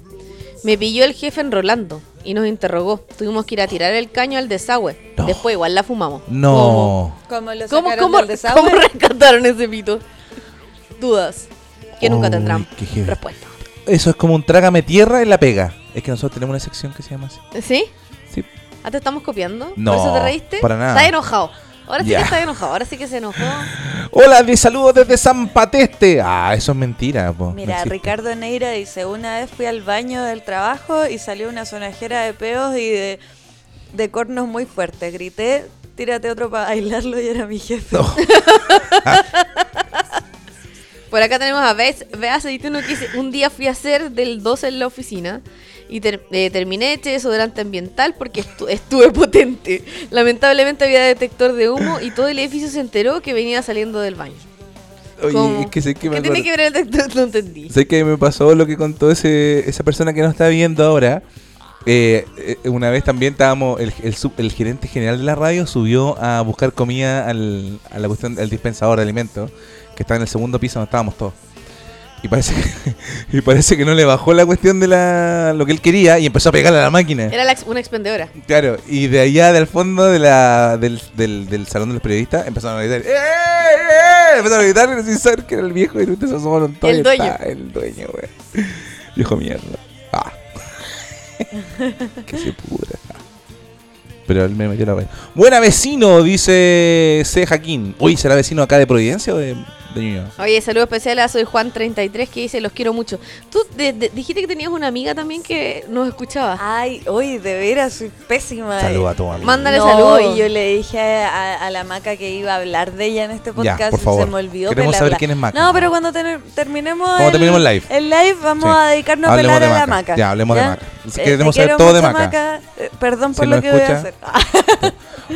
C: Me pilló el jefe enrolando y nos interrogó. Tuvimos que ir a tirar el caño al desagüe.
B: No.
C: Después igual la fumamos.
B: No.
D: Como lo
C: ¿Cómo,
D: sacaron
C: cómo,
D: del desagüe.
C: cómo rescataron ese pito? Dudas que nunca
B: Uy,
C: tendrán
B: qué heavy.
C: respuesta.
B: Eso es como un trágame tierra en la pega. Es que nosotros tenemos una sección que se llama así.
C: ¿Sí?
B: Sí.
C: ¿Ah, te estamos copiando?
B: No,
C: ¿Por eso te reíste?
B: para nada.
C: Está enojado. Ahora sí
B: Ya.
C: que está enojado. Ahora sí que se enojó.
B: Hola, de saludos desde San Pateste. Ah, eso es mentira. po. No
D: Mira,
B: existe.
D: Ricardo Neira dice, una vez fui al baño del trabajo y salió una sonajera de peos y de, de cornos muy fuerte. Grité, tírate otro para bailarlo y era mi jefe.
B: No.
C: Por acá tenemos a Bea, Bea 61 que dice, un día fui a hacer del 12 en la oficina y ter- eh, terminé eché desodorante ambiental porque estu- estuve potente. Lamentablemente había detector de humo y todo el edificio se enteró que venía saliendo del baño.
B: Oye,
C: ¿Cómo?
B: es que sé que me
C: ¿Qué tiene
B: acuerdo-
C: que ver el detector? No entendí.
B: Sé que me pasó lo que contó ese, esa persona que nos está viendo ahora. Eh, eh, una vez también estábamos, el, el sub- el gerente general de la radio subió a buscar comida al, a la cuestión, al dispensador de alimentos, que está en el segundo piso donde estábamos todos. Y parece, que, y parece que no le bajó la cuestión de la, lo que él quería y empezó a pegarle a la máquina.
C: Era la ex- una expendedora.
B: Claro, y de allá del fondo de la, del, del, del salón de los periodistas empezaron a gritar ¡Eh! eh", Empezaron a gritar sin saber que era el viejo y ustedes se asomaron todos.
C: El
B: y
C: dueño.
B: estaba El dueño, güey. Viejo mierda. Ah. que se pudra. Pero él me metió la buena. Buena vecino, dice C. Jaquín. Uy, ¿será vecino acá de Providencia o de, de Ñuñoa?
C: Oye, saludo especial a Soy Juan 33 que dice, los quiero mucho. Tú de- de- dijiste que tenías una amiga también que nos escuchaba.
D: Ay, uy, de veras, soy pésima.
B: Saluda a tu amigo.
C: Manda- Mándale
D: no,
C: saludos.
D: y yo le dije a, a la Maca que iba a hablar de ella en este podcast.
B: por favor.
D: Se me olvidó
B: Queremos
D: pelarla.
B: saber quién es Maca.
D: No, pero cuando tener- terminemos,
B: Ah, Cuando
D: el,
B: terminemos el live.
D: el live, vamos
B: Sí.
D: a dedicarnos
B: Hablemos
D: a
B: de
D: pelar a la
B: Maca.
D: Maca. eh,
B: Ya, hablemos de Maca.
D: te
B: Queremos saber
D: quiero
B: todo de
D: mucho,
B: Maca.
D: Eh, Perdón
B: Si
D: por
B: no
D: lo que voy
B: escucha.
D: a hacer. Ah,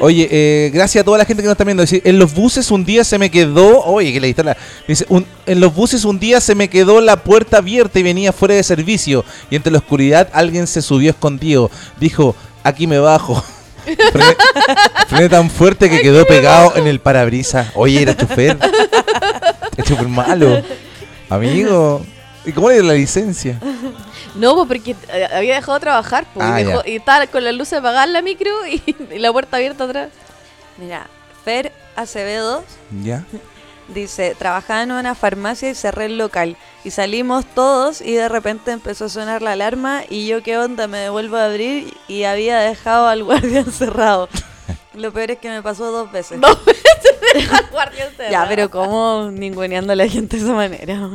B: Oye, eh, gracias a toda la gente que nos está viendo. Dice, en los buses un día se me quedó. Oye, que le diste la. Dice, "Un- en los buses un día se me quedó la puerta abierta y venía fuera de servicio. Y entre la oscuridad alguien se subió escondido. Dijo, aquí me bajo. Frené, frené tan fuerte que quedó pegado en el parabrisas. Oye, era chofer. Es chofer malo. Amigo. ¿Y cómo le dio la licencia?
C: No, pues porque eh, había dejado de trabajar. pues,
B: Ah,
C: y, dejó-
B: ya.
C: y estaba con la luz apagada en la micro y, y la puerta abierta atrás.
D: Mira, Fer Acevedo
B: Ya.
D: dice, trabajaba en una farmacia y cerré el local. Y salimos todos y de repente empezó a sonar la alarma y yo qué onda, me devuelvo a abrir y había dejado al guardia encerrado. Lo peor es que me pasó dos veces.
C: Dos veces deja al Ah, guardia
D: Ya,
C: encerrado.
D: pero ¿cómo ninguneando a la gente de esa manera?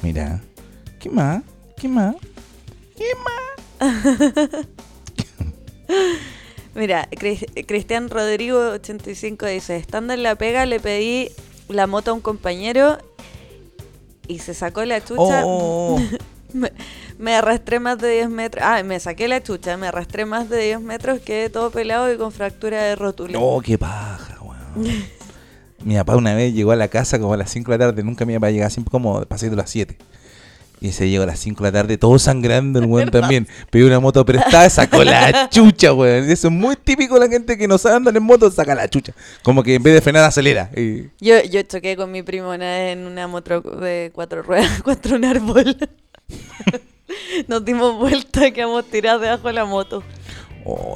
B: Mira. ¿Qué más? ¿Qué más?
D: Mira, Cris- Cristian Rodrigo 85 dice, estando en la pega le pedí la moto a un compañero y se sacó la chucha.
B: Oh, oh, oh.
D: Me, me arrastré más de 10 metros. Ah, me saqué la chucha. Me arrastré más de 10 metros. Quedé todo pelado y con fractura de rótula.
B: No, Oh, qué paja, weón. mi papá una vez llegó a la casa como a las 5 de la tarde. Nunca mi papá llegaba siempre como pasando las 7. Y se llegó a las 5 de la tarde, todo sangrando el weón también. Pidió una moto prestada, sacó la chucha, weón. Eso es muy típico de la gente que no sabe andar en moto, saca la chucha. Como que en vez de frenar, acelera. Y-
D: Yo, yo choqué con mi primo una vez en una moto de cuatro ruedas contra un árbol. Nos dimos vuelta, quedamos tirados debajo de la moto.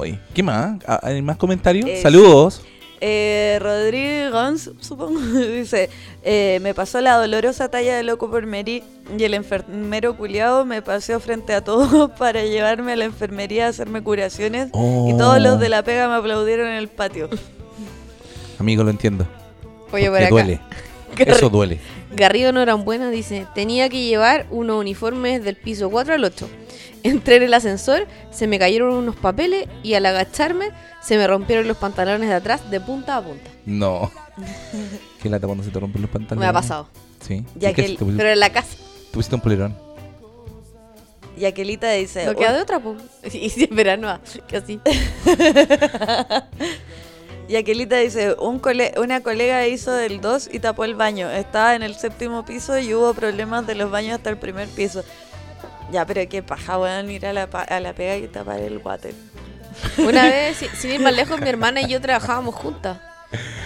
B: Ay, ¿Qué más? ¿Ah, ¿Hay más comentarios?
D: Eh,
B: Saludos.
D: Eh, Rodríguez Gons, supongo, dice: eh, Me pasó la dolorosa talla de loco por Mary y el enfermero culiado me paseó frente a todos para llevarme a la enfermería a hacerme curaciones.
B: Oh.
D: Y todos los de la pega me aplaudieron en el patio.
B: Amigo, lo entiendo.
C: Oye, por
B: Porque
C: acá.
B: duele. Eso duele.
C: Garrido Norambuena dice, tenía que llevar unos uniformes del piso 4 al 8. Entré en el ascensor, se me cayeron unos papeles y al agacharme se me rompieron los pantalones de atrás de punta a punta.
B: No. ¿Qué lata cuando se te rompen los pantalones?
C: Me ha pasado.
B: Sí.
D: Ya
B: ¿Y qué
D: que
B: haces?
D: el-
B: ¿Te-
C: Pero en la casa.
B: Tuviste un polerón.
D: Y Aquelita dice:
C: No
D: "Uy,
C: queda de otra, po. Y si es verano, ah, que así.
D: Y Aquelita dice, un cole- una colega hizo del 2 y tapó el baño. Estaba en el séptimo piso y hubo problemas de los baños hasta el primer piso. Ya, pero qué paja, weón, ir a la, pa- a la pega y tapar el water.
C: Una vez, si- sin ir más lejos, mi hermana y yo trabajábamos juntas.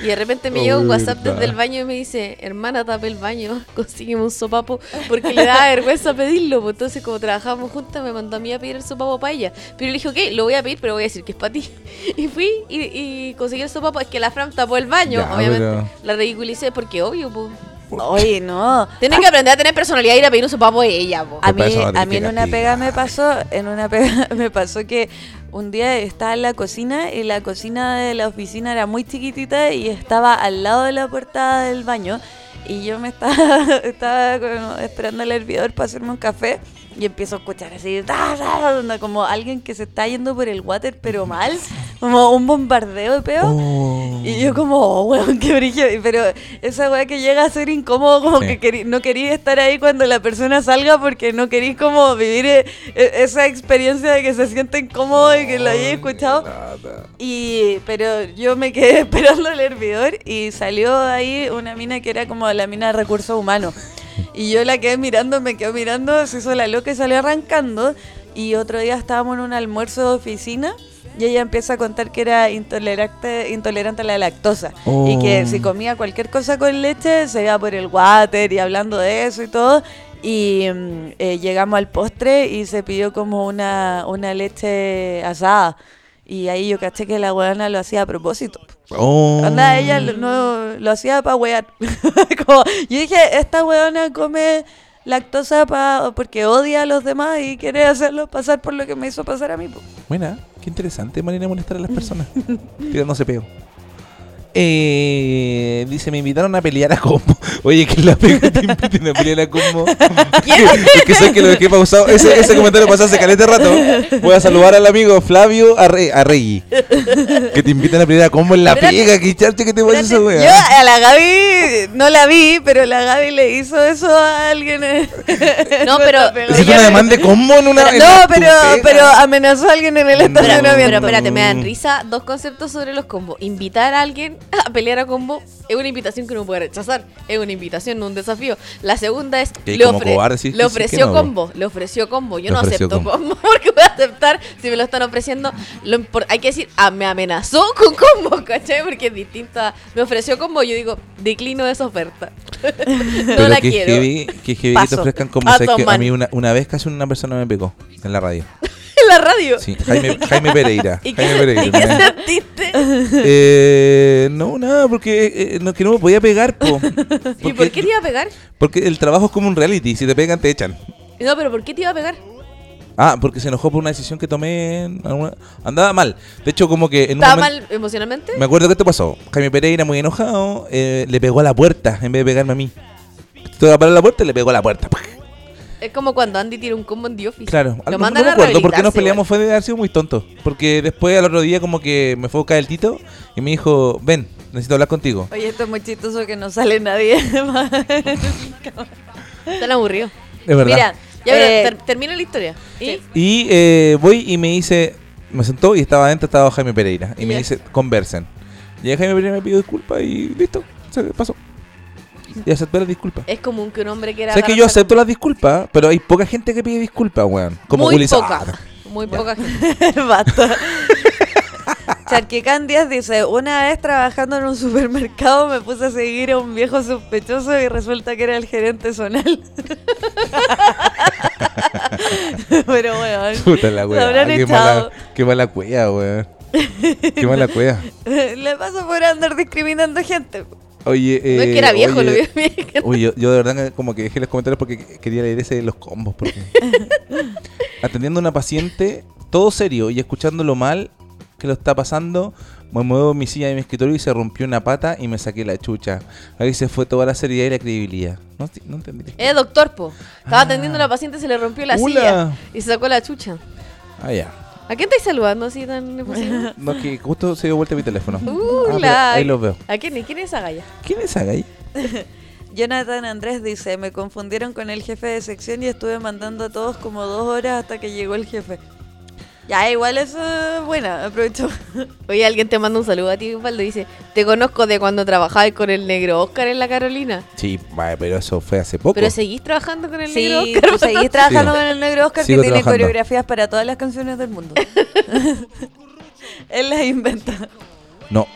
C: Y de repente me
B: Oh,
C: llega un WhatsApp desde el baño y me dice, hermana, tape el baño, consígueme un sopapo, porque le daba vergüenza pedirlo. pues. Entonces, como trabajábamos juntas, me mandó a mí a pedir el sopapo para ella. Pero yo le dije, ok, lo voy a pedir, pero voy a decir que es para ti. Y fui y, y conseguí el sopapo. Es que la Fran tapó el baño,
B: Ya,
C: obviamente.
B: pero-
C: La ridiculicé porque obvio, pues.
D: Oye, no.
C: Tienen que aprender a tener personalidad y ir a pedir un sopapo de ella, pues. po.
D: A
B: Pero
D: mí,
B: para eso no
D: a mí en
B: tenés que
D: una pega me
B: castigar.
D: pasó, en una pega me pasó que un día estaba en la cocina y la cocina de la oficina era muy chiquitita y estaba al lado de la puerta del baño y yo me estaba, estaba como esperando el hervidor para hacerme un café y empiezo a escuchar así, ta, ta, onda, como alguien que se está yendo por el water pero mal, como un bombardeo de peo.
B: Oh.
D: Y yo como, oh, weón, qué brillo. Pero esa weá que llega a ser incómodo, como
B: Sí.
D: que querí- no quería estar ahí cuando la persona salga porque no querí como vivir eh, eh, esa experiencia de que se siente incómodo y que lo hayas escuchado. Y, pero yo me quedé esperando el hervidor y salió ahí una mina que era como la mina de recursos humanos. Y yo la quedé mirando, me quedé mirando, se hizo la loca y salió arrancando. Y otro día estábamos en un almuerzo de oficina y ella empieza a contar que era intolerante, intolerante a la lactosa. Y que
B: Oh.
D: si comía cualquier cosa con leche se iba por el water y hablando de eso y todo. Y mm, eh, llegamos al postre y se pidió como una, una leche asada. Y ahí yo caché que la weona lo hacía a propósito.
B: Oh.
D: Onda, ella lo, no, lo hacía para wear. Como- yo dije, esta weona come lactosa pa, porque odia a los demás y quiere hacerlos pasar por lo que me hizo pasar a mí. po.
B: Buena, qué interesante manera de molestar a las personas. Tirándose peo. Eh, dice, me invitaron a pelear a combo. Oye, que la pega te inviten a pelear a combo. es que sé que lo dejé pausado. Ese, ese comentario pasó hace caleta de rato. Voy a saludar al amigo Flavio Arre- Arregui. Que te invitan a pelear a combo en la
D: Espérate.
B: pega. Que charche que te vaya esa
D: Yo
B: wea.
D: a la Gaby no la vi, pero la Gaby le hizo eso a alguien. en-
C: No, pero-
D: en Pega.
B: ¿Hiciste una demanda de combo en una. en
D: No,
B: la- tu
D: pero,
B: pega?
D: pero amenazó a alguien en el
B: Pero-
C: Pero,
D: estacionamiento.
C: pero espérate, me
B: Mm.
C: dan risa dos conceptos sobre los combos. Invitar a alguien a pelear a combo es una invitación que uno puede rechazar. Es una invitación, no un desafío. La segunda es.
B: Que como cobarde decís que sí,
C: le
B: que
C: ofreció
B: no, bro.
C: combo. Le ofreció combo. Yo
B: Le
C: no
B: ofreció
C: acepto
B: combo.
C: combo. porque voy a aceptar si me lo están ofreciendo. Lo impor- hay que decir, ah, me amenazó con combo, ¿cachai? Porque es distinta. Me ofreció combo. Yo digo, declino esa oferta. no
B: Pero
C: la
B: que
C: quiero.
B: heavy- que heavy que te
D: Paso.
B: ofrezcan como
C: Paso,
B: sabes que a
C: man.
B: mí una, una vez casi una persona me pegó en la radio.
C: En la radio.
B: Sí, Jaime, Jaime Pereira.
C: ¿Y qué,
B: Jaime
C: y qué
B: Pereira.
C: sentiste?
B: Eh, no, nada, porque eh, no, que no me podía pegar. po.
C: ¿Y por qué te iba a pegar?
B: porque el trabajo es como un reality, si te pegan te echan.
C: No, pero ¿por qué te iba a pegar?
B: Ah, porque se enojó por una decisión que tomé. en alguna- Andaba mal. De hecho, como que en un
C: ¿Estaba
B: momento-
C: mal emocionalmente?
B: Me acuerdo que esto pasó. Jaime Pereira, muy enojado, eh, le pegó a la puerta en vez de pegarme a mí. Tuve que parar la puerta y le pegó a la puerta.
C: Es como cuando Andy tira un combo en The Office.
B: Claro,
C: Lo
B: algo- no,
C: mandan
B: me
C: a
B: acuerdo por qué nos
C: rehabilitarse,
B: peleamos, fue de haber sido muy tonto. Porque después al otro día como que me fue a buscar el Tito y me dijo, ven, necesito hablar contigo.
D: Oye, esto es muy chistoso que no sale nadie.
C: güey. Está aburrido.
B: Es verdad.
D: Mira,
C: Ya, pero
D: Eh,
C: ter- termina la historia. ¿Y?
B: Y eh, voy y me dice, me sentó y estaba adentro, estaba Jaime Pereira. Y me
C: Ya.
B: dice, conversen. Y Jaime Pereira me pidió disculpas y listo, se pasó. Y acepté las disculpas.
C: Es común que un hombre quiera...
B: Sabes que yo
C: agarrarse
B: acepto las disculpas, pero hay poca gente que pide disculpas, weón.
C: a-
B: Como ah,
C: Muy
B: Willy
C: poca.
B: Saavedra.
C: Muy poca gente.
D: Basta. Charquicán Díaz dice, una vez trabajando en un supermercado me puse a seguir a un viejo sospechoso y resulta que era el gerente zonal. Pero bueno,
B: Puta la
D: Lo
B: weá,
D: habrán
B: Qué
D: echado.
B: mala, qué mala cueva, weón. Qué mala cueva.
D: le paso por andar discriminando gente.
B: Oye, eh,
C: No es que era viejo,
B: oye,
C: lo vio bien.
B: Uy, yo, yo de verdad que como que dejé los comentarios porque quería leer ese de los combos. Porque... Atendiendo a una paciente, todo serio y escuchándolo mal que lo está pasando, me muevo mi silla de mi escritorio y se rompió una pata y me saqué la chucha. Ahí se fue toda la seriedad y la credibilidad. No, enti- no entendí. la historia.
C: Es doctor, po. Estaba
B: Ah.
C: atendiendo a la paciente, se le rompió la
B: Ula.
C: silla. Y se sacó la chucha.
B: Ah, ya.
C: ¿A quién estáis saludando así tan efusivo?
B: No, es que justo se dio vuelta mi teléfono.
C: Uh,
B: Ah, pero
C: Ula.
B: ahí los veo.
C: ¿A quién? ¿Y quién es esa galla?
B: ¿Quién es ahí?
D: Jonathan Andrés dice, me confundieron con el jefe de sección y estuve mandando a todos como dos horas hasta que llegó el jefe. Ya, igual eso es buena, aprovecho.
C: Oye, alguien te manda un saludo a ti, Valdo, y dice, te conozco de cuando trabajabas con el negro Oscar en la Carolina.
B: Sí, va, pero eso fue hace poco.
C: Pero seguís trabajando con el negro
D: Sí,
C: Oscar.
D: tú seguís trabajando
B: Sigo.
D: con el negro Oscar
B: Sigo
D: que tiene
B: trabajando.
D: coreografías para todas las canciones del mundo. Él las inventa.
B: No,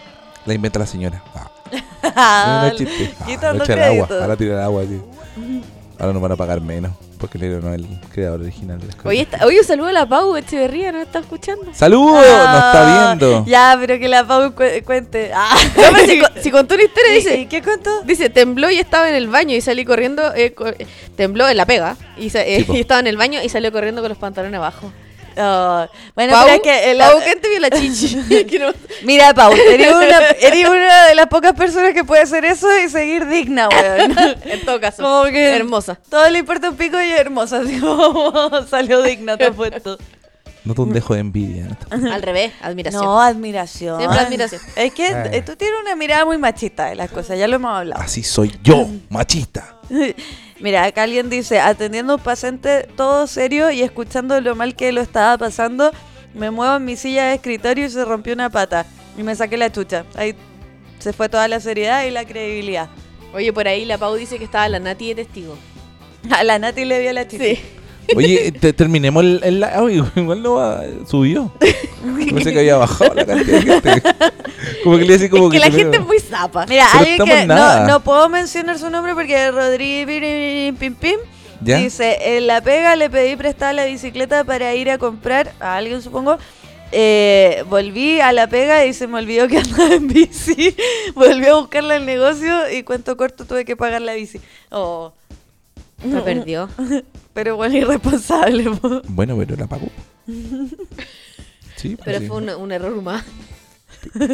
B: la inventa la señora. Ah. No, no es chiste. Ah,
D: Quitando
B: no echar agua.
D: crédito.
B: Ahora tirar agua, sí. Ahora nos van a pagar menos. porque Lero no es el creador original de las cosas.
C: Oye, está- oye, un saludo a la Pau Echeverría, ¿no está escuchando?
B: ¡Saludos!
D: Ah,
B: ¡Nos está viendo!
D: Ya, pero que la Pau cu- cuente. Ah.
C: No, pero si, co- si contó una historia,
D: ¿Y-
C: dice,
D: ¿Y qué contó?
C: Dice, tembló y estaba en el baño y salí corriendo, eh, co- eh, tembló en la pega y, sa- eh,
B: Sí, po.
C: y estaba en el baño y salió corriendo con los pantalones abajo.
D: Ah, bueno,
C: Pau,
D: pero es que eh, la-
C: Pau, ¿quién te vio la chichi? Que no-
D: Mira, Pau, eres una, eres una de las pocas personas que puede hacer eso y seguir digna, weón.
C: en todo caso,
D: Como que-
C: hermosa.
D: Todo le importa un pico y es hermosa, así como salió digna, te apuesto.
B: Noto un dejo de envidia. en esta-
C: Al revés, admiración.
D: No, admiración.
C: Siempre admiración.
D: Es que
B: Ah.
D: eh, tú tienes una mirada muy machista de las cosas, ya lo hemos hablado.
B: Así soy yo, machista.
D: Mira, acá alguien dice, atendiendo a un paciente todo serio y escuchando lo mal que lo estaba pasando, me muevo en mi silla de escritorio y se rompió una pata. Y me saqué la chucha. Ahí se fue toda la seriedad y la credibilidad.
C: Oye, por ahí la Pau dice que estaba la Nati de testigo.
D: A la Nati le vio la chucha.
B: Oye, eh, te- terminemos el, el live. Ay, Igual no va- subió. Pensé que había bajado la cantidad de gente. Como que le decía como
C: Es que la
B: primero-
C: gente es muy zapa.
D: Mira,
B: Pero
D: alguien
B: estamos
D: que
B: en
D: no,
B: nada.
D: no puedo mencionar su nombre porque Rodríguez Pim, Pim Pim
B: ¿Ya?
D: dice, en la pega le pedí prestada la bicicleta para ir a comprar a alguien supongo. Eh, volví a la pega y se me olvidó que andaba en bici. volví a buscarla al negocio y cuento corto tuve que pagar la bici. Oh,
C: Se perdió.
D: pero bueno, irresponsable. po.
B: Bueno, pero la pagó. Sí, pues
C: Pero
B: sí,
C: fue un, un error humano.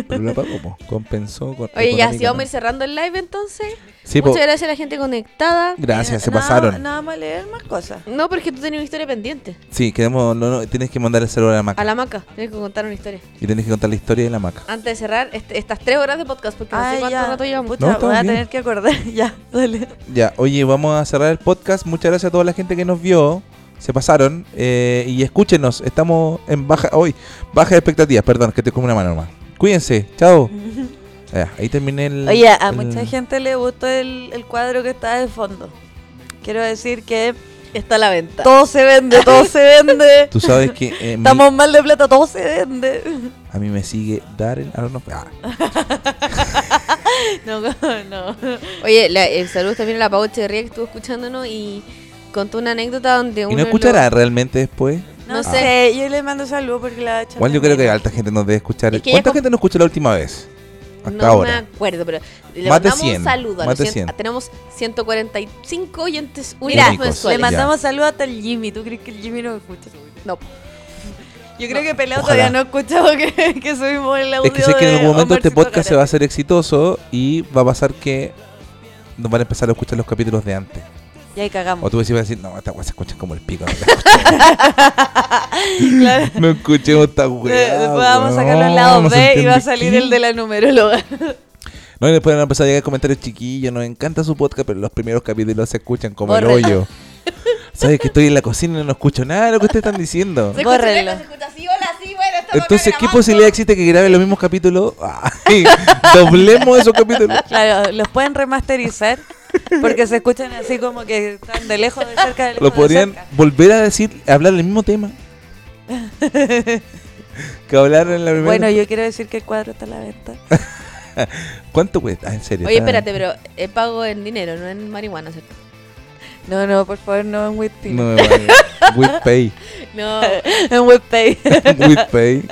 B: pero la pagó, po. Compensó. con-
C: Oye, ya, si vamos a ir
B: económicamente.
C: cerrando el live entonces.
B: Sí, po.
C: Muchas gracias a la gente conectada.
B: Gracias, Ah, se
D: eh, Nada-
B: pasaron.
D: Nada más leer más cosas.
C: No, porque tú tenías una historia pendiente.
B: Sí, quedamos, no, no, tienes que mandar el celular a la maca.
C: A la maca, tienes que contar una historia.
B: Y tienes que contar la historia de la maca.
C: Antes de cerrar este- estas tres horas de podcast, porque no
D: Ah,
C: sé cuánto
D: ya.
C: rato llevamos.
D: Pucha,
B: No, estamos
D: voy a
B: bien.
D: tener que acordar. ya, dale.
B: Ya, oye, vamos a cerrar el podcast. Muchas gracias a toda la gente que nos vio. Se pasaron. eh, y escúchenos. Estamos en baja. Hoy, baja de expectativas. Perdón, que te como una mano nomás. Cuídense. Chao. Ya, ahí terminé el.
D: Oye, a
B: el-
D: mucha gente le gustó el, el cuadro que está de fondo. Quiero decir que
C: Está a la venta.
D: todo se vende, todo se vende.
B: Tú sabes que. eh, mi-
D: Estamos mal de plata, todo se vende.
B: a mí me sigue Darren Aronofsky. Ah,
D: No, no.
C: Oye, la, el saludo también a la Pau Echeverría que estuvo escuchándonos y contó una anécdota donde
B: y
C: uno.
B: no escuchará realmente después.
D: No,
C: No
D: sé.
C: sé.
D: Ah. yo le mando saludos porque la he hecho.
B: Igual yo
D: de
B: creo que
D: menos.
B: alta gente nos debe escuchar.
C: Es que ya
B: ¿Cuánta
C: com-
B: gente nos escuchó la última vez?
C: los-
B: Hasta
C: no
B: ahora.
C: me acuerdo, pero le
B: Más de
C: mandamos
B: 100,
C: un saludo. a
B: más
C: los
B: de
C: cien-
B: 100.
C: a- tenemos 145 oyentes
B: Mira,
C: únicos
D: Le
B: ya.
C: mensuales.
D: mandamos saludos hasta el Jimmy. ¿Tú crees que el Jimmy no escucha?
C: No.
D: Yo creo que Pelado
B: Ojalá.
D: todavía no ha escuchado que, que subimos el audio.
B: Es que sé que en
D: de
B: algún momento este
D: Omarcito
B: podcast se va a
D: Jara.
B: hacer exitoso y va a pasar que nos van a empezar a escuchar los capítulos de antes.
D: Y ahí cagamos.
B: O tú decís, vas a decir, no, esta weá se escucha como el pico. No, la escuchemos. No escuchemos esta
D: De-
B: weá.
D: Después Eh, vamos a sacarlo al
B: weón,
D: lado
B: no se
D: B y va a
B: entiende
D: salir
B: qué.
D: el de la numeróloga.
B: No, y después van a empezar a llegar comentarios chiquillos. Nos encanta su podcast, pero los primeros capítulos se escuchan como el
D: Borre.
B: hoyo. Sabes que estoy en la cocina y no escucho nada de lo que ustedes están diciendo.
C: Se escucha
D: Bórrenlo.
C: bien, se escucha así, hola, sí, bueno, estamos acá
B: Entonces, ¿qué
C: grabando.
B: posibilidad existe que graben los mismos capítulos? Ay, doblemos esos capítulos.
D: Claro, los pueden remasterizar porque se escuchan así como que están de lejos, de cerca, de lejos.
B: Lo
D: de
B: podrían
D: cerca.
B: volver a decir, hablar el mismo tema. que hablar en la primera.
D: Bueno, yo quiero decir que el cuadro está a la venta.
B: ¿Cuánto cuesta? Ah, en serio.
C: Oye,
B: está-
C: espérate, pero eh, pago en dinero, no en marihuana, ¿cierto?
D: No, no, por favor, no en Whitpay.
B: No me vale. With pay.
C: No.
D: En Whitpay.
B: With pay.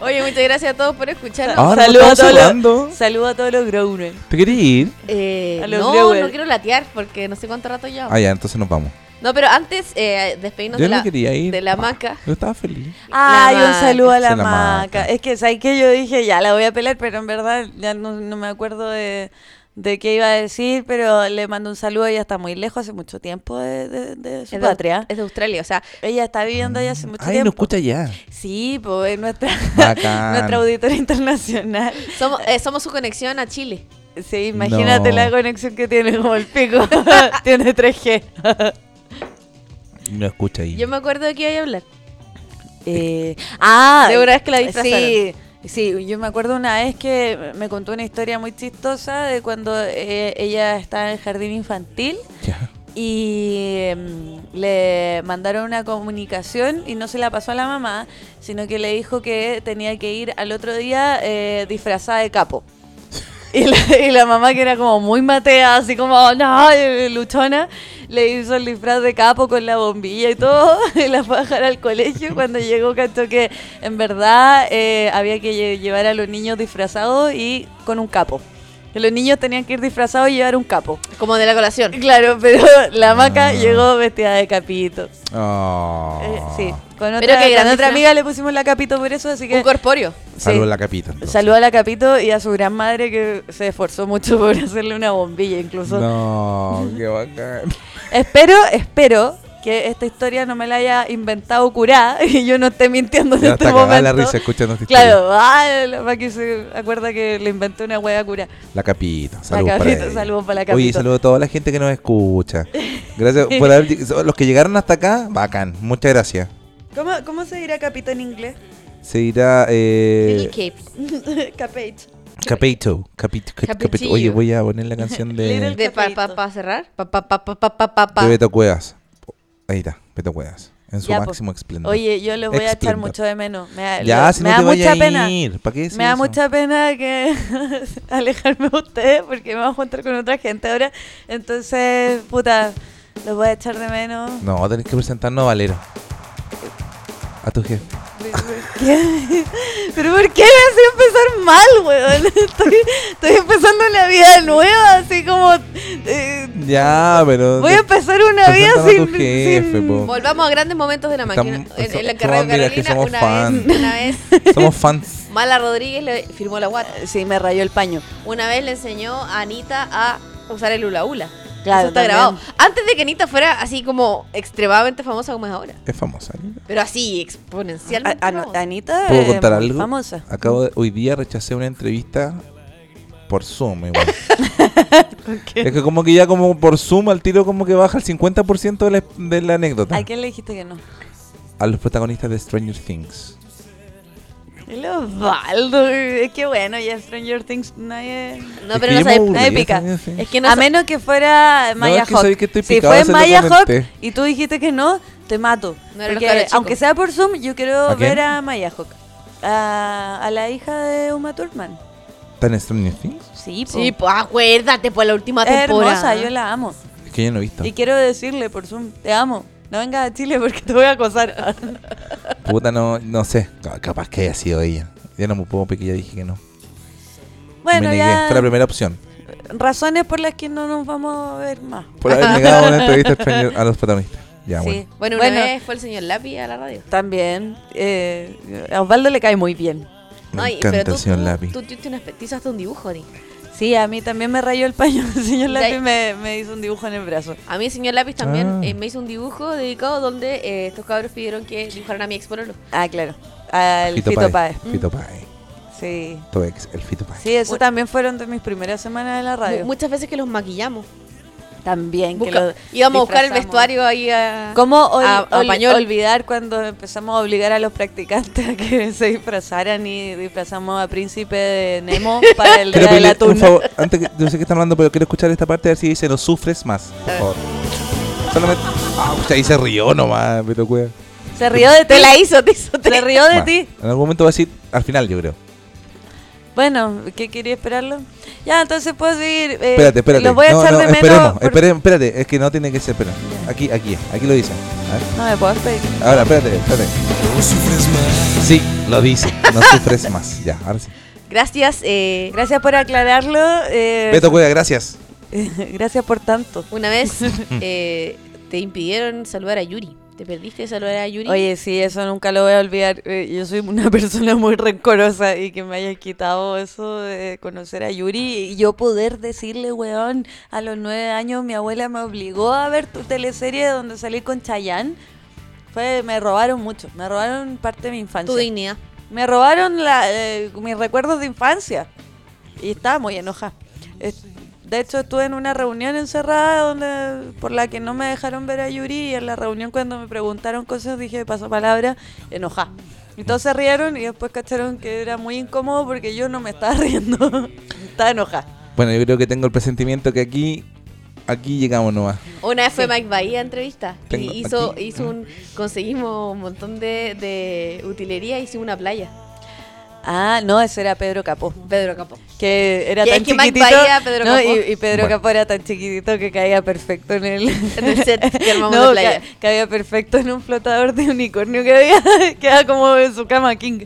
C: Oye, muchas gracias a todos por escucharnos.
B: Ahora
D: Saludos
B: Ah, no
D: a todos
B: estamos
D: los-
B: hablando.
D: Saludo a todos los Growner.
B: ¿Te querés ir?
C: Eh,
D: A los
C: no,
D: Brewer.
C: no quiero latear porque no sé cuánto rato llevamos.
B: Ah, ya, entonces nos vamos.
C: No, pero antes, eh, despedirnos
B: Yo
C: de,
B: no
C: la,
B: quería ir.
C: de la
B: Ah,
C: maca.
B: Yo estaba feliz.
D: Ay, un
C: Maca.
D: saludo a la,
B: Sí, la
D: maca.
B: Maca.
D: Es que, ¿sabes qué? Yo dije, ya la voy a pelar, pero en verdad ya no, no me acuerdo de, de qué iba a decir, pero le mando un saludo. Ella está muy lejos, hace mucho tiempo de, de- de su
C: Es de-
D: patria.
C: es de Australia, o sea,
D: Ella está viviendo allá hace mucho
B: Mm. Ay,
D: tiempo.
B: no escucha ya.
D: Sí, pues nuestra,
B: Bacán.
D: nuestra auditora internacional.
C: somos, eh, somos su conexión a Chile.
D: Sí, imagínate
B: No.
D: la conexión que tiene como el pico. tiene 3G.
B: No escucha ahí.
C: Yo me acuerdo de que iba a hablar.
D: Eh, ah,
C: De una vez que la disfrazaron.
D: sí, sí, yo me acuerdo una vez que me contó una historia muy chistosa de cuando eh, ella estaba en el jardín infantil
B: Ya.
D: y mm, le mandaron una comunicación y no se la pasó a la mamá, sino que le dijo que tenía que ir al otro día eh, disfrazada de capo. Y la, y la mamá, que era como muy matea, así como, no, eh, "Oh, luchona, le hizo el disfraz de capo con la bombilla y todo, y la fue a dejar al colegio. Cuando llegó, cantó que en verdad eh, había que lle- llevar a los niños disfrazados y con un capo. Que los niños tenían que ir disfrazados y llevar un capo.
C: Como de la colación.
D: Claro, pero la maca
B: Ah.
D: llegó vestida de capito.
B: Oh.
D: Eh, sí, con
C: Pero
D: otra,
C: qué gran
D: con otra
C: disfraz.
D: amiga le pusimos la capito por eso, así que...
C: Un corpóreo.
D: sí.
B: Salvo en la capita. entonces.
D: Saluda a la Capito y a su gran madre que se esforzó mucho por hacerle una bombilla incluso.
B: No, qué bacán.
D: Espero, espero que esta historia no me la haya inventado curada y yo no esté mintiendo en
B: Ya
D: este
B: está cagada
D: momento.
B: la risa escuchando este esta historia.
D: Claro, ah, la Maki se acuerda que le inventé una hueá cura.
B: La capita. Saludos para
D: capita,
B: ella.
D: saludos para la
B: Oye,
D: capita.
B: saludos a toda la gente que nos escucha. Gracias por haber lleg- Los que llegaron hasta acá, bacán. Muchas gracias.
D: ¿Cómo, ¿Cómo se dirá capito en inglés?
B: Se irá. Eh,
C: Little Cape.
D: Capito.
B: Capito, capito, cap-
C: Capitillo.
B: capito. Oye, voy a poner la canción
D: Little
B: de,
C: De pa, pa, pa cerrar. Pa, pa, pa, pa, pa, pa, pa, pa.
B: de Beto Cuevas. Ahí está, Beto Cuevas. En su
D: Ya, po.
B: máximo esplendor.
D: Oye, yo les voy a echar
B: Explendor.
D: mucho de menos. Me da,
B: ya,
D: lo-
B: si
D: me
B: no
D: da
B: te vaya
D: mucha
B: a
D: pena.
B: ir. ¿Para qué decir
D: Me da
B: eso?
D: mucha pena que alejarme de ustedes porque me voy a juntar con otra gente ahora. Entonces, puta, los voy a echar de menos.
B: No, tenés que presentarnos a Valero. A tu jefe.
D: ¿Qué? ¿Pero por qué me hace empezar mal, weón? Estoy, estoy empezando una vida nueva, así como... eh,
B: Ya, pero.
D: voy a empezar una vida
B: Preséntame a tu
D: sin...
B: jefe,
D: sin-
B: po.
C: Volvamos a grandes momentos de la
B: Estamos-
C: máquina. En, en la
B: so-
C: carrera de
B: somos- mira, que
C: Carolina,
B: somos
C: una
B: fan.
C: vez, una vez,
B: Somos fans.
C: Mala Rodríguez le firmó la guata.
D: Eh, Sí, me rayó el paño.
C: Una vez le enseñó a Anita a usar el hula hula. Eso
D: Claro,
C: está
D: también.
C: grabado. Antes de que Anita fuera así como extremadamente famosa como es ahora.
B: Es famosa. ¿eh?
C: Pero así, exponencialmente.
D: A- Ano-
C: famosa.
D: Anita
B: ¿Puedo
D: es
B: contar
D: Eh, muy
B: algo?
D: famosa.
B: Acabo de- hoy día rechacé una entrevista por Zoom igual. Es que como que ya como por Zoom al tiro como que baja el 50% de la, de la anécdota.
D: ¿A quién le dijiste que no?
B: A los protagonistas de Stranger Things.
D: El Osvaldo, es que bueno, ya Stranger Things nadie...
C: no,
B: Es que
C: pero no
B: yo me
C: sabes.
B: aburrí
D: nadie
B: de
D: pica.
B: Stranger Things.
C: Es que no
D: a
C: sa-
D: menos que fuera Maya
B: es que
D: Hawk.
B: sabéis que estoy
D: si
B: picado,
D: fue
B: se lo
D: Maya Hawk
B: comenté.
D: y tú dijiste que no, te mato.
C: No eres cabro
D: porque
C: chico.
D: aunque sea por Zoom, yo quiero
B: ¿A quién?
D: ver a Maya Hawk. A, a la hija de Uma Thurman.
B: ¿Tan Stranger Things?
D: Sí, po.
C: Sí, pues acuérdate, pues la última
D: es
C: temporada.
D: hermosa, yo la amo.
B: Es que yo no he visto.
D: Y quiero decirle por Zoom, te amo. No vengas a Chile porque te voy a acosar.
B: Puta, no, no sé. Ca- Capaz que haya sido ella. Ya no me puedo porque ya dije que no.
D: bueno,
B: me negué. Fue la
D: ya
B: primera opción.
D: razones por las que no nos vamos a ver más.
B: Por haber negado una entrevista a Stranger- a los protagonistas. Ya,
D: sí.
B: bueno.
C: Bueno, una vez fue el señor Lapi a la radio.
D: también. eh, a Osvaldo le cae muy bien.
B: Me
C: Ay,
B: encanta
C: pero
B: el
C: tú,
B: señor
C: tú-
B: Lapi.
C: Tú, tú, tú unas- tú hiciste un dibujo, Ni.
D: Sí, a mí también me rayó el paño. El
C: De
D: señor Lapi
C: ahí-
D: me, me hizo un dibujo en el brazo.
C: A mí el señor Lápiz también
B: Ah.
C: eh, me hizo un dibujo dedicado donde eh, estos cabros pidieron que dibujaran a mi ex pololo.
D: Ah, claro. Al Fito, Páez. Mm.
B: Fito Páez.
D: Sí.
B: Tu ex, el Fito Páez.
D: Sí, eso
C: Bueno.
D: también fueron de mis primeras semanas de la radio.
C: Mu- Muchas veces que los maquillamos.
D: también. que
C: Busca-
D: lo
C: íbamos a buscar el
D: disfrazamos.
C: vestuario ahí a...
D: ¿Cómo ol-
C: a- a
D: ol-
C: pañol.
D: olvidar cuando empezamos a obligar a los practicantes a que se disfrazaran y disfrazamos a Príncipe de Nemo para el
B: Quiero
D: Día de la
B: pedirle un
D: Tuna?
B: favor, antes que yo sé que están hablando, pero quiero escuchar esta parte a ver si dice no sufres más. Por
D: Eh.
B: favor. Solamente. Ah, usted ahí se rió nomás, me tocó.
D: Se rió de ti.
C: Te la hizo, te hizo. Te...
D: Se rió de
B: Bueno,
D: ti. Eh,
B: En algún momento va a decir al final, yo creo.
D: Bueno, ¿qué quería esperarlo? Ya, entonces puedo seguir. eh,
B: espérate, espérate.
D: Los voy a
B: no,
D: echar
B: no,
D: de menos.
B: esperemos,
D: por-
B: esperemos, espérate, es que no tiene que ser, espera. Aquí, aquí, aquí lo dice. A ver.
D: No me puedo despedir.
B: Ahora, espérate, espérate. No sufres más. Sí, lo dice. No sufres más. Ya, ahora sí.
C: Gracias, eh,
D: Gracias por aclararlo. eh,
B: Beto Cueva, gracias.
D: gracias por tanto.
C: una vez eh, te impidieron saludar a Yuri. Te perdiste de saludar a Yuri.
D: Oye, sí, eso nunca lo voy a olvidar. Eh, yo soy una persona muy rencorosa y que me hayas quitado eso de conocer a Yuri y yo poder decirle, weón, a los nueve años mi abuela me obligó a ver tu teleserie donde salí con Chayanne. Fue, me robaron mucho, me robaron parte de mi infancia.
C: tu dignidad.
D: Me robaron la, eh, mis recuerdos de infancia. Y estaba muy enojada. Es- De hecho, estuve en una reunión encerrada donde por la que no me dejaron ver a Yuri. Y en la reunión, cuando me preguntaron cosas, dije pasapalabra, enojada. Y todos se rieron y después cacharon que era muy incómodo porque yo no me estaba riendo. estaba enojada.
B: Bueno, yo creo que tengo el presentimiento que aquí, aquí llegamos nomás.
C: Una vez fue Mike Bahía a entrevista.
B: Tengo
C: y hizo,
B: aquí. Ah.
C: hizo un, conseguimos un montón de, de utilería, hicimos una playa.
D: Ah, no, ese era Pedro Capó.
C: Pedro Capó.
D: Que era
C: Que-
D: tan
C: que Mike
D: chiquitito.
C: Bahía, Pedro
D: no,
C: Capó.
D: Y, y Pedro
B: Bueno.
D: Capó era tan chiquitito que caía perfecto en el.
C: En el set que armamos
D: No,
C: de playa.
D: ca- caía perfecto en un flotador de unicornio que había. Quedaba como en su cama King.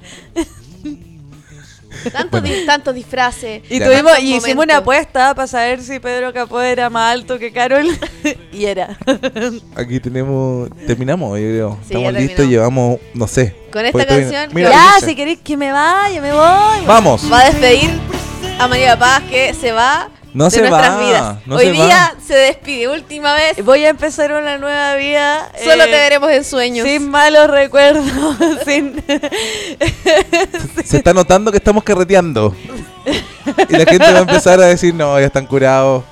C: Tantos
B: Bueno.
C: dis- tantos disfraces.
D: Y
B: Ya.
D: tuvimos,
C: Tantos
D: y hicimos una
C: momentos.
D: apuesta para saber si Pedro Capó era más alto que Carol. y era.
B: Aquí tenemos. Terminamos, yo creo.
C: Sí,
B: Estamos
C: ya
B: listos,
C: terminamos.
B: llevamos, no sé.
C: Con esta
B: Porque todavía-
C: canción-
B: Mira,
D: ya,
B: dice.
D: si queréis que me vaya, me voy.
B: Vamos.
C: Va a despedir a María Paz que se va
B: No
C: de
B: se
C: nuestras
B: va,
C: vidas.
B: no
C: Hoy
B: se
C: día se despide, última vez.
D: Voy a empezar una nueva vida.
C: Solo
D: eh,
C: te veremos en sueños.
D: Sin malos recuerdos. sin...
B: Se está notando que estamos carreteando. y la gente va a empezar a decir, no, ya están curados.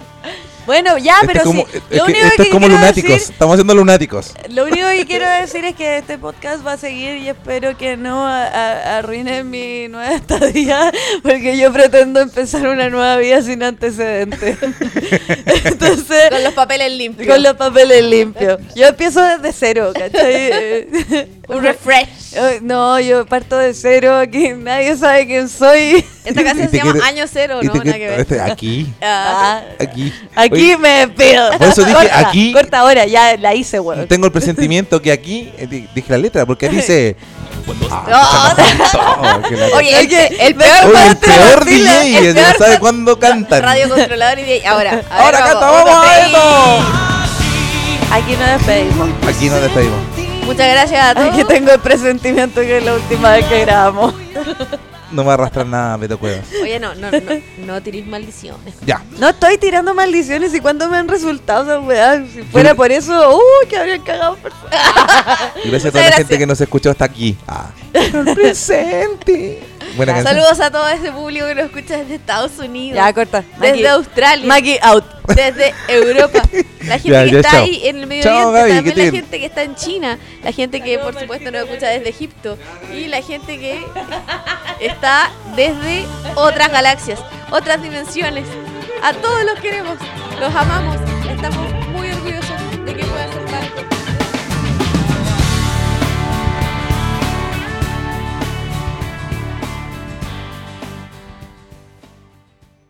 D: Bueno, ya,
C: Ah,
B: Este
D: pero
B: es como,
D: sí.
B: es que esto es como
D: quiero
B: lunáticos.
D: decir-
B: Estamos haciendo lunáticos.
D: lo único que quiero decir es que este podcast va a seguir y espero que no a- a- arruinen mi nueva estadía, porque yo pretendo empezar una nueva vida sin antecedentes. Entonces,
C: Con los papeles limpios.
D: con los papeles limpios. Yo empiezo desde cero, ¿cachai?
C: Un refresh.
D: Eh, No, yo parto de cero, aquí nadie sabe quién soy.
C: Esta
B: Y
C: canción
B: te
C: se llama
B: quiero-
C: Año Cero,
B: Y
C: ¿no?
B: te
C: Nada
B: quiero-
C: que ver.
B: este, aquí.
C: Ah,
D: Ah,
B: Aquí.
D: aquí
B: Oye,
D: me despido.
B: Por eso dije,
D: corta,
B: aquí-
D: Corta ahora, ya la hice, weón.
B: tengo el presentimiento que aquí. eh, di- Dije la letra, porque dice. pues,
C: Ah, Oye, el, el peor
B: Oye, el
C: parte de
B: peor
C: Brasil,
B: DJ,
C: el
B: el
C: peor
B: no sabe cuándo cantan.
C: radio controlador y DJ. Ahora, a ver,
B: Ahora
C: vamos,
B: cantamos
C: vamos,
B: algo.
D: Aquí nos despedimos.
B: Aquí nos despedimos.
C: Freddy. Muchas gracias a todos.
D: Aquí tengo el presentimiento que es la última vez que grabamos.
B: No me arrastras nada, Beto Cuevas.
C: Oye, no, no, no, no tiréis maldiciones.
B: Ya.
D: No estoy tirando maldiciones y cuándo me han resultado esas weas. Si fuera
B: Yo-
D: por eso, uh, que habrían cagado. personas.
B: Gracias a
C: Muchas
B: toda la gente
C: gracias.
B: que nos escuchó hasta aquí. Ah. presente. Buena canción.
C: Saludos a todo ese público que nos escucha desde Estados Unidos.
D: Ya, corta.
C: desde Australia.
D: Maki out.
C: desde Europa. La gente
B: Ya,
C: que
B: ya,
C: está
B: chao.
C: ahí en el Medio
B: Chao,
C: Oriente,
B: Gaby,
C: también
B: que te-
C: la gente que está en China, la gente que por supuesto nos escucha desde Egipto y la gente que está desde otras galaxias, otras dimensiones. A todos los queremos, los amamos, estamos